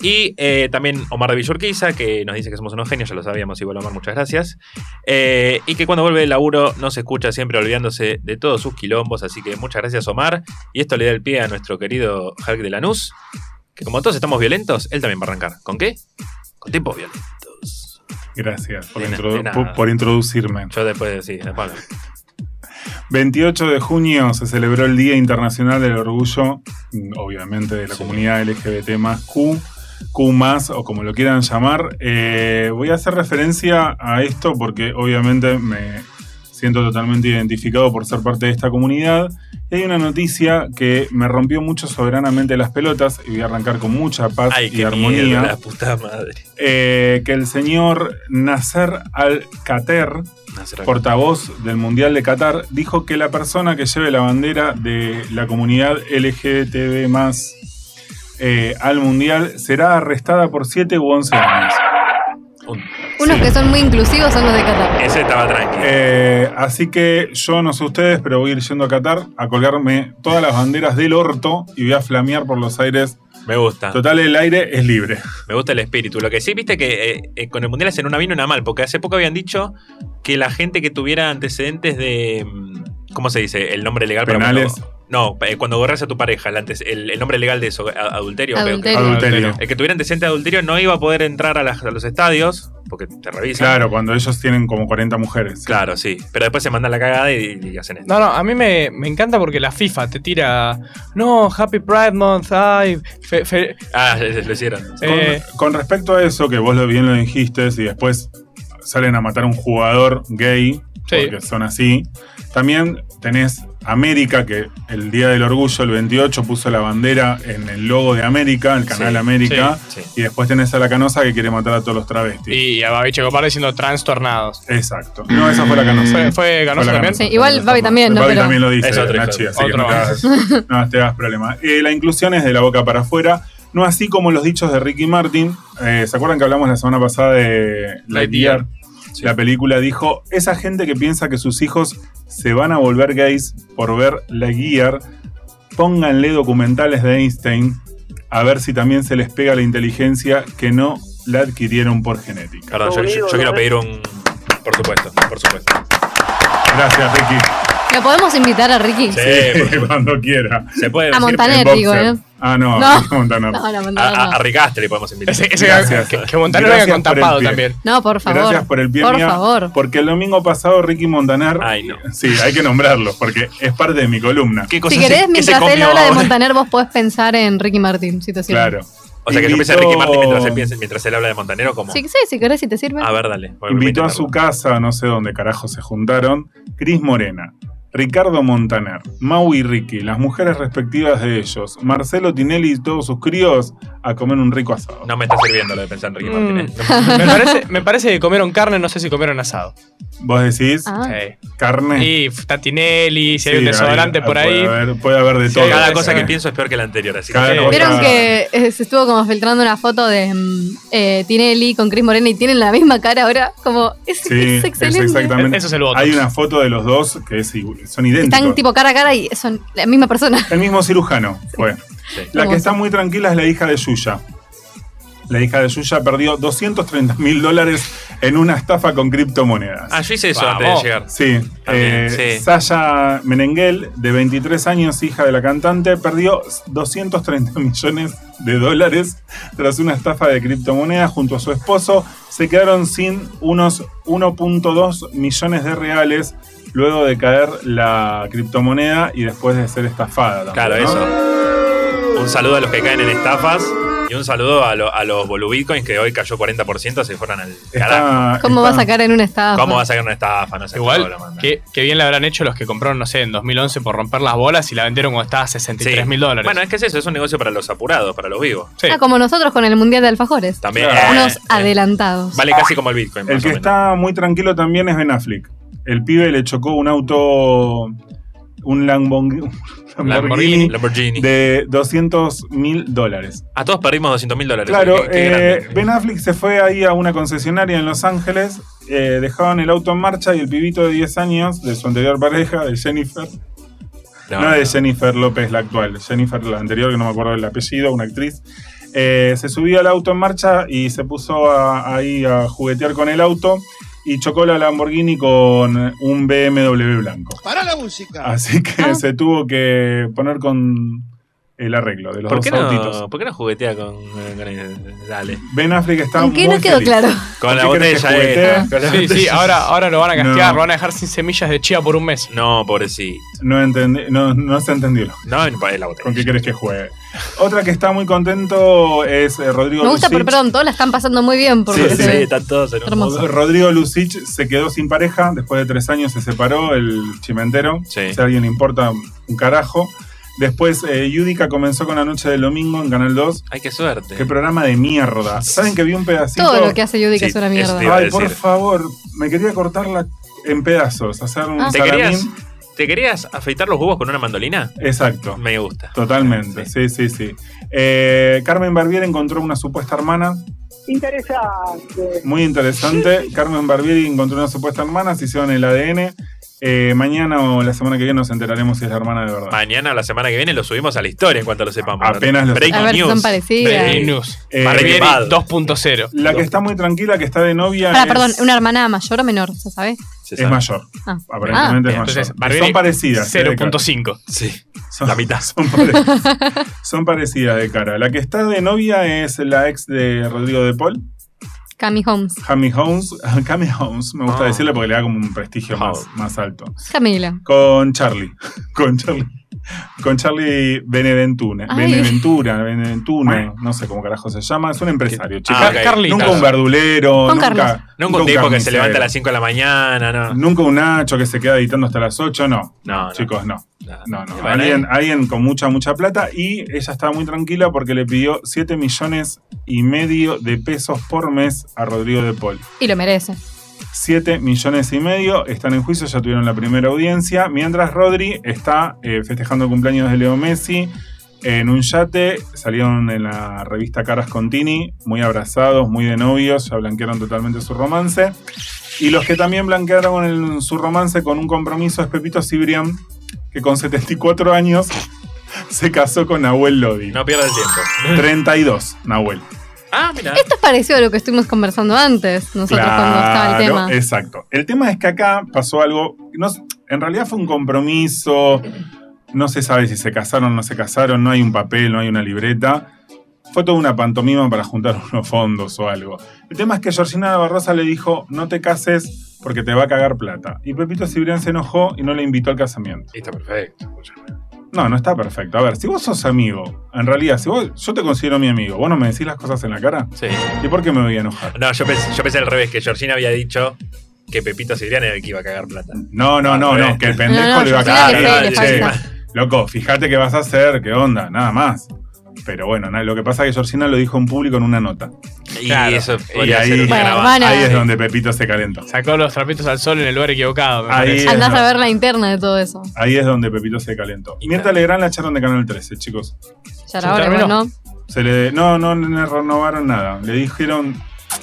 Speaker 1: Y eh, también Omar de Villorquiza, que nos dice que somos unos genios, ya lo sabíamos, igual Omar, muchas gracias. Eh, y que cuando vuelve del laburo nos escucha siempre olvidándose de todos sus quilombos, así que muchas gracias Omar. Y esto le da el pie a nuestro querido Hulk de Lanús, que como todos estamos violentos, él también va a arrancar. ¿Con qué? Con tiempos violentos.
Speaker 4: Gracias por,
Speaker 1: De na-
Speaker 4: introdu-
Speaker 1: de nada.
Speaker 4: por- por introducirme.
Speaker 1: Yo después, sí, después. hablo.
Speaker 4: 28 de junio se celebró el Día Internacional del Orgullo, mm, obviamente de la
Speaker 1: Sí.
Speaker 4: comunidad LGBT más Q, Q más o como lo quieran llamar. Eh, voy a hacer referencia a esto porque obviamente me siento totalmente identificado por ser parte de esta comunidad. Y hay una noticia que me rompió mucho soberanamente las pelotas y voy a arrancar con mucha paz
Speaker 1: Ay,
Speaker 4: y
Speaker 1: qué
Speaker 4: armonía.
Speaker 1: miedo, la puta madre.
Speaker 4: Eh, que el señor Nasser Al-Qater,
Speaker 1: Nacer acá.
Speaker 4: portavoz del Mundial de Qatar, dijo que la persona que lleve la bandera de la comunidad LGTB más eh, al Mundial será arrestada por 7 u 11 años.
Speaker 1: Un-
Speaker 3: Unos que son muy inclusivos son los de Qatar.
Speaker 1: Ese estaba tranquilo.
Speaker 4: Eh, así que yo no sé ustedes, pero voy a ir yendo a Qatar a colgarme todas las banderas del orto y voy a flamear por los aires.
Speaker 1: me gusta.
Speaker 4: Total, el aire es libre.
Speaker 1: Me gusta el espíritu. Lo que sí, viste que eh, eh, con el mundial hacen una bien y una mal, porque hace poco habían dicho que la gente que tuviera antecedentes de. mm, ¿Cómo se dice? El nombre legal para
Speaker 4: Penales.
Speaker 1: cuando- no, eh, cuando gorras a tu pareja, el, antes- el- el nombre legal de eso, a- adulterio. creo que-
Speaker 3: Adulterio.
Speaker 4: Adulterio.
Speaker 1: el que tuviera antecedentes de adulterio no iba a poder entrar a, las- a los estadios, porque te revisan.
Speaker 4: Claro, cuando ellos tienen como 40 mujeres.
Speaker 1: Claro, sí. Pero después se mandan la cagada y, y hacen esto.
Speaker 2: No, no, a mí me, me encanta porque la FIFA te tira. No, Happy Pride Month, ay. fe- fe-
Speaker 1: Ah, lo hicieron.
Speaker 4: Con,
Speaker 2: Eh.
Speaker 4: con respecto a eso, que vos lo bien lo dijiste, y después salen a matar a un jugador gay,
Speaker 2: Sí.
Speaker 4: porque son así, también tenés América, que el Día del Orgullo, el 28, puso la bandera en el logo de América, el canal
Speaker 1: Sí,
Speaker 4: América,
Speaker 1: sí, sí.
Speaker 4: y después tenés a la canosa que quiere matar a todos los travestis.
Speaker 2: y a Babiche Copar diciendo trastornados.
Speaker 4: Exacto. No, esa fue la canosa.
Speaker 2: ¿Fue, fue
Speaker 4: Fue
Speaker 2: Ganosa
Speaker 4: la
Speaker 2: también?
Speaker 4: Canosa.
Speaker 3: Sí, igual Babi también, ¿no?
Speaker 4: Babi
Speaker 3: Pero-
Speaker 4: también lo dice,
Speaker 1: Es otro hijo.
Speaker 4: Nachi, así que
Speaker 2: Otro
Speaker 4: no te
Speaker 2: más.
Speaker 4: hagas- no te hagas problema. Eh, la inclusión es de la boca para afuera, no así como los dichos de Ricky Martin. Eh, ¿Se acuerdan que hablamos la semana pasada de Lightyear?
Speaker 1: Sí.
Speaker 4: La película dijo, esa gente que piensa que sus hijos se van a volver gays por ver Lightyear, pónganle documentales de Einstein a ver si también se les pega la inteligencia que no la adquirieron por genética.
Speaker 1: Perdón, yo, yo- yo quiero pedir un. Por supuesto, por supuesto.
Speaker 4: Gracias, Ricky.
Speaker 3: ¿Lo podemos invitar a Ricky?
Speaker 1: Sí, por supuesto.
Speaker 4: cuando quiera.
Speaker 1: Se puede
Speaker 3: A
Speaker 1: decir-
Speaker 3: Montaner,
Speaker 4: En
Speaker 3: digo,
Speaker 4: boxer.
Speaker 3: ¿eh?
Speaker 4: Ah, no,
Speaker 3: No.
Speaker 4: Ricky Montaner.
Speaker 3: No, no, no,
Speaker 1: A, a, a
Speaker 3: no.
Speaker 1: Ricastre le podemos invitar.
Speaker 2: Ese, ese
Speaker 4: Gracias.
Speaker 2: que, que Montano venga
Speaker 4: Gracias
Speaker 2: con
Speaker 4: por el
Speaker 2: tapado
Speaker 4: pie.
Speaker 2: también.
Speaker 3: No, por favor.
Speaker 4: Gracias por el pie,
Speaker 3: Por
Speaker 4: mía,
Speaker 3: favor.
Speaker 4: Porque el domingo pasado Ricky Montaner.
Speaker 1: Ay, no.
Speaker 4: Sí, hay que nombrarlo, porque es parte de mi columna.
Speaker 1: ¿Qué
Speaker 3: Si
Speaker 1: cosas se-
Speaker 3: querés,
Speaker 1: qué se
Speaker 3: mientras él
Speaker 1: comió
Speaker 3: habla de
Speaker 1: ahora?
Speaker 3: Montaner, vos podés pensar en Ricky Martin, si te sirve.
Speaker 4: Claro.
Speaker 1: O sea que yo pensé en
Speaker 4: Invitó-
Speaker 1: Ricky Martin mientras él, piensa- mientras él habla de Montanero como...
Speaker 3: Sí, sí, si querés, si te sirve.
Speaker 1: A ver, dale. voy- voy
Speaker 4: Invitó a
Speaker 1: intentarlo.
Speaker 4: su casa, no sé dónde carajo se juntaron, Cris Morena, Ricardo Montaner, Mau y Ricky, las mujeres respectivas de ellos, Marcelo Tinelli y todos sus críos a comer un rico asado.
Speaker 1: No me está sirviendo lo de pensar en Ricky
Speaker 2: Mm.
Speaker 1: Martínez.
Speaker 2: Me parece, me parece que comieron carne, no sé si comieron asado.
Speaker 4: Vos decís,
Speaker 3: Ah.
Speaker 2: Sí.
Speaker 4: carne.
Speaker 2: Y Tatinelli, si hay un
Speaker 4: Sí,
Speaker 2: desodorante
Speaker 4: ahí-
Speaker 2: por
Speaker 4: puede
Speaker 2: ahí.
Speaker 4: haber- Puede haber de
Speaker 2: Sí,
Speaker 4: todo.
Speaker 1: Cada
Speaker 2: Sí.
Speaker 1: cosa que
Speaker 4: Eh,
Speaker 1: pienso es peor que la anterior, así
Speaker 4: Cada
Speaker 1: que.
Speaker 4: cosa-
Speaker 3: Vieron que eh, se estuvo como filtrando una foto de mm, eh, Tinelli con Chris Morena y tienen la misma cara ahora. Como, es,
Speaker 4: Sí,
Speaker 3: es
Speaker 4: es
Speaker 3: excelente.
Speaker 4: exactamente.
Speaker 2: Eso es el voto.
Speaker 4: Hay una foto de los dos que es igu- son idénticos.
Speaker 3: Están tipo cara a cara y son la misma persona.
Speaker 4: El mismo cirujano fue.
Speaker 1: Sí.
Speaker 4: La que
Speaker 3: Hermoso.
Speaker 4: está muy tranquila es la hija de Yuya. La hija de Yuya perdió 230 mil dólares en una estafa con criptomonedas.
Speaker 1: Ah, yo hice eso
Speaker 2: Vamos.
Speaker 1: antes de llegar.
Speaker 4: Sí,
Speaker 1: También,
Speaker 4: eh,
Speaker 1: sí.
Speaker 4: Sasha Menenguel, de 23 años, hija de la cantante, perdió 230 millones de dólares tras una estafa de criptomonedas junto a su esposo. Se quedaron sin unos 1.2 millones de reales luego de caer la criptomoneda y después de ser estafada. también,
Speaker 1: Claro,
Speaker 4: ¿no?
Speaker 1: eso. Un saludo a los que caen en estafas y un saludo a, lo- a los bolubitcoins que hoy cayó 40%, se fueron al carajo.
Speaker 4: Está-
Speaker 3: ¿Cómo
Speaker 4: está-
Speaker 3: vas a caer en una estafa?
Speaker 1: ¿Cómo vas a sacar una estafa? No sé cómo
Speaker 2: Igual,
Speaker 1: lo mandan.
Speaker 2: que, que bien le habrán hecho los que compraron, no sé, en 2011 por romper las bolas y la vendieron cuando estaba a 63
Speaker 1: Sí.
Speaker 2: mil dólares.
Speaker 1: Bueno, es que es eso, es un negocio para los apurados, para los vivos.
Speaker 2: Sí.
Speaker 3: Ah, como nosotros con el Mundial de Alfajores.
Speaker 1: También.
Speaker 4: Claro.
Speaker 1: eh,
Speaker 3: Unos
Speaker 1: eh,
Speaker 3: adelantados.
Speaker 1: Vale casi como el Bitcoin.
Speaker 4: Ah, El
Speaker 1: más
Speaker 4: que
Speaker 1: o menos.
Speaker 4: está muy tranquilo también es Ben Affleck. El pibe le chocó un auto, un Lambong- un Lamborghini,
Speaker 1: Lamborghini.
Speaker 4: de 200 mil dólares.
Speaker 1: A todos perdimos 200 mil dólares.
Speaker 4: Claro,
Speaker 1: Qué- qué
Speaker 4: eh,
Speaker 1: grande.
Speaker 4: Ben Affleck se fue ahí a una concesionaria en Los Ángeles, eh, dejaban el auto en marcha y el pibito de 10 años de su anterior pareja, de Jennifer, no, de Jennifer López, la actual, Jennifer la anterior, que no me acuerdo el apellido, una actriz, eh, se subió al auto en marcha y se puso a- ahí a juguetear con el auto y chocó la Lamborghini con un BMW blanco.
Speaker 7: Para la música.
Speaker 4: Así que
Speaker 3: Ah.
Speaker 4: se tuvo que poner con el arreglo de los
Speaker 1: ¿Por
Speaker 4: dos
Speaker 1: qué,
Speaker 4: autitos.
Speaker 1: no, ¿Por qué no juguetea con, con el- Dale.
Speaker 4: Ben Affleck está
Speaker 3: ¿Con qué
Speaker 4: muy
Speaker 3: no quedó
Speaker 4: feliz.
Speaker 3: claro?
Speaker 1: Con la
Speaker 4: qué querés que
Speaker 1: botella, eh.
Speaker 4: juguetee?
Speaker 1: Con la
Speaker 2: sí, sí,
Speaker 1: botella.
Speaker 2: ahora, ahora lo van a castigar,
Speaker 4: No.
Speaker 2: lo van a dejar sin semillas de chía por un mes.
Speaker 1: No, pobrecito.
Speaker 4: No, entendí- no, no se entendió lo-
Speaker 1: No, no, es la
Speaker 4: con qué
Speaker 1: botella.
Speaker 4: querés que juegue. Otra que está muy contento es eh, Rodrigo
Speaker 3: Me gusta, pero
Speaker 4: Lucich.
Speaker 3: perdón, todos la están pasando muy bien. Por
Speaker 1: Sí,
Speaker 3: lo
Speaker 1: sí,
Speaker 3: que se
Speaker 1: sí,
Speaker 3: ve.
Speaker 1: están todos en un
Speaker 3: Hermoso.
Speaker 1: modo-
Speaker 4: Rodrigo Lucich se quedó sin pareja, después de tres años se separó el chimentero.
Speaker 1: Sí.
Speaker 4: Si a alguien le importa un carajo. Después, eh, Yudica comenzó con la noche del domingo en Canal 2.
Speaker 1: Ay, qué suerte.
Speaker 4: Qué programa de mierda. ¿Saben que vi un pedacito?
Speaker 3: Todo lo que hace Judy
Speaker 1: Sí,
Speaker 3: que es una
Speaker 1: es
Speaker 3: mierda.
Speaker 1: te iba a
Speaker 4: Ay, por
Speaker 1: decir.
Speaker 4: favor, me quería cortarla en pedazos, hacer un
Speaker 3: Ah.
Speaker 1: ¿Te
Speaker 4: salamín.
Speaker 1: querías, ¿Te querías afeitar los huevos con una mandolina?
Speaker 4: Exacto.
Speaker 1: Me gusta.
Speaker 4: Totalmente, sí, sí, sí. Eh, Carmen Barbieri encontró una supuesta hermana,
Speaker 9: Interesante.
Speaker 4: muy interesante. Carmen Barbieri encontró una supuesta hermana, se hicieron el ADN. Eh, mañana o la semana que viene nos enteraremos si es la hermana de verdad.
Speaker 1: Mañana o la semana que viene lo subimos a la historia en cuanto lo sepamos.
Speaker 4: Apenas lo
Speaker 1: Breaking
Speaker 3: sepamos. A ver si
Speaker 1: news.
Speaker 3: son parecidas.
Speaker 1: Breaking
Speaker 2: Fake
Speaker 1: news.
Speaker 2: news.
Speaker 4: Eh,
Speaker 1: Barbieri.
Speaker 2: Barbieri
Speaker 1: Privado.
Speaker 2: 2.0.
Speaker 4: la que está muy tranquila, que está de novia,
Speaker 3: Pará,
Speaker 4: es,
Speaker 3: Ah, perdón, ¿una hermana mayor o menor? ¿Se sabe?
Speaker 1: Se
Speaker 4: es
Speaker 1: sabe.
Speaker 4: mayor.
Speaker 3: Ah.
Speaker 4: Aparentemente es mayor.
Speaker 2: Entonces,
Speaker 4: son
Speaker 2: Barbieri,
Speaker 4: parecidas. eh, de cara.
Speaker 2: 0.5.
Speaker 1: Sí.
Speaker 4: Son-
Speaker 1: La mitad.
Speaker 4: Son, pare- son parecidas de cara. La que está de novia es la ex de Rodrigo de Paul,
Speaker 3: Cami Holmes.
Speaker 4: Jamie Holmes. Jamie Holmes, me gusta
Speaker 1: Ah.
Speaker 4: decirle porque le da como un prestigio más,
Speaker 1: Holmes.
Speaker 4: más alto.
Speaker 3: Camila.
Speaker 4: Con Charlie. Con Charlie. Con Charlie Beneventuna.
Speaker 3: Ay.
Speaker 4: Beneventura, Beneventuna, no sé cómo carajo se llama. Es un empresario, chicos.
Speaker 1: Ah, ok.
Speaker 2: Carlitos.
Speaker 4: Nunca un verdulero,
Speaker 3: Juan Carlos.
Speaker 4: nunca,
Speaker 1: Nunca un tipo que se
Speaker 4: carnicero,
Speaker 1: levanta a las 5 de la mañana, no. No,
Speaker 4: Nunca un Nacho que se queda editando hasta las 8, no.
Speaker 1: no.
Speaker 4: Chicos, no.
Speaker 1: no.
Speaker 4: No, no.
Speaker 1: Bueno,
Speaker 4: Alguien,
Speaker 1: eh,
Speaker 4: alguien con mucha, mucha plata y ella estaba muy tranquila porque le pidió 7 millones y medio de pesos por mes a Rodrigo de Paul.
Speaker 3: Y lo merece.
Speaker 4: 7 millones y medio están en juicio, ya tuvieron la primera audiencia, mientras Rodri está eh, festejando el cumpleaños de Leo Messi en un yate, salieron en la revista Caras Contini, muy abrazados, muy de novios, ya blanquearon totalmente su romance. Y los que también blanquearon el- su romance con un compromiso es Pepito Cibrián, que con 74 años se casó con Nahuel Lodi.
Speaker 1: No pierda el tiempo.
Speaker 4: 32, Nahuel.
Speaker 1: Ah, mira.
Speaker 3: Esto es parecido a lo que estuvimos conversando antes, nosotros cuando estaba el tema.
Speaker 4: Exacto. El tema es que acá pasó algo. no s- en realidad fue un compromiso. No se sabe si se casaron o no se casaron. No hay un papel, no hay una libreta. Fue toda una pantomima para juntar unos fondos o algo. El tema es que Georgina Barrosa le dijo: No te cases porque te va a cagar plata. Y Pepito Cibrián se enojó y no le invitó al casamiento.
Speaker 1: Y Está perfecto.
Speaker 4: No, no está perfecto. A ver, si vos sos amigo, en realidad, si vos, yo te considero mi amigo, ¿vos no me decís las cosas en la cara?
Speaker 1: Sí.
Speaker 4: ¿Y por qué me voy a enojar?
Speaker 1: No, yo pensé, yo pensé al revés, que Georgina había dicho que Pepito Sidrián era el que iba a cagar plata.
Speaker 4: No, no, no, no, que el pendejo
Speaker 3: Ah, No, no,
Speaker 4: le va a
Speaker 3: yo creo
Speaker 4: cagar.
Speaker 3: que
Speaker 4: dale,
Speaker 3: Fede le
Speaker 4: che.
Speaker 3: falta.
Speaker 4: Loco, fíjate qué vas a hacer, qué onda, nada más. Pero bueno, nada, lo que pasa es que Georgina lo dijo en público en una nota.
Speaker 1: Y
Speaker 2: Claro.
Speaker 1: eso
Speaker 4: Y
Speaker 1: podría ser
Speaker 4: ahí,
Speaker 1: una
Speaker 3: Bueno,
Speaker 1: grabada.
Speaker 3: van a-
Speaker 4: ahí es donde Pepito se calentó.
Speaker 2: Sacó los trapitos al sol en el lugar equivocado. me
Speaker 4: Ahí.
Speaker 2: parece.
Speaker 4: Sí,
Speaker 3: Andás
Speaker 4: no.
Speaker 3: a ver la interna de todo eso.
Speaker 4: Ahí es donde Pepito se calentó.
Speaker 1: Y
Speaker 4: Mirta
Speaker 1: claro.
Speaker 4: Legrand la echaron de Canal 13, chicos.
Speaker 3: Ya
Speaker 2: Se
Speaker 3: era hora, igual,
Speaker 2: terminó.
Speaker 3: ¿no?
Speaker 4: Se le, no, no le renovaron nada. Le dijeron,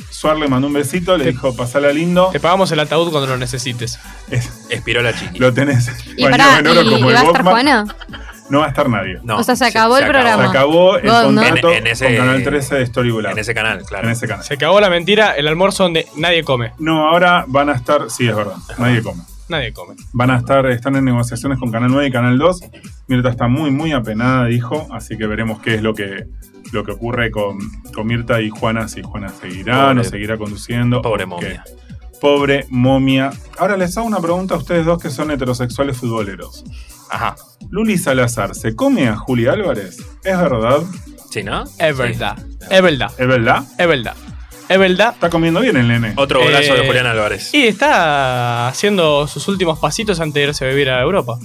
Speaker 4: Suar le mandó un besito, le
Speaker 2: Te-
Speaker 4: dijo, pasala lindo.
Speaker 2: Te pagamos el ataúd cuando lo necesites.
Speaker 4: Es-
Speaker 1: Expiró la chiqui.
Speaker 4: lo tenés.
Speaker 3: Y
Speaker 4: Bañado
Speaker 3: pará,
Speaker 4: en
Speaker 3: ¿y,
Speaker 4: oro
Speaker 3: y
Speaker 4: como el
Speaker 3: va a estar
Speaker 4: Bosman.
Speaker 3: Juana?
Speaker 4: No va a estar nadie.
Speaker 1: No,
Speaker 3: O sea, se acabó el
Speaker 4: Se
Speaker 3: programa.
Speaker 4: acabó el
Speaker 3: God, ¿no?
Speaker 4: contrato
Speaker 1: En- en ese-
Speaker 4: con Canal 13 de Storyboard.
Speaker 1: En ese canal, claro.
Speaker 4: en ese canal.
Speaker 2: Se acabó la mentira, el almuerzo donde nadie come.
Speaker 4: No, ahora van a estar, sí, es verdad, nadie come.
Speaker 2: Nadie come.
Speaker 4: Van a estar, están en negociaciones con Canal 9 y Canal 2. Mirta está muy, muy apenada, dijo, así que veremos qué es lo que, lo que ocurre con, con Mirta y Juana, si Juana seguirá,
Speaker 1: Pobre-
Speaker 4: no seguirá conduciendo.
Speaker 1: Pobre
Speaker 4: o
Speaker 1: momia.
Speaker 4: qué. Pobre momia. Ahora les hago una pregunta a ustedes dos que son heterosexuales futboleros.
Speaker 1: Ajá.
Speaker 4: Luli Salazar, ¿se come a Juli Álvarez? ¿Es verdad?
Speaker 1: ¿Sí, no?
Speaker 2: Es
Speaker 1: Sí.
Speaker 2: verdad. Es verdad.
Speaker 4: ¿Es verdad?
Speaker 2: Es verdad. Es verdad.
Speaker 4: Está comiendo bien el nene.
Speaker 1: Otro golazo
Speaker 2: Eh,
Speaker 1: de Julián Álvarez.
Speaker 2: Y está haciendo sus últimos pasitos antes de irse a vivir a Europa.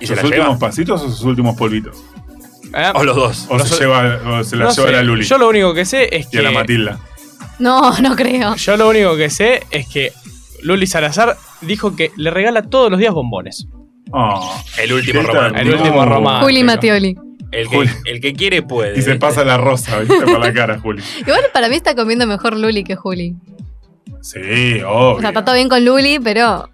Speaker 1: ¿Y se
Speaker 4: ¿Sus
Speaker 1: la
Speaker 4: últimos
Speaker 1: lleva?
Speaker 4: pasitos o sus últimos polvitos?
Speaker 2: ¿Eh?
Speaker 1: O los dos.
Speaker 4: O,
Speaker 2: No
Speaker 4: se,
Speaker 2: sé.
Speaker 4: lleva, o se la
Speaker 2: No
Speaker 4: lleva
Speaker 2: sé.
Speaker 4: la Luli
Speaker 2: Yo lo único que sé es
Speaker 4: y
Speaker 2: que.
Speaker 4: a la Matilda.
Speaker 3: No, no creo.
Speaker 2: Yo lo único que sé es que Luli Salazar dijo que le regala todos los días bombones.
Speaker 4: Oh,
Speaker 1: El último
Speaker 4: Mirta,
Speaker 1: romántico.
Speaker 2: El
Speaker 4: no.
Speaker 2: último
Speaker 1: Ah,
Speaker 2: romántico.
Speaker 3: Juli Mattioli.
Speaker 1: El
Speaker 4: Juli.
Speaker 1: que, el que quiere puede.
Speaker 4: Y se pasa la rosa, ¿viste? Por la cara, Juli.
Speaker 3: Igual para mí está comiendo mejor Luli que Juli.
Speaker 4: Sí,
Speaker 3: O sea,
Speaker 4: obvio.
Speaker 3: está todo bien con Luli, pero.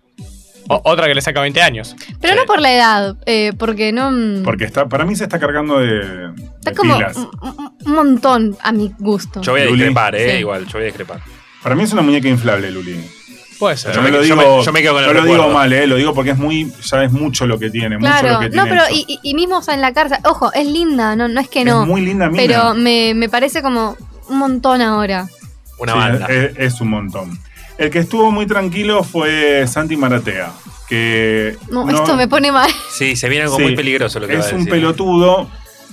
Speaker 2: O- otra que le saca 20 años.
Speaker 3: Pero
Speaker 1: Sí.
Speaker 3: no por la edad, eh, porque no. mm,
Speaker 4: Porque está, para mí se está cargando de,
Speaker 3: está
Speaker 4: de
Speaker 3: como
Speaker 4: pilas.
Speaker 3: un- un, un montón a mi gusto.
Speaker 1: Yo voy a
Speaker 4: Luli.
Speaker 1: discrepar, eh.
Speaker 3: Sí.
Speaker 1: Igual, yo voy a discrepar.
Speaker 4: Para mí es una muñeca inflable, Luli.
Speaker 2: Puede ser.
Speaker 4: No
Speaker 1: me-
Speaker 4: lo
Speaker 1: yo
Speaker 4: digo,
Speaker 1: me- yo me quedo con el
Speaker 4: no lo
Speaker 1: recuerdo.
Speaker 4: digo mal, ¿eh? Lo digo porque es muy, ya es mucho lo que tiene. mucho lo
Speaker 3: Claro,
Speaker 4: que
Speaker 3: no,
Speaker 4: tiene
Speaker 3: pero
Speaker 4: hecho.
Speaker 3: y, y- y mismo o sea, en la cárcel. Ojo, es linda, no, no es que no.
Speaker 4: Es muy linda mina.
Speaker 3: pero me, me parece como un montón ahora.
Speaker 1: Una
Speaker 4: Sí,
Speaker 1: banda.
Speaker 4: Es, es un montón. El que estuvo muy tranquilo fue Santi Maratea. Que
Speaker 3: No,
Speaker 4: no-
Speaker 3: esto me pone mal.
Speaker 1: Sí, se viene algo
Speaker 4: Sí.
Speaker 1: muy peligroso lo que va
Speaker 4: Es
Speaker 1: a
Speaker 4: un
Speaker 1: decir.
Speaker 4: pelotudo,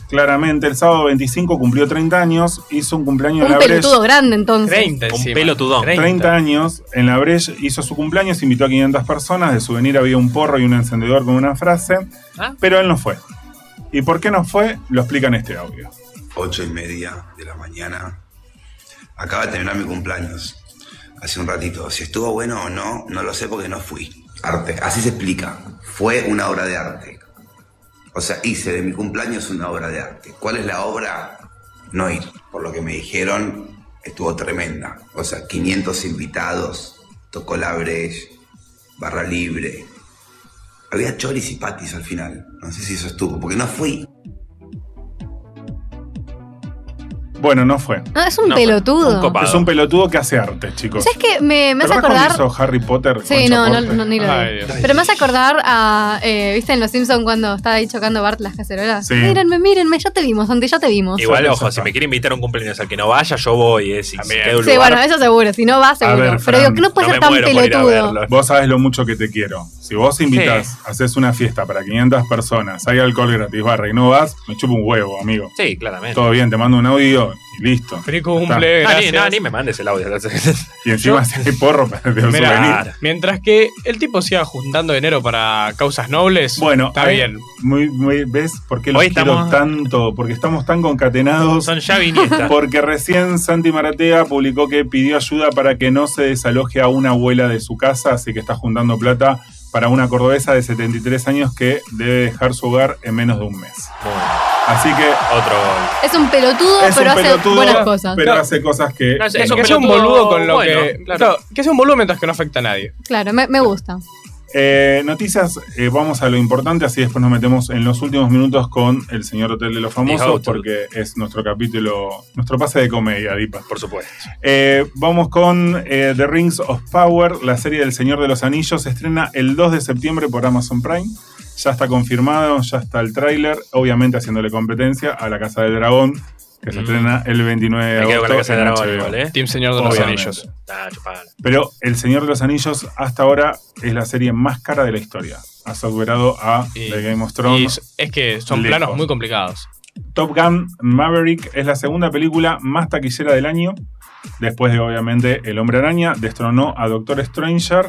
Speaker 4: claramente. El sábado 25 cumplió 30 años, hizo un cumpleaños en
Speaker 3: Un
Speaker 4: la Breche.
Speaker 3: pelotudo grande entonces.
Speaker 2: 30
Speaker 1: Un
Speaker 2: encima.
Speaker 1: pelotudón.
Speaker 2: 30.
Speaker 4: 30 años, en la Breche hizo su cumpleaños, invitó a 500 personas, de souvenir había un porro y un encendedor con una frase,
Speaker 1: Ah.
Speaker 4: pero él no fue. ¿Y por qué no fue? Lo explica en este audio.
Speaker 7: ocho y media de la mañana. Acaba de terminar mi cumpleaños. Hace un ratito. Si estuvo bueno o no, no lo sé porque no fui. Arte. Así se explica. Fue una obra de arte. O sea, hice de mi cumpleaños una obra de arte. ¿Cuál es la obra? No ir. Por lo que me dijeron, estuvo tremenda. O sea, 500 invitados. Tocó la breche. Barra libre. Había choris y patis al final. No sé si eso estuvo, porque no fui.
Speaker 4: Bueno, no fue.
Speaker 3: No, Ah, es un
Speaker 1: No,
Speaker 3: pelotudo.
Speaker 1: un copado.
Speaker 4: Es un pelotudo que hace arte, chicos.
Speaker 3: ¿Sabes qué? Me, me
Speaker 4: ¿Te
Speaker 3: hace
Speaker 4: acordás cuando
Speaker 3: acordar.
Speaker 4: hizo Harry Potter?
Speaker 3: Sí,
Speaker 4: con
Speaker 3: no, no,
Speaker 4: Chaporte?
Speaker 3: no, ni lo
Speaker 2: Ay,
Speaker 3: digo.
Speaker 2: Dios.
Speaker 3: Pero me hace acordar a. eh, ¿Viste en Los Simpsons cuando estaba ahí chocando Bart las cacerolas?
Speaker 4: Sí.
Speaker 3: Mírenme, mírenme, ya te vimos, Santi, ya te vimos.
Speaker 1: Igual,
Speaker 4: Eso
Speaker 1: ojo,
Speaker 4: está.
Speaker 1: si me quiere invitar a un cumpleaños al que no vaya, yo voy. eh, si, si
Speaker 2: También.
Speaker 1: queda un
Speaker 3: sí,
Speaker 1: lugar,
Speaker 3: bueno, eso seguro, si no va, seguro.
Speaker 4: ver,
Speaker 3: Pero digo
Speaker 4: Fran,
Speaker 3: que no puede
Speaker 1: no me
Speaker 3: ser tan
Speaker 1: muero por ir a
Speaker 3: pelotudo.
Speaker 1: verlo.
Speaker 4: Vos sabés lo mucho que te quiero. Si vos invitas, haces una fiesta para 500 personas, hay alcohol gratis, barra y no vas, me chupa un huevo, amigo.
Speaker 1: Sí, claramente.
Speaker 4: Todo bien, te mando un audio y listo.
Speaker 2: Feliz
Speaker 4: Está.
Speaker 2: cumple,
Speaker 1: Ah, ni,
Speaker 2: gracias.
Speaker 1: no, ni me mandes el audio.
Speaker 4: Y encima
Speaker 2: Yo-
Speaker 4: si hay porro para de un
Speaker 2: Mirá,
Speaker 4: souvenir.
Speaker 2: mientras que el tipo siga juntando dinero para causas nobles,
Speaker 4: Bueno,
Speaker 2: está
Speaker 4: ahí-
Speaker 2: bien.
Speaker 4: Muy, muy- ¿Ves por qué los
Speaker 1: Hoy
Speaker 4: quiero
Speaker 1: estamos-
Speaker 4: tanto? Porque estamos tan concatenados.
Speaker 1: Son Xavi y Iniesta.
Speaker 4: Porque recién Santi Maratea publicó que pidió ayuda para que no se desaloje a una abuela de su casa, así que está juntando plata para una cordobesa de 73 años que debe dejar su hogar en menos de un mes.
Speaker 1: Bueno,
Speaker 4: Así que
Speaker 1: Otro gol.
Speaker 3: Es un pelotudo,
Speaker 4: es
Speaker 3: pero
Speaker 4: un
Speaker 3: hace
Speaker 4: pelotudo,
Speaker 3: buenas cosas.
Speaker 4: pero
Speaker 2: No.
Speaker 4: hace cosas que...
Speaker 1: No, es-
Speaker 2: Que,
Speaker 1: es un
Speaker 2: que sea un
Speaker 1: pelotudo
Speaker 2: boludo con lo
Speaker 1: bueno,
Speaker 2: que.
Speaker 1: claro.
Speaker 2: claro, que sea un boludo mientras que no afecta a nadie.
Speaker 3: Claro, me, me gusta.
Speaker 4: Eh, noticias, eh, vamos a lo importante, así después nos metemos en los últimos minutos con el señor Hotel de los Famosos,
Speaker 1: Hotel.
Speaker 4: porque es nuestro capítulo, nuestro pase de comedia, Dipa.
Speaker 1: Por supuesto.
Speaker 4: Eh, vamos con eh, The Rings of Power, la serie del Señor de los Anillos. Se estrena el 2 de septiembre por Amazon Prime. Ya está confirmado, ya está el tráiler, obviamente haciéndole competencia a La Casa del Dragón, que se
Speaker 1: Mm.
Speaker 4: estrena el 29 de
Speaker 1: Me quedo
Speaker 4: agosto.
Speaker 1: con la casa de
Speaker 4: en
Speaker 1: dragón
Speaker 4: HBO.
Speaker 1: igual, ¿eh?
Speaker 2: Team Señor de los
Speaker 4: Obviamente.
Speaker 2: Anillos.
Speaker 1: Ah, chupala.
Speaker 4: Pero El Señor de los Anillos hasta ahora es la serie más cara de la historia. Ha superado a
Speaker 2: Y-
Speaker 4: The Game of
Speaker 2: Y
Speaker 4: Thrones.
Speaker 2: es es que son
Speaker 4: Lejos.
Speaker 2: planos muy complicados.
Speaker 4: Top Gun Maverick es la segunda película más taquillera del año. Después de, obviamente, El Hombre Araña, destronó a Doctor Stranger.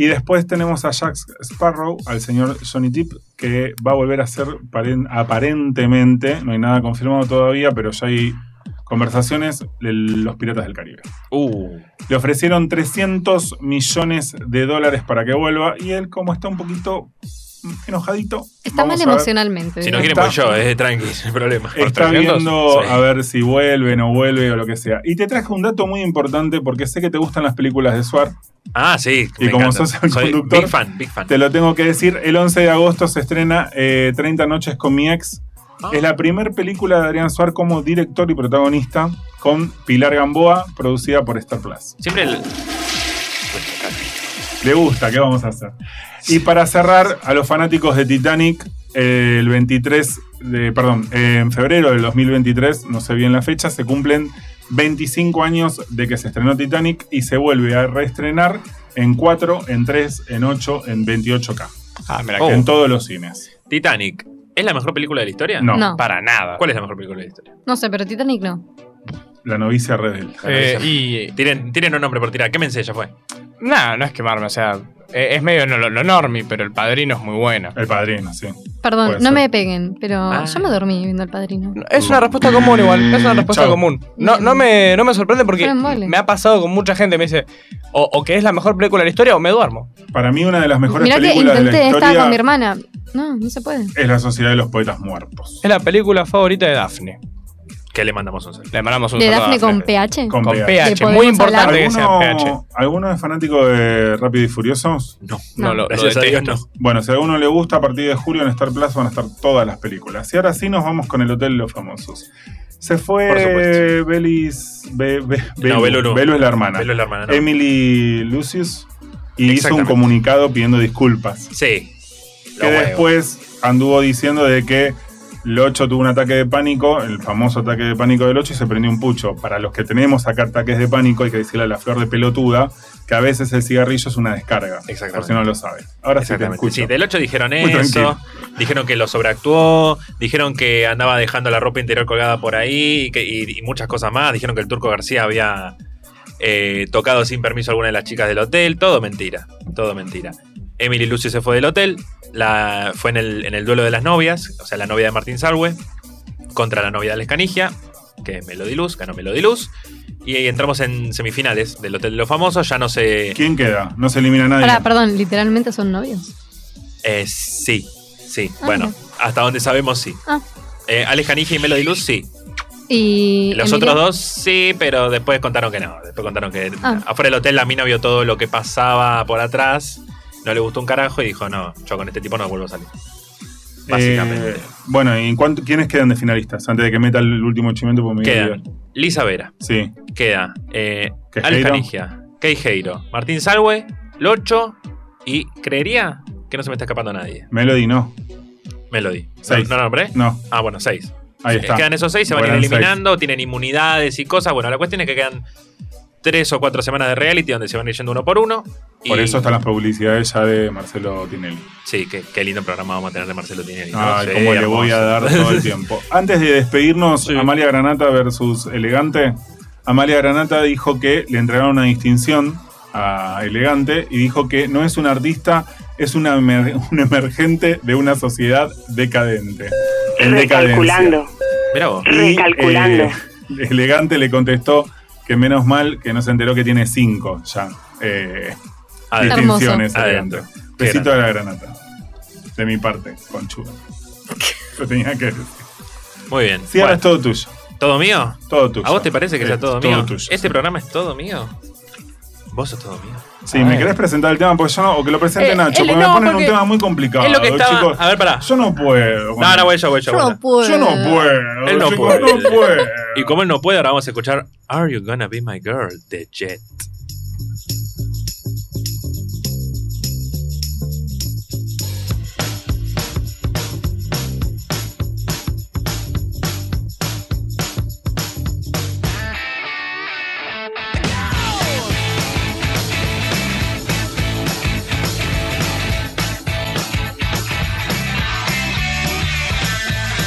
Speaker 4: Y después tenemos a Jack Sparrow, al señor Johnny Depp, que va a volver a ser paren- aparentemente, no hay nada confirmado todavía, pero ya hay conversaciones de los piratas del Caribe.
Speaker 1: Uh,
Speaker 4: Le ofrecieron 300 millones de dólares para que vuelva y él, como está un poquito mm, enojadito,
Speaker 3: Está
Speaker 4: vamos
Speaker 3: mal
Speaker 4: a ver-
Speaker 3: emocionalmente.
Speaker 1: si no
Speaker 3: digo.
Speaker 1: quieren, voy yo, es tranqui, no hay problema.
Speaker 2: ¿Por
Speaker 4: Está
Speaker 2: 300?
Speaker 4: viendo
Speaker 1: Sí.
Speaker 4: a ver si vuelve, no vuelve o lo que sea. Y te traje un dato muy importante porque sé que te gustan las películas de Suar.
Speaker 1: Ah, sí.
Speaker 4: Y
Speaker 1: me
Speaker 4: como
Speaker 1: encanta.
Speaker 4: sos el
Speaker 1: Soy
Speaker 4: conductor,
Speaker 1: Big fan, big fan.
Speaker 4: Te lo tengo que decir, el 11 de agosto se estrena eh, 30 noches con mi ex.
Speaker 1: Ah.
Speaker 4: Es la primera película de Adrián Suar como director y protagonista con Pilar Gamboa, producida por Star Plus.
Speaker 1: Siempre el-
Speaker 4: Le gusta, ¿qué vamos a hacer? Y para cerrar, a los fanáticos de Titanic, eh, el 23 de, perdón, eh, en febrero del 2023, no sé bien la fecha, se cumplen 25 años de que se estrenó Titanic y se vuelve a reestrenar en 4, en 3, en 8, en 28K,
Speaker 2: Ah, mira,
Speaker 1: Oh.
Speaker 4: en todos los cines.
Speaker 1: Titanic. ¿Es la mejor película de la historia?
Speaker 4: No.
Speaker 3: No.
Speaker 2: para nada.
Speaker 1: ¿Cuál es la mejor película de la historia?
Speaker 3: No sé, pero Titanic no.
Speaker 4: La novicia rebelde.
Speaker 2: Eh, y
Speaker 1: Tienen, tienen un nombre por tirar. Quémense, ya fue.
Speaker 2: nada, no es quemarme, o sea, eh, es medio no, lo, lo normie, pero el padrino es muy bueno.
Speaker 4: El padrino, sí.
Speaker 3: Perdón,
Speaker 4: Puede
Speaker 3: no
Speaker 4: ser.
Speaker 3: me peguen, pero
Speaker 1: Ah.
Speaker 3: yo me dormí viendo El Padrino.
Speaker 2: Es una respuesta común igual, es una respuesta
Speaker 4: Chau.
Speaker 2: común. No, no, me, no me sorprende porque
Speaker 3: Fue un mole.
Speaker 2: me ha pasado con mucha gente, me dice, o, o que es la mejor película de la historia o me duermo.
Speaker 4: Para mí, una de las mejores
Speaker 3: Mirá que
Speaker 4: películas de la
Speaker 3: intenté, estaba con
Speaker 4: historia
Speaker 3: mi hermana. No, no se puede.
Speaker 4: es La Sociedad de los Poetas Muertos.
Speaker 2: Es la película favorita de Daphne.
Speaker 1: Que le mandamos un saludo.
Speaker 2: Le mandamos un
Speaker 3: De
Speaker 2: saludo a
Speaker 3: Daphne con PH.
Speaker 4: Con
Speaker 2: Con
Speaker 4: PH.
Speaker 2: PH,
Speaker 3: Le
Speaker 2: muy
Speaker 3: podemos hablar.
Speaker 2: importante que sea PH.
Speaker 4: ¿Alguno, ¿Alguno es fanático de Rápido y Furiosos?
Speaker 1: No.
Speaker 2: No, lo, lo
Speaker 1: Gracias a Dios,
Speaker 2: detesto.
Speaker 1: no.
Speaker 4: Bueno, si a alguno le gusta, a partir de julio en Star Plus van a estar todas las películas. Y ahora sí nos vamos con el Hotel de los Famosos. Se
Speaker 1: Por
Speaker 4: fue
Speaker 1: supuesto.
Speaker 4: Belis. Be- Be-
Speaker 1: No, Belu no.
Speaker 4: es la hermana.
Speaker 1: Velo la hermana, no.
Speaker 4: Emily Lucius. Y hizo un
Speaker 1: Exactamente.
Speaker 4: comunicado pidiendo disculpas.
Speaker 1: Sí. Lo
Speaker 4: Que
Speaker 1: huevo.
Speaker 4: después anduvo diciendo de que el 8 tuvo un ataque de pánico, el famoso ataque de pánico del 8 y se prendió un pucho. Para los que tenemos acá ataques de pánico, hay que decirle a la flor de pelotuda que a veces el cigarrillo es una descarga.
Speaker 1: Exactamente.
Speaker 4: Por si no lo sabes. Ahora sí te
Speaker 1: Exactamente.
Speaker 4: escucho.
Speaker 1: Sí, del 8 dijeron
Speaker 4: Muy
Speaker 1: eso. Dijeron que lo sobreactuó. Dijeron que andaba dejando la ropa interior colgada por ahí. Y, que- y- y muchas cosas más. Dijeron que el Turco García había eh, tocado sin permiso a alguna de las chicas del hotel. Todo mentira. Todo mentira. Emily Lucio se fue del hotel. La, fue en el, en el duelo de las novias. O sea, la novia de Martín Sarwe. Contra la novia de Lescanigia. Que es Melody Luz. Ganó Melody Luz. Y ahí entramos en semifinales del Hotel de los Famosos. Ya no se.
Speaker 4: ¿Quién queda? No se elimina nadie.
Speaker 3: Pará, perdón, literalmente son novios.
Speaker 1: Eh, sí, sí.
Speaker 3: Ah,
Speaker 1: bueno, hasta donde sabemos, sí.
Speaker 3: Ah.
Speaker 1: Eh, Alex Hanigi y Melody Luz, sí.
Speaker 3: Y.
Speaker 1: Los
Speaker 3: Emilia-
Speaker 1: otros dos, sí, pero después contaron que no. Después contaron que
Speaker 3: Ah.
Speaker 1: afuera del hotel la mina vio todo lo que pasaba por atrás. No le gustó un carajo y dijo, no, yo con este tipo no vuelvo a salir.
Speaker 4: Eh,
Speaker 1: Básicamente.
Speaker 4: bueno, ¿y cuánto- quiénes quedan de finalistas? Antes de que meta el último chimento, pues por me voy a
Speaker 1: Quedan.
Speaker 4: olvidar.
Speaker 1: Lisa Vera,
Speaker 4: Sí.
Speaker 1: queda eh,
Speaker 4: ¿Queijeiro?
Speaker 1: Alex Canigia, Queijeiro, Martín Salwe, Locho y creería que no se me está escapando nadie.
Speaker 4: Melody no.
Speaker 1: Melody.
Speaker 4: Seis.
Speaker 1: ¿No, no nombré?
Speaker 4: No,
Speaker 1: Ah, bueno, seis.
Speaker 4: ahí
Speaker 1: Eh,
Speaker 4: está.
Speaker 1: Quedan esos seis, se van a ir
Speaker 4: Bueno, eran
Speaker 1: eliminando, tienen inmunidades y cosas. Bueno, la cuestión es que quedan tres o cuatro semanas de reality donde se van a ir yendo uno por uno. y-
Speaker 4: Por eso están las publicidades ya de Marcelo Tinelli.
Speaker 1: Sí, qué, qué lindo programa vamos a tener de Marcelo Tinelli. ¿no?
Speaker 4: Ay,
Speaker 1: Sí,
Speaker 4: cómo le
Speaker 1: hermoso.
Speaker 4: voy a dar todo el tiempo. Antes de despedirnos, Amalia Granata versus Elegante. Amalia Granata dijo que le entregaron una distinción a Elegante y dijo que no es un artista, es una emer- un emergente de una sociedad decadente. En decadencia.
Speaker 9: Recalculando.
Speaker 1: Mirá vos.
Speaker 4: Y,
Speaker 9: Recalculando.
Speaker 4: eh, elegante le contestó que menos mal que no se enteró que tiene cinco ya. eh,
Speaker 1: Adentro.
Speaker 4: distinciones
Speaker 1: Adentro.
Speaker 4: Elegante. Besito de la granata. De mi parte, conchuda. Lo tenía que decir.
Speaker 1: Muy bien.
Speaker 4: Sí,
Speaker 1: Bueno,
Speaker 4: ahora es todo tuyo.
Speaker 1: ¿Todo mío?
Speaker 4: Todo tuyo.
Speaker 1: ¿A vos te parece que
Speaker 4: Sí,
Speaker 1: sea todo, mío?
Speaker 4: tuyo.
Speaker 1: ¿Este programa es todo mío? ¿Vos sos todo mío?
Speaker 4: Sí, ¿me querés presentar el tema? Porque yo no, o que lo presente
Speaker 1: Eh,
Speaker 4: Nacho,
Speaker 1: él-
Speaker 4: porque me
Speaker 1: no,
Speaker 4: ponen un
Speaker 1: porque
Speaker 4: tema muy complicado.
Speaker 1: es lo que estaba.
Speaker 4: chicos.
Speaker 1: A ver, pará.
Speaker 4: Yo no puedo. con-
Speaker 1: No, no, voy yo, voy yo.
Speaker 3: Yo
Speaker 1: bueno.
Speaker 3: no puedo.
Speaker 4: Yo no puedo.
Speaker 1: Él no
Speaker 4: chicos,
Speaker 1: puede.
Speaker 4: no puedo.
Speaker 1: Y como él no puede, ahora vamos a escuchar Are You Gonna Be My Girl de Jet.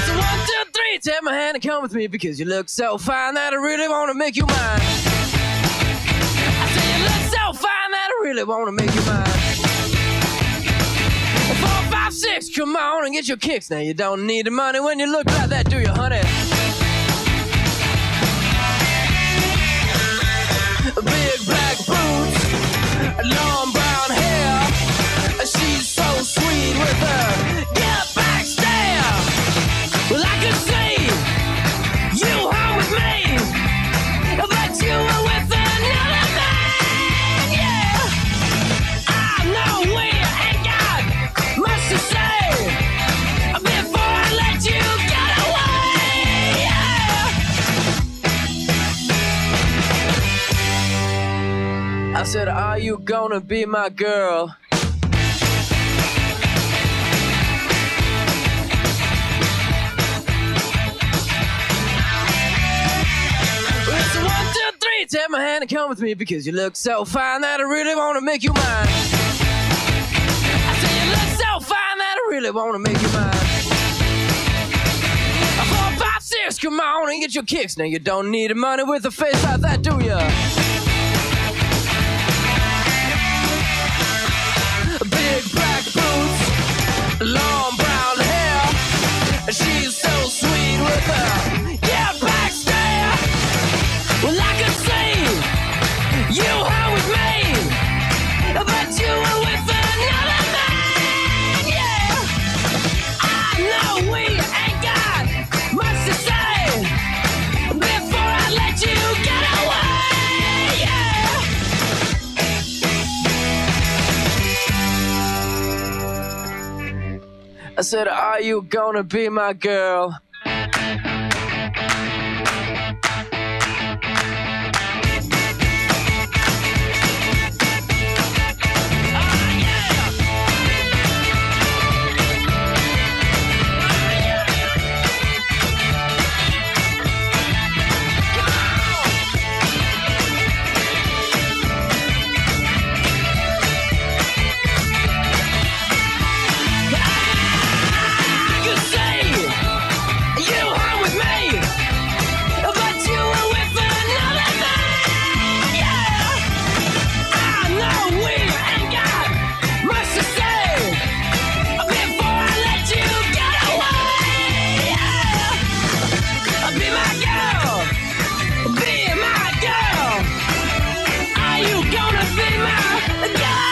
Speaker 10: So one, two, three, take my hand and come with me because you look so fine that I really want to make you mine. I say you look so fine that I really want to make you mine. Four, five, six, come on and get your kicks. Now you don't need the money when you look like that, do you, honey? Big black boots, long brown hair. She's so sweet with her get back stare. Well, I could see you home with me, but you were with another man. Yeah, I know we ain't got much to say before I let you get away. Yeah. I said, Are you gonna be my girl? It's a one, two, three. Take my hand and come with me because you look so fine that I really want to make you mine. I say you look so fine that I really want to make you mine. A four, five, six. Come on and get your kicks. Now you don't need the money with a face like that, do ya? Big black boots, long brown hair. She's so sweet with her. Yeah, back stare. Well, I could see you home with me, but you were with another man. Yeah, I know we ain't got much to say before I let you get away. Yeah. I said, Are you gonna be my girl? You say you hung with me, but you were with another man. Yeah, I know we ain't got much to say before I let you get away. Yeah, be my girl, be my girl. Are you gonna be my girl? Yeah.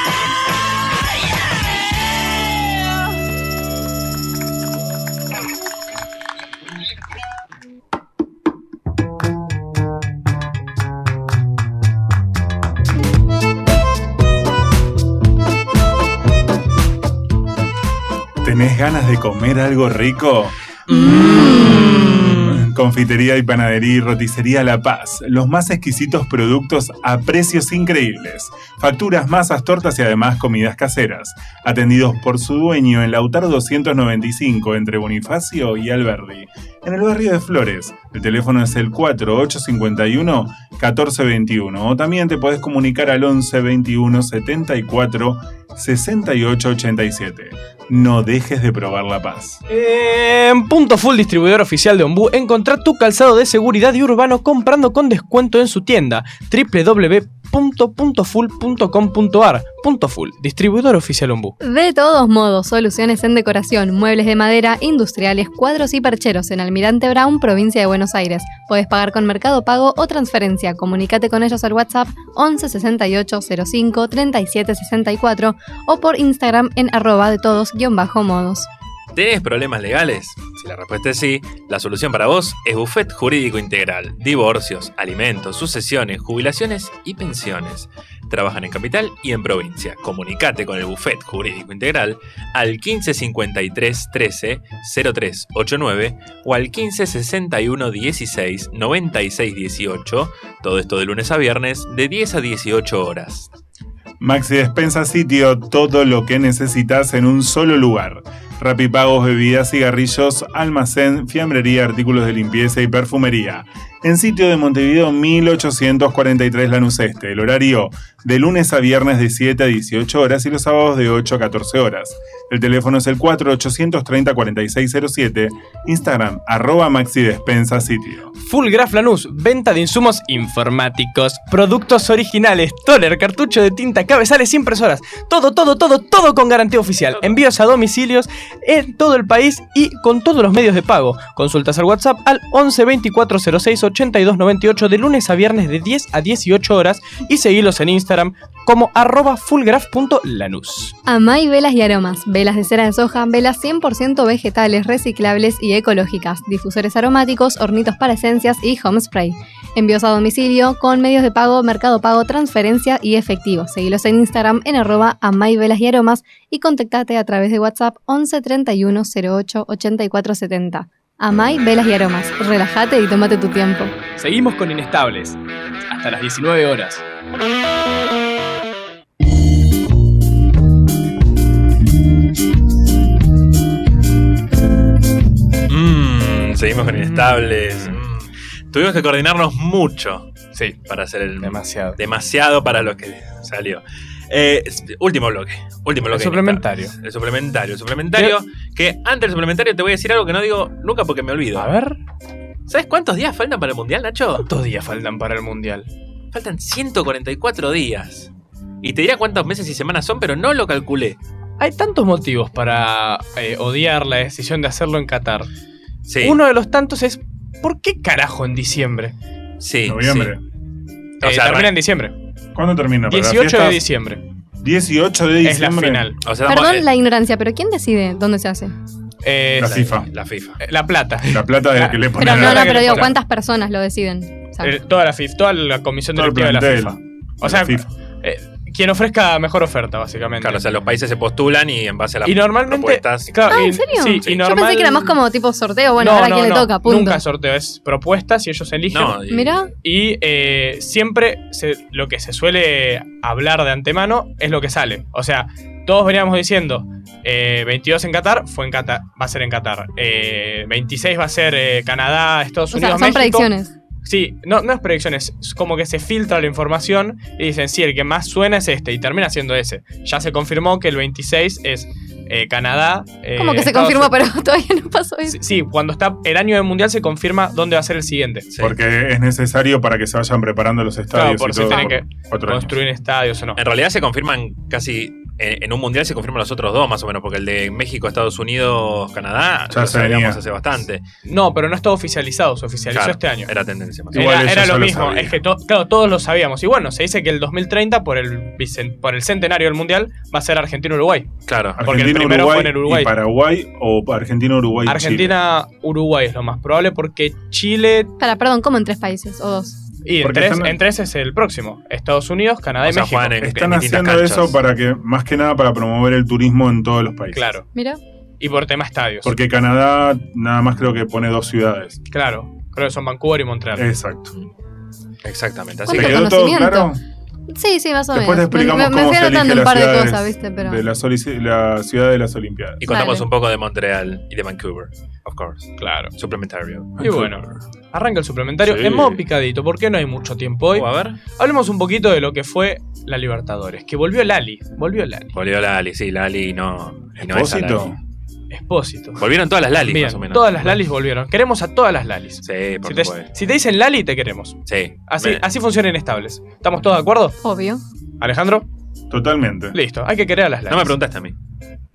Speaker 4: ¿Tenés ganas de comer algo rico?
Speaker 1: Mm.
Speaker 4: Confitería y panadería y roticería La Paz. Los más exquisitos productos a precios increíbles. Facturas, masas, tortas y además comidas caseras. Atendidos por su dueño en Lautaro 295 entre Bonifacio y Alberdi. En el barrio de Flores. El teléfono es el 4851 1421. O también te podés comunicar al 1121 74 68 87. No dejes de probar La Paz.
Speaker 2: En Punto Full, distribuidor oficial de Ombú, encontrá tu calzado de seguridad y urbano comprando con descuento en su tienda www.puntofull.com.ar. Punto Full, distribuidor oficial Ombú.
Speaker 3: De todos modos, soluciones en decoración, muebles de madera, industriales, cuadros y percheros en Almirante Brown, provincia de Buenos Aires. Podés pagar con Mercado Pago o transferencia. Comunicate con ellos al WhatsApp 11 68 05 37 64 o por Instagram en arroba de todos-modos.
Speaker 1: ¿Tenés problemas legales? Si la respuesta es sí, la solución para vos es Buffet Jurídico Integral. Divorcios, alimentos, sucesiones, jubilaciones y pensiones. Trabajan en capital y en provincia. Comunicate con el Buffet Jurídico Integral al 1553 13 0389 o al 1561 16 96 18. Todo esto de lunes a viernes de 10 a 18 horas.
Speaker 4: Maxi Despensa Sitio, todo lo que necesitas en un solo lugar. Rapipagos, bebidas, cigarrillos, almacén, fiambrería, artículos de limpieza y perfumería. en sitio de Montevideo 1843 Lanús Este. El horario de lunes a viernes de 7 a 18 horas y los sábados de 8 a 14 horas. El teléfono es el 4830-4607, Instagram arroba Maxi Despensa Sitio.
Speaker 2: Full Graph Lanús, venta de insumos informáticos, productos originales, toner, cartucho de tinta, cabezales, impresoras, todo, todo, todo, todo con garantía oficial. Envíos a domicilios en todo el país y con todos los medios de pago. Consultas al WhatsApp al 11 24 06 82 98 de lunes a viernes de 10 a 18 horas y seguilos en Instagram como arroba fullgraph.lanús.
Speaker 3: Amay Velas y Aromas. Velas de cera de soja, velas 100% vegetales, reciclables y ecológicas. Difusores aromáticos, hornitos para esencias y home spray. Envíos a domicilio con medios de pago, mercado pago, transferencia y efectivo. Seguilos en Instagram en arroba Amay Velas y Aromas y contactate a través de WhatsApp 11 31 08 84 70. Amay Velas y Aromas. Relájate y tómate tu tiempo.
Speaker 2: Seguimos con Inestables. Hasta las 19 horas.
Speaker 1: Mm, seguimos con inestables. Mm. Tuvimos que coordinarnos mucho
Speaker 2: Sí,
Speaker 1: para hacer el
Speaker 2: demasiado.
Speaker 1: demasiado para lo que salió. Eh, último bloque. Último bloque.
Speaker 2: suplementario.
Speaker 1: El suplementario. El suplementario. Que antes del suplementario te voy a decir algo que no digo nunca porque me olvido.
Speaker 2: A ver,
Speaker 1: ¿Sabes cuántos días faltan para el mundial, Nacho?
Speaker 2: ¿cuántos días faltan para el mundial?
Speaker 1: Faltan 144 días. Y te diré cuántos meses y semanas son, pero no lo calculé.
Speaker 2: Hay tantos motivos para eh, odiar la decisión de hacerlo en Qatar.
Speaker 1: Sí.
Speaker 2: Uno de los tantos es ¿por qué carajo en diciembre?
Speaker 1: Sí.
Speaker 4: Noviembre.
Speaker 1: sí.
Speaker 2: Eh,
Speaker 1: O sea,
Speaker 2: termina
Speaker 1: arran-
Speaker 2: en diciembre.
Speaker 4: ¿Cuándo termina? ¿Para las
Speaker 2: 18 de
Speaker 4: fiestas?
Speaker 2: diciembre
Speaker 4: 18 de
Speaker 2: es la
Speaker 4: diciembre.
Speaker 2: final.
Speaker 1: O sea, estamos- eh,
Speaker 3: Perdón la ignorancia, pero ¿quién decide dónde se hace?
Speaker 2: Eh,
Speaker 4: La
Speaker 2: la,
Speaker 4: FIFA.
Speaker 1: La FIFA.
Speaker 2: plata.
Speaker 4: La plata de la que le
Speaker 3: Pero
Speaker 4: ponen
Speaker 2: la
Speaker 3: no,
Speaker 4: a
Speaker 2: verdad
Speaker 3: no,
Speaker 2: que
Speaker 3: pero
Speaker 2: no
Speaker 3: digo,
Speaker 2: importa.
Speaker 3: ¿cuántas personas lo deciden? O sea,
Speaker 2: Eh, toda la FIFA, toda la comisión
Speaker 4: todo el
Speaker 2: directiva de la
Speaker 4: plantel.
Speaker 2: FIFA. O sea,
Speaker 4: La FIFA.
Speaker 2: eh, quien ofrezca mejor oferta, básicamente.
Speaker 1: Claro, o sea, los países se postulan y en base a las
Speaker 2: y normalmente.
Speaker 1: propuestas.
Speaker 2: claro,
Speaker 3: Ah,
Speaker 2: y-
Speaker 3: ¿en serio?
Speaker 2: sí, y
Speaker 1: Yo
Speaker 3: Yo pensé
Speaker 2: normal-
Speaker 3: que era más como tipo sorteo, bueno,
Speaker 2: No,
Speaker 3: ahora
Speaker 2: no,
Speaker 3: quién
Speaker 2: no,
Speaker 3: le toca, punto.
Speaker 2: Nunca sorteo, es propuestas y ellos eligen.
Speaker 1: No, y-
Speaker 3: Mirá,
Speaker 2: Y eh, siempre se- lo que se suele hablar de antemano es lo que sale. O sea, todos veníamos diciendo, eh, 22 en Qatar, fue en Qatar, va a ser en Qatar. Eh, 26 va a ser eh, Canadá, Estados
Speaker 3: o sea,
Speaker 2: Unidos,
Speaker 3: son
Speaker 2: México.
Speaker 3: predicciones.
Speaker 2: Sí, no, no es predicciones, es como que se filtra la información y dicen, sí, el que más suena es este y termina siendo ese. Ya se confirmó que el 26 es eh, Canadá. eh,
Speaker 3: Como que se
Speaker 2: Estados
Speaker 3: confirmó,
Speaker 2: Unidos.
Speaker 3: pero todavía no pasó eso.
Speaker 2: Sí, sí, cuando está el año del mundial se confirma dónde va a ser el siguiente.
Speaker 1: Sí.
Speaker 4: Porque es necesario para que se vayan preparando los
Speaker 2: Claro,
Speaker 4: estadios
Speaker 2: por
Speaker 4: y
Speaker 2: si
Speaker 4: todo.
Speaker 2: tienen
Speaker 4: por
Speaker 2: que
Speaker 4: cuatro años.
Speaker 2: construir estadios o no.
Speaker 1: En realidad se confirman casi. En en un mundial se confirman los otros dos, más o menos, porque el de México, Estados Unidos, Canadá,
Speaker 4: Ya
Speaker 1: lo
Speaker 4: se venía.
Speaker 1: sabíamos hace bastante.
Speaker 2: No, pero no está oficializado, se oficializó
Speaker 1: Claro,
Speaker 2: este año.
Speaker 1: Era tendencia más o
Speaker 4: Sí.
Speaker 1: menos.
Speaker 4: Igual
Speaker 2: Era,
Speaker 4: ellos
Speaker 2: era
Speaker 4: ya
Speaker 2: lo
Speaker 4: lo
Speaker 2: mismo,
Speaker 4: sabían.
Speaker 2: es que to- claro, todos lo sabíamos. Y bueno, se dice que el 2030, por el, bicen- por el centenario del Mundial, va a ser Argentina-Uruguay.
Speaker 1: Claro.
Speaker 2: porque el
Speaker 4: Argentina,
Speaker 2: primero
Speaker 4: Uruguay,
Speaker 2: fue en el Uruguay.
Speaker 4: y Paraguay o Argentina, Uruguay, y Chile.
Speaker 2: Argentina-Uruguay es lo más probable porque Chile.
Speaker 3: Para, perdón, ¿cómo en tres países o dos?
Speaker 2: Y en
Speaker 4: Porque
Speaker 2: tres,
Speaker 4: están-
Speaker 2: en tres es el próximo: Estados Unidos, Canadá
Speaker 1: O
Speaker 2: y
Speaker 1: sea,
Speaker 2: México.
Speaker 1: juegan en-
Speaker 4: Están
Speaker 1: en distintas
Speaker 4: haciendo eso
Speaker 1: canchas.
Speaker 4: para que, más que nada, para promover el turismo en todos los países.
Speaker 2: Claro.
Speaker 3: Mira,
Speaker 2: Y por tema estadios.
Speaker 4: Porque Canadá nada más creo que pone dos ciudades.
Speaker 2: Claro. Creo que son Vancouver y Montreal.
Speaker 4: Exacto.
Speaker 1: Exactamente. Así
Speaker 4: ¿Te
Speaker 3: ¿Cuánto
Speaker 1: que
Speaker 4: quedó todo
Speaker 3: conocimiento?
Speaker 4: claro?
Speaker 3: sí, sí, más o
Speaker 4: Después te
Speaker 3: menos. Me-
Speaker 4: explicamos
Speaker 3: me, me
Speaker 4: cómo
Speaker 3: fui
Speaker 4: se
Speaker 3: anotando
Speaker 4: elige
Speaker 3: un
Speaker 4: las
Speaker 3: par de
Speaker 4: ciudades
Speaker 3: cosas, ¿viste? Pero
Speaker 4: de la, solici- la ciudad de las Olimpiadas.
Speaker 1: y contamos
Speaker 3: Dale.
Speaker 1: un poco de Montreal y de Vancouver, of course.
Speaker 2: Claro.
Speaker 1: Suplementario.
Speaker 2: Y bueno, arranca el suplementario
Speaker 4: Sí.
Speaker 2: en modo picadito, porque no hay mucho tiempo hoy.
Speaker 1: Uh, a ver.
Speaker 2: Hablemos un poquito de lo que fue la Libertadores, que volvió Lali, volvió Lali,
Speaker 1: Volvió Lali, sí, Lali no. Y no es a
Speaker 4: Expósito.
Speaker 1: Lali.
Speaker 2: Expósito.
Speaker 1: Volvieron todas las Lalis,
Speaker 2: Bien,
Speaker 1: más o menos.
Speaker 2: todas las Lalis volvieron. Queremos a todas las Lalis.
Speaker 1: Sí, por
Speaker 2: Si te,
Speaker 1: supuesto.
Speaker 2: si te dicen Lali, te queremos.
Speaker 1: Sí.
Speaker 2: Así,
Speaker 1: Me-
Speaker 2: así funciona Inestables. ¿Estamos todos de acuerdo?
Speaker 3: obvio.
Speaker 2: Alejandro,
Speaker 4: Totalmente.
Speaker 2: listo, hay que querer a las Lalis.
Speaker 1: No me preguntaste a mí.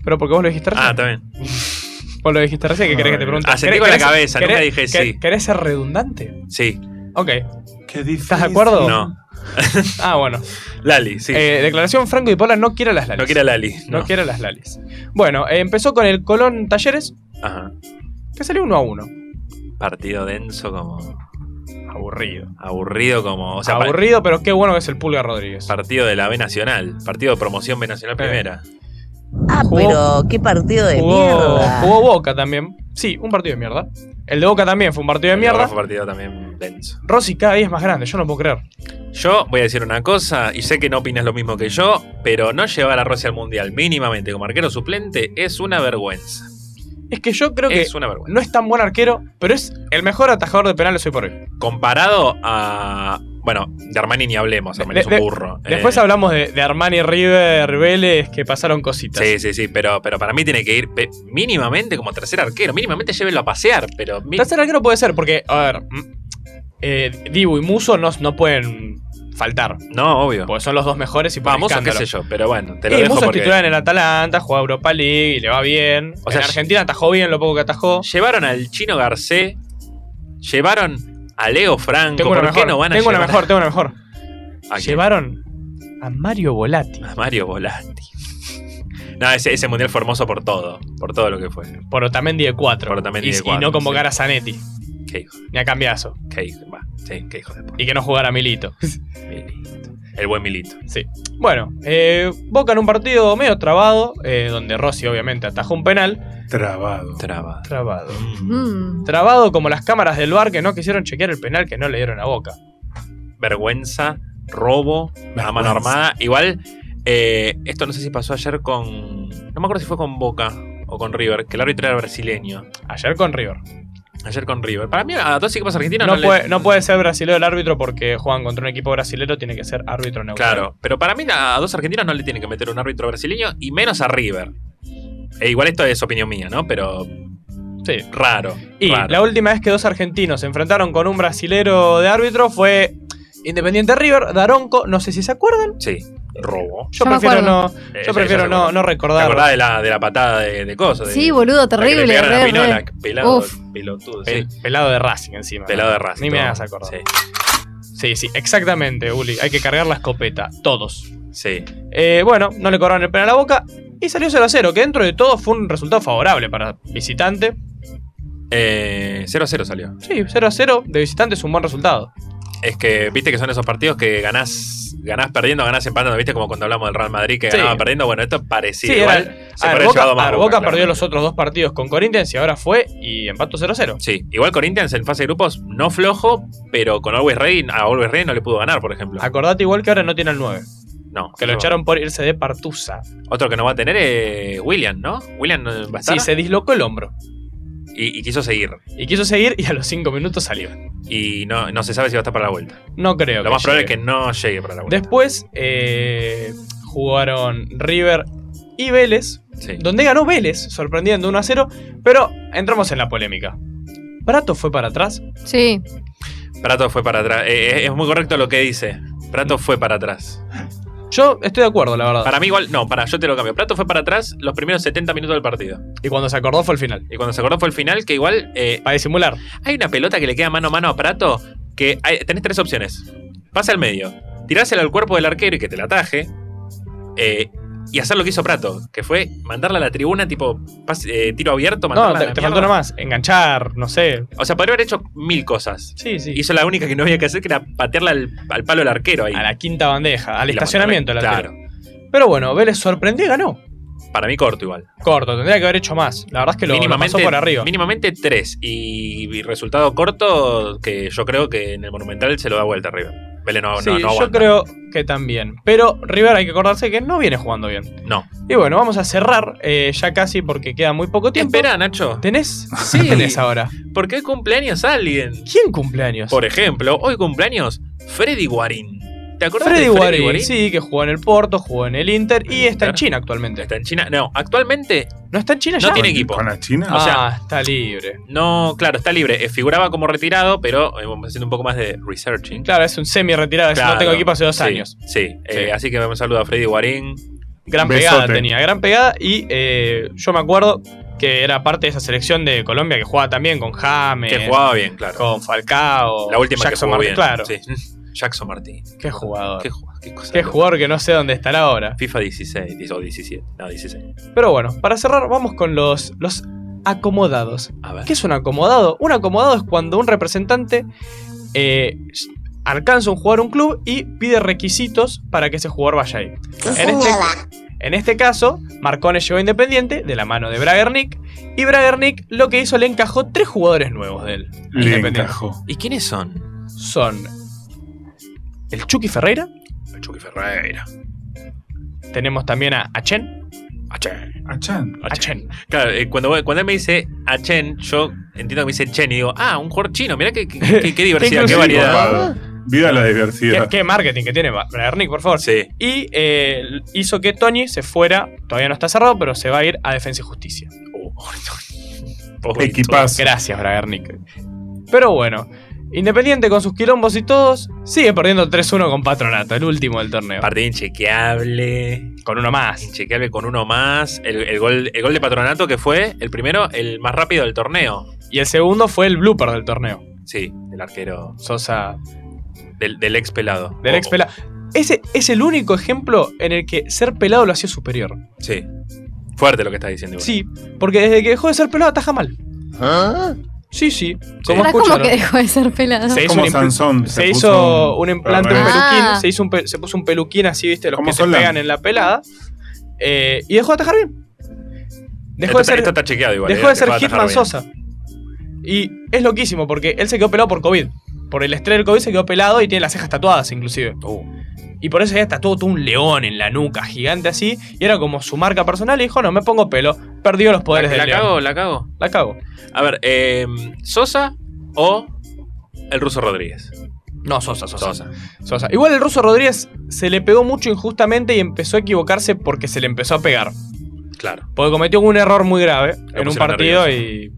Speaker 2: Pero porque vos lo dijiste recién.
Speaker 1: Ah, está bien.
Speaker 2: Vos lo dijiste recién, que querés que te pregunte.
Speaker 1: Asentí
Speaker 2: ¿Querés-
Speaker 1: con la
Speaker 2: querés-
Speaker 1: cabeza, nunca dije
Speaker 2: querés-
Speaker 1: sí.
Speaker 2: ¿Querés ser redundante?
Speaker 1: Sí,
Speaker 2: Ok.
Speaker 4: Qué difícil.
Speaker 2: ¿Estás de acuerdo?
Speaker 1: no.
Speaker 2: Ah, bueno.
Speaker 1: Lali, sí.
Speaker 2: Eh, declaración Franco y Paula no quiere a las Lalis.
Speaker 1: no quiere a Lali.
Speaker 2: No
Speaker 1: No,
Speaker 2: quiere a las Lalis. Bueno, eh, empezó con el Colón Talleres,
Speaker 1: Ajá.
Speaker 2: que salió uno a uno.
Speaker 1: Partido denso como.
Speaker 2: Aburrido.
Speaker 1: Aburrido como. O sea, pa-
Speaker 2: Aburrido, pero qué bueno que es el Pulga Rodríguez.
Speaker 1: partido de la B Nacional. Partido de promoción B Nacional Primera.
Speaker 11: Ah,
Speaker 2: Jugó-
Speaker 11: pero qué partido de
Speaker 2: Jugó,
Speaker 11: mierda.
Speaker 2: jugó Boca también. Sí, un partido de mierda. El de Boca también fue un partido de mierda.
Speaker 1: Fue un partido también denso.
Speaker 2: Rossi cada día es más grande, yo no puedo creer.
Speaker 1: Yo voy a decir una cosa, y sé que no opinas lo mismo que yo, pero no llevar a Rossi al Mundial mínimamente como arquero suplente es una vergüenza.
Speaker 2: es que yo creo que
Speaker 1: Es una vergüenza.
Speaker 2: no es tan buen arquero, pero es el mejor atajador de penales hoy por hoy.
Speaker 1: Comparado a. Bueno, de Armani ni hablemos, Armani
Speaker 2: De-
Speaker 1: es un
Speaker 2: de-
Speaker 1: burro.
Speaker 2: Después
Speaker 1: Eh,
Speaker 2: hablamos de, de Armani River, Vélez, que pasaron cositas.
Speaker 1: Sí, sí, sí, pero, pero para mí tiene que ir pe- mínimamente como tercer arquero. Mínimamente llévenlo a pasear, pero. mi-
Speaker 2: Tercer arquero puede ser, porque, a ver, mm, eh, Dibu y Muso no, no pueden faltar.
Speaker 1: No, obvio.
Speaker 2: Porque son los dos mejores y por
Speaker 1: Vamos, qué
Speaker 2: escándalo.
Speaker 1: sé yo, pero bueno, te lo
Speaker 2: y
Speaker 1: dejo
Speaker 2: Musso es
Speaker 1: porque-
Speaker 2: titular en el Atalanta, juega Europa League y le va bien.
Speaker 1: O sea,
Speaker 2: en Argentina atajó bien lo poco que atajó.
Speaker 1: Llevaron al Chino Garcé, llevaron a Leo Franco.
Speaker 2: Tengo
Speaker 1: ¿Por
Speaker 2: una
Speaker 1: qué
Speaker 2: mejor,
Speaker 1: no van a
Speaker 2: tengo una
Speaker 1: llevar
Speaker 2: mejor, tengo una mejor.
Speaker 1: a, a quién?
Speaker 2: Llevaron a Mario Volati.
Speaker 1: A Mario Volati? No, ese, ese mundial fue hermoso por todo, por todo lo que fue.
Speaker 2: Por Otamendi de 4.
Speaker 1: Por Otamendi
Speaker 2: y,
Speaker 1: de
Speaker 2: y
Speaker 1: cuatro,
Speaker 2: no convocar a Zanetti,
Speaker 1: Qué hijo,
Speaker 2: ni a Cambiazo.
Speaker 1: qué hijo, va, sí, qué hijo de puta.
Speaker 2: Y que no jugara Milito.
Speaker 1: Milito. El buen Milito.
Speaker 2: Bueno, eh, Boca en un partido medio trabado, eh, donde Rossi obviamente atajó un penal.
Speaker 4: Trabado.
Speaker 1: Traba.
Speaker 2: Trabado.
Speaker 3: Mm.
Speaker 2: Trabado como las cámaras del bar que no quisieron chequear el penal que no le dieron a Boca.
Speaker 1: vergüenza, robo, a mano
Speaker 4: Vergüenza.
Speaker 1: armada. Igual, eh, esto no sé si pasó ayer con. No me acuerdo si fue con Boca o con River, que el árbitro era brasileño.
Speaker 2: Ayer con River.
Speaker 1: Ayer con River. Para mí, a dos equipos argentinos
Speaker 2: no,
Speaker 1: no le-
Speaker 2: puede, no puede ser brasilero el árbitro porque juegan contra un equipo brasilero, tiene que ser árbitro neutral.
Speaker 1: Claro, pero para mí a dos argentinos no le tienen que meter un árbitro brasileño y menos a River. E igual esto es opinión mía, ¿no? Pero
Speaker 2: Sí.
Speaker 1: raro.
Speaker 2: Y
Speaker 1: raro.
Speaker 2: la última vez que dos argentinos se enfrentaron con un brasilero de árbitro fue Independiente River, Daronco, no sé si se acuerdan.
Speaker 1: Sí, robo.
Speaker 2: Yo,
Speaker 3: Yo me
Speaker 2: prefiero
Speaker 3: acuerdo.
Speaker 2: no,
Speaker 1: Eh, ya-
Speaker 2: yo
Speaker 1: ya
Speaker 2: prefiero
Speaker 1: se
Speaker 2: no,
Speaker 1: acordó.
Speaker 2: no
Speaker 1: ¿Te
Speaker 2: recordar.
Speaker 1: acordás de la, de la patada de, de cosas?
Speaker 3: Sí, boludo,
Speaker 1: La que le
Speaker 3: terrible.
Speaker 1: pegaron a
Speaker 3: re,
Speaker 1: Pinola,
Speaker 3: re.
Speaker 1: pelado,
Speaker 3: Uf.
Speaker 1: pelotudo, sí.
Speaker 2: Pel- pelado de Racing encima.
Speaker 1: Pelado de raza.
Speaker 2: Ni me
Speaker 1: todo.
Speaker 2: hagas acordar.
Speaker 1: Sí.
Speaker 2: Sí, sí, exactamente, Uli. Hay que cargar la escopeta, todos.
Speaker 1: Sí.
Speaker 2: Eh, bueno, no le cobraron el penal a la boca y salió 0 a 0, que dentro de todo fue un resultado favorable para visitante.
Speaker 1: Eh, 0-0 salió.
Speaker 2: Sí, 0 a 0 de visitante es un buen resultado.
Speaker 1: Es que, Eh, viste que son esos partidos que ganás, ganás perdiendo, ganás empatando. Viste como cuando hablamos del Real Madrid que
Speaker 2: Sí.
Speaker 1: ganaba perdiendo. Bueno, esto es parecido.
Speaker 2: Sí, era-
Speaker 1: igual se
Speaker 2: a ver,
Speaker 1: podría
Speaker 2: Boca,
Speaker 1: llevado más
Speaker 2: a ver, Boca
Speaker 1: claro.
Speaker 2: perdió los otros dos partidos con Corinthians y ahora fue y empató 0 a 0.
Speaker 1: Sí, igual Corinthians en fase de grupos no flojo, pero con Always Ready, a Always Ready no le pudo ganar, por ejemplo.
Speaker 2: Acordate igual que ahora no tiene el 9,
Speaker 1: No.
Speaker 2: que lo
Speaker 1: no.
Speaker 2: echaron por irse de Partusa.
Speaker 1: Otro que no va a tener es William, ¿no? William no va a estar
Speaker 2: Sí, se dislocó el hombro
Speaker 1: y, y quiso seguir.
Speaker 2: y quiso seguir y a los 5 minutos salió.
Speaker 1: Y no, no se sabe si va a estar para la vuelta.
Speaker 2: No creo.
Speaker 1: Lo más probable es
Speaker 2: llegue.
Speaker 1: que no llegue para la vuelta.
Speaker 2: Después eh, jugaron River y Vélez,
Speaker 1: Sí.
Speaker 2: donde ganó Vélez, sorprendiendo 1 a 0, pero entramos en la polémica. Prato fue para atrás.
Speaker 3: Sí.
Speaker 1: Prato fue para atrás. Eh, eh, es muy correcto lo que dice. Prato fue para atrás.
Speaker 2: Yo estoy de acuerdo, la verdad.
Speaker 1: Para mí igual, no, para, yo te lo cambio. Prato fue para atrás los primeros 70 minutos del partido.
Speaker 2: Y cuando se acordó fue el final.
Speaker 1: Y cuando se acordó fue el final, que igual eh,
Speaker 2: Para disimular.
Speaker 1: hay una pelota que le queda mano a mano a Prato que hay- tenés tres opciones. Pasa al medio, tirársela al cuerpo del arquero y que te la ataje. eh, y hacer lo que hizo Prato, que fue mandarla a la tribuna tipo pas- eh, tiro abierto, mandarla
Speaker 2: No,
Speaker 1: a
Speaker 2: te,
Speaker 1: la
Speaker 2: te
Speaker 1: mierda.
Speaker 2: faltó nomás. Enganchar, no sé.
Speaker 1: O sea, podría haber hecho mil cosas.
Speaker 2: Sí, sí.
Speaker 1: Hizo la única que no había que hacer, que era patearla al, al palo del arquero ahí.
Speaker 2: A la quinta bandeja, al
Speaker 1: Y la
Speaker 2: estacionamiento.
Speaker 1: mandó-
Speaker 2: la
Speaker 1: Claro.
Speaker 2: tira. Pero bueno, Vélez sorprendió y ganó.
Speaker 1: Para mí corto igual.
Speaker 2: Corto, tendría que haber hecho más. La verdad es que lo, lo pasó por arriba.
Speaker 1: Mínimamente tres. Y, y resultado corto que yo creo que en el Monumental se lo da vuelta arriba. Vélez Oh, no, no-
Speaker 2: sí,
Speaker 1: no,
Speaker 2: yo
Speaker 1: aguanta.
Speaker 2: creo que también. Pero River hay que acordarse que no viene jugando bien.
Speaker 1: No.
Speaker 2: Y bueno, vamos a cerrar eh, ya casi porque queda muy poco
Speaker 1: ¿Qué
Speaker 2: tiempo.
Speaker 1: espera, Nacho?
Speaker 2: ¿Tenés?
Speaker 1: Sí.
Speaker 2: tenés ahora?
Speaker 1: ¿Por qué cumpleaños alguien?
Speaker 2: ¿Quién cumpleaños?
Speaker 1: Por ejemplo, hoy cumpleaños Freddy Guarín. ¿Te acordás
Speaker 2: Freddy
Speaker 1: de Freddy
Speaker 2: Guarín, sí, que jugó en el Porto, jugó en el Inter y
Speaker 1: ¿El
Speaker 2: está en
Speaker 1: Inter?
Speaker 2: China actualmente.
Speaker 1: Está en China. No, actualmente
Speaker 2: ¿No está en China
Speaker 1: No
Speaker 2: ya?
Speaker 1: tiene equipo.
Speaker 4: ¿Con la China?
Speaker 2: Ah,
Speaker 1: o sea-
Speaker 2: está libre.
Speaker 1: no, claro, está libre. Eh, Figuraba como retirado, pero eh, vamos haciendo un poco más de researching.
Speaker 2: Claro, es un semi-retirado, es no
Speaker 1: Claro,
Speaker 2: tengo equipo hace dos
Speaker 1: sí,
Speaker 2: años.
Speaker 1: Sí, Eh, así que un saludo a Freddy Guarín.
Speaker 2: Gran
Speaker 4: Besote.
Speaker 2: pegada tenía, gran pegada y eh, yo me acuerdo que era parte de esa selección de Colombia que jugaba también con James,
Speaker 1: Que jugaba bien, claro.
Speaker 2: con Falcao,
Speaker 1: La última
Speaker 2: Jackson
Speaker 1: que jugó
Speaker 2: Martí-
Speaker 1: bien.
Speaker 2: Claro,
Speaker 1: sí. Jackson Martín.
Speaker 2: qué jugador.
Speaker 1: Qué,
Speaker 2: Qué,
Speaker 1: ju- qué cosa loca.
Speaker 2: jugador que no sé dónde estará ahora.
Speaker 1: FIFA 16 10 o 17. No, 16.
Speaker 2: Pero bueno, para cerrar vamos con los, los acomodados.
Speaker 1: A ver.
Speaker 2: ¿Qué es un acomodado? Un acomodado es cuando un representante eh, alcanza un jugador a un club y pide requisitos para que ese jugador vaya ahí. En este, en este caso, Marcone llegó a Independiente de la mano de Bragernick y Bragernick lo que hizo le encajó tres jugadores nuevos de él. a
Speaker 4: Le
Speaker 2: Independiente.
Speaker 4: encajó.
Speaker 1: ¿Y quiénes son?
Speaker 2: Son el Chucky Ferreira,
Speaker 1: Chucky Ferreira.
Speaker 2: tenemos también a Achen,
Speaker 1: Achen.
Speaker 4: Achan.
Speaker 1: Achen. Claro, eh, cuando, cuando él me dice Achen, yo entiendo que me dice Chen y digo, ah, un jugador chino, mirá qué, qué, qué- qué diversidad, qué
Speaker 2: inclusivo,
Speaker 1: variedad.
Speaker 4: Copado. Viva la
Speaker 2: ¿Qué,
Speaker 4: diversidad.
Speaker 2: qué marketing que tiene Ba- Bragarnik, por favor.
Speaker 1: Sí.
Speaker 2: Y eh, hizo que Tony se fuera, todavía no está cerrado, pero se va a ir a Defensa y Justicia.
Speaker 1: Pobre
Speaker 4: Equipazo.
Speaker 2: Gracias, Bragarnik. Pero bueno, Independiente con sus quilombos y todos, sigue perdiendo 3-1 con Patronato, el último del torneo.
Speaker 1: todo. Partido inchequeable.
Speaker 2: Con uno más.
Speaker 1: Inchequeable con uno más. El, el gol, el gol de Patronato que fue el primero, el más rápido del torneo.
Speaker 2: Y el segundo fue el blooper del torneo.
Speaker 1: Sí, del arquero.
Speaker 2: Sosa
Speaker 1: Del, del ex pelado.
Speaker 2: del ex
Speaker 1: O-
Speaker 2: pelado. Ese es el único ejemplo en el que ser pelado lo hacía superior.
Speaker 1: Sí. Fuerte lo que estás diciendo. igual.
Speaker 2: Sí, porque desde que dejó de ser pelado ataja mal. Sí, sí. Como
Speaker 3: Pará, ¿Cómo
Speaker 2: escucharon.
Speaker 3: que dejó de ser pelado?
Speaker 2: Se hizo
Speaker 4: Como
Speaker 2: un impl-
Speaker 4: Sansón.
Speaker 2: se
Speaker 4: puso
Speaker 2: hizo un implante, un
Speaker 4: Ah.
Speaker 2: peluquín,
Speaker 3: Ah.
Speaker 2: se, hizo un pe- se puso un peluquín así, viste, los
Speaker 4: ¿Cómo
Speaker 2: que se
Speaker 4: son las-
Speaker 2: pegan en la pelada. eh, y dejó de atajar bien. Dejó
Speaker 1: Esto,
Speaker 2: de ser,
Speaker 1: esto está chequeado igual.
Speaker 2: dejó
Speaker 1: eh,
Speaker 2: de ser
Speaker 1: va a atajar
Speaker 2: Hitman
Speaker 1: bien.
Speaker 2: Sosa. Y es loquísimo porque él se quedó pelado por COVID. Por el estrés del COVID se quedó pelado y tiene las cejas tatuadas inclusive.
Speaker 1: Uh,
Speaker 2: Y por eso ya está todo, todo un león en la nuca, gigante así. Y era como su marca personal y dijo, no, me pongo pelo. Perdió los
Speaker 1: la,
Speaker 2: poderes del
Speaker 1: la
Speaker 2: león.
Speaker 1: cago, la cago.
Speaker 2: La cago.
Speaker 1: A ver, eh, Sosa o el ruso Rodríguez.
Speaker 2: No, Sosa, Sosa.
Speaker 1: Sosa.
Speaker 2: Sosa. Igual el ruso Rodríguez se le pegó mucho injustamente y empezó a equivocarse porque se le empezó a pegar.
Speaker 1: Claro.
Speaker 2: Porque cometió un error muy grave en un
Speaker 1: pusieron
Speaker 2: partido y,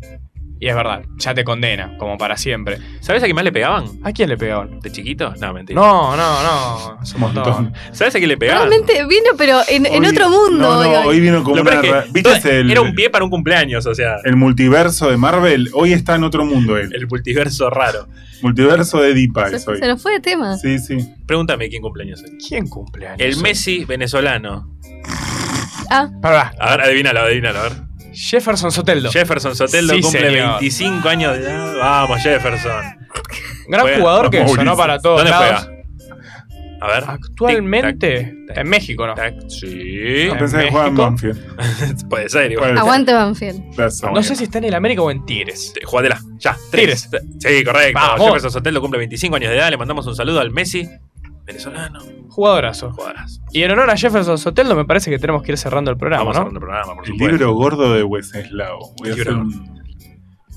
Speaker 2: y es verdad, ya te condena, como para siempre.
Speaker 1: ¿Sabes a quién más le pegaban?
Speaker 2: ¿A quién le pegaron?
Speaker 1: ¿De chiquito? No, mentira.
Speaker 2: No, no, no. Es un montón.
Speaker 4: montón.
Speaker 1: ¿Sabes a quién le pegaban?
Speaker 3: Realmente vino, pero en, en
Speaker 4: Hoy-
Speaker 3: otro mundo.
Speaker 4: No, no,
Speaker 3: oigan.
Speaker 4: hoy vino como
Speaker 1: Lo
Speaker 4: una.
Speaker 1: peor es que
Speaker 4: ra-
Speaker 1: todo-
Speaker 4: ¿Viste el,
Speaker 1: Era un pie para un cumpleaños, o sea.
Speaker 4: el multiverso de Marvel? Hoy está en otro mundo él.
Speaker 1: El multiverso raro.
Speaker 4: Multiverso de Deepa
Speaker 3: se,
Speaker 4: es hoy.
Speaker 3: se nos fue de tema.
Speaker 4: Sí, sí.
Speaker 1: Pregúntame quién cumpleaños es.
Speaker 2: ¿Quién cumpleaños?
Speaker 1: El Messi venezolano.
Speaker 3: Ah,
Speaker 2: Pará,
Speaker 1: A ver, adivínalo, adivínalo, a ver.
Speaker 2: Jefferson Soteldo.
Speaker 1: Jefferson Soteldo
Speaker 2: Sí,
Speaker 1: cumple
Speaker 2: señor.
Speaker 1: 25 años de edad. Vamos, Jefferson.
Speaker 2: Gran
Speaker 1: Juega-
Speaker 2: jugador que
Speaker 4: Vamos,
Speaker 2: sonó
Speaker 4: Ulises.
Speaker 2: para todos
Speaker 1: ¿Dónde
Speaker 2: lados. Ah,
Speaker 1: juega? A ver.
Speaker 2: Actualmente
Speaker 1: Tic, tac,
Speaker 2: en México, ¿no?
Speaker 1: tic, tac. Sí.
Speaker 4: No pensé que jugaba en
Speaker 2: México.
Speaker 4: Banfield.
Speaker 1: Puede ser, igual.
Speaker 4: Puede ser.
Speaker 3: aguante Banfield.
Speaker 4: Plaza.
Speaker 2: No sé si está en el América o en Tigres.
Speaker 1: Te- Jugátela. Ya. Tres. Sí, correcto.
Speaker 2: Vamos.
Speaker 1: Jefferson Soteldo cumple 25 años de edad. Le mandamos un saludo al Messi. Venezolano.
Speaker 2: Jugadorazo.
Speaker 1: Jugadoras.
Speaker 2: Y en honor a Jefferson Soteldo me parece que tenemos que ir cerrando el programa,
Speaker 1: Vamos a
Speaker 2: ¿no?
Speaker 1: cerrando el programa, por
Speaker 4: El
Speaker 1: supuesto.
Speaker 4: libro gordo de Wenceslao. Voy a
Speaker 1: Libro
Speaker 4: hacer un-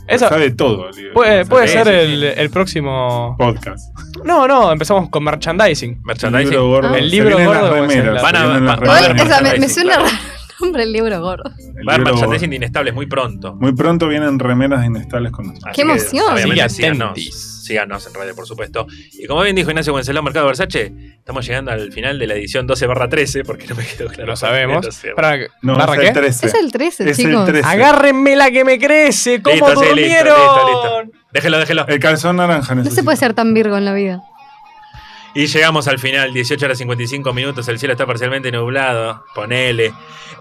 Speaker 2: Eso-
Speaker 4: Sabe todo. el libro.
Speaker 2: Puede, puede
Speaker 1: Sí,
Speaker 2: ser
Speaker 1: sí,
Speaker 2: el, el próximo.
Speaker 4: Podcast.
Speaker 2: No, no, empezamos con merchandising.
Speaker 4: El
Speaker 1: Merchandising.
Speaker 4: libro gordo.
Speaker 2: El
Speaker 4: Se
Speaker 2: libro
Speaker 4: vienen las
Speaker 2: gordo de
Speaker 4: remeras, se
Speaker 1: Van a-
Speaker 4: vienen las
Speaker 1: van- van a-
Speaker 3: Igual,
Speaker 4: remeras.
Speaker 3: o sea, me, me
Speaker 1: merchandising,
Speaker 3: suena
Speaker 1: claro.
Speaker 3: raro el nombre del libro gordo.
Speaker 1: Va
Speaker 4: El
Speaker 1: a haber
Speaker 4: libro gordo.
Speaker 1: merchandising de inestables muy pronto.
Speaker 4: Muy pronto vienen remeras de inestables con nosotros.
Speaker 1: Así
Speaker 3: Qué
Speaker 1: que,
Speaker 3: emoción.
Speaker 1: obviamente,
Speaker 2: Sí,
Speaker 1: síganos,
Speaker 2: atentis.
Speaker 1: síganos en redes, por supuesto. Y como bien dijo Ignacio Gonzalo Mercado Versace, estamos llegando al final de la edición 12 13, porque no me quedó claro.
Speaker 2: Lo sabemos.
Speaker 1: No sé.
Speaker 2: Pará,
Speaker 4: No,
Speaker 2: ¿barra
Speaker 4: es
Speaker 2: qué?
Speaker 4: el 13.
Speaker 3: Es el 13,
Speaker 4: Es el
Speaker 3: chicos.
Speaker 4: 13.
Speaker 2: Agárrenme la que me crece. ¿Cómo
Speaker 1: Listo, sí, listo,
Speaker 2: durmieron?
Speaker 1: listo, listo. Déjelo, déjelo.
Speaker 4: El calzón naranja
Speaker 3: No se
Speaker 4: necesito.
Speaker 3: puede ser tan virgo en la vida.
Speaker 1: Y llegamos al final, 18 horas 55 minutos, el cielo está parcialmente nublado, ponele.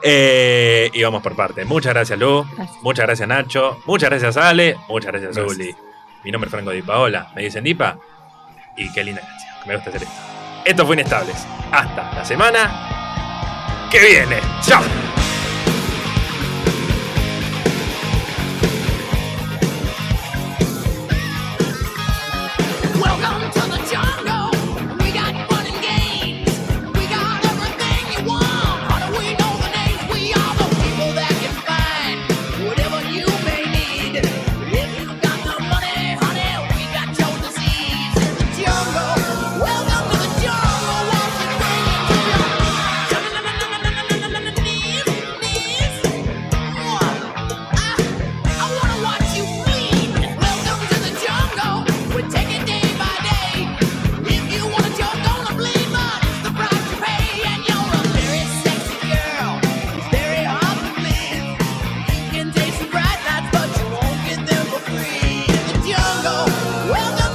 Speaker 1: Eh, y vamos por parte. Muchas gracias, Lu.
Speaker 3: Gracias.
Speaker 1: Muchas gracias, Nacho. Muchas gracias, Ale. Muchas gracias,
Speaker 4: Gracias.
Speaker 1: Uli. Mi nombre es Franco Di Paola. Me dicen Dipa. Y qué linda canción. Me gusta hacer esto. Esto fue Inestables. Hasta la semana que viene. Chao.
Speaker 10: Welcome to the jungle. We got fun and games. We got everything you want. How do we know the names? We are the people that can find whatever you may need. If you got the money, honey, we got your disease. The jungle. Welcome to the jungle. What you bring to your knees, knees. I wanna watch you bleed. Welcome to the jungle. We take it day by day. If you wanna, you're gonna bleed, but it's the price you pay. And you're a very sexy girl. It's very hard to please. You can taste the bright lights, but you won't get them for free. In the jungle, welcome.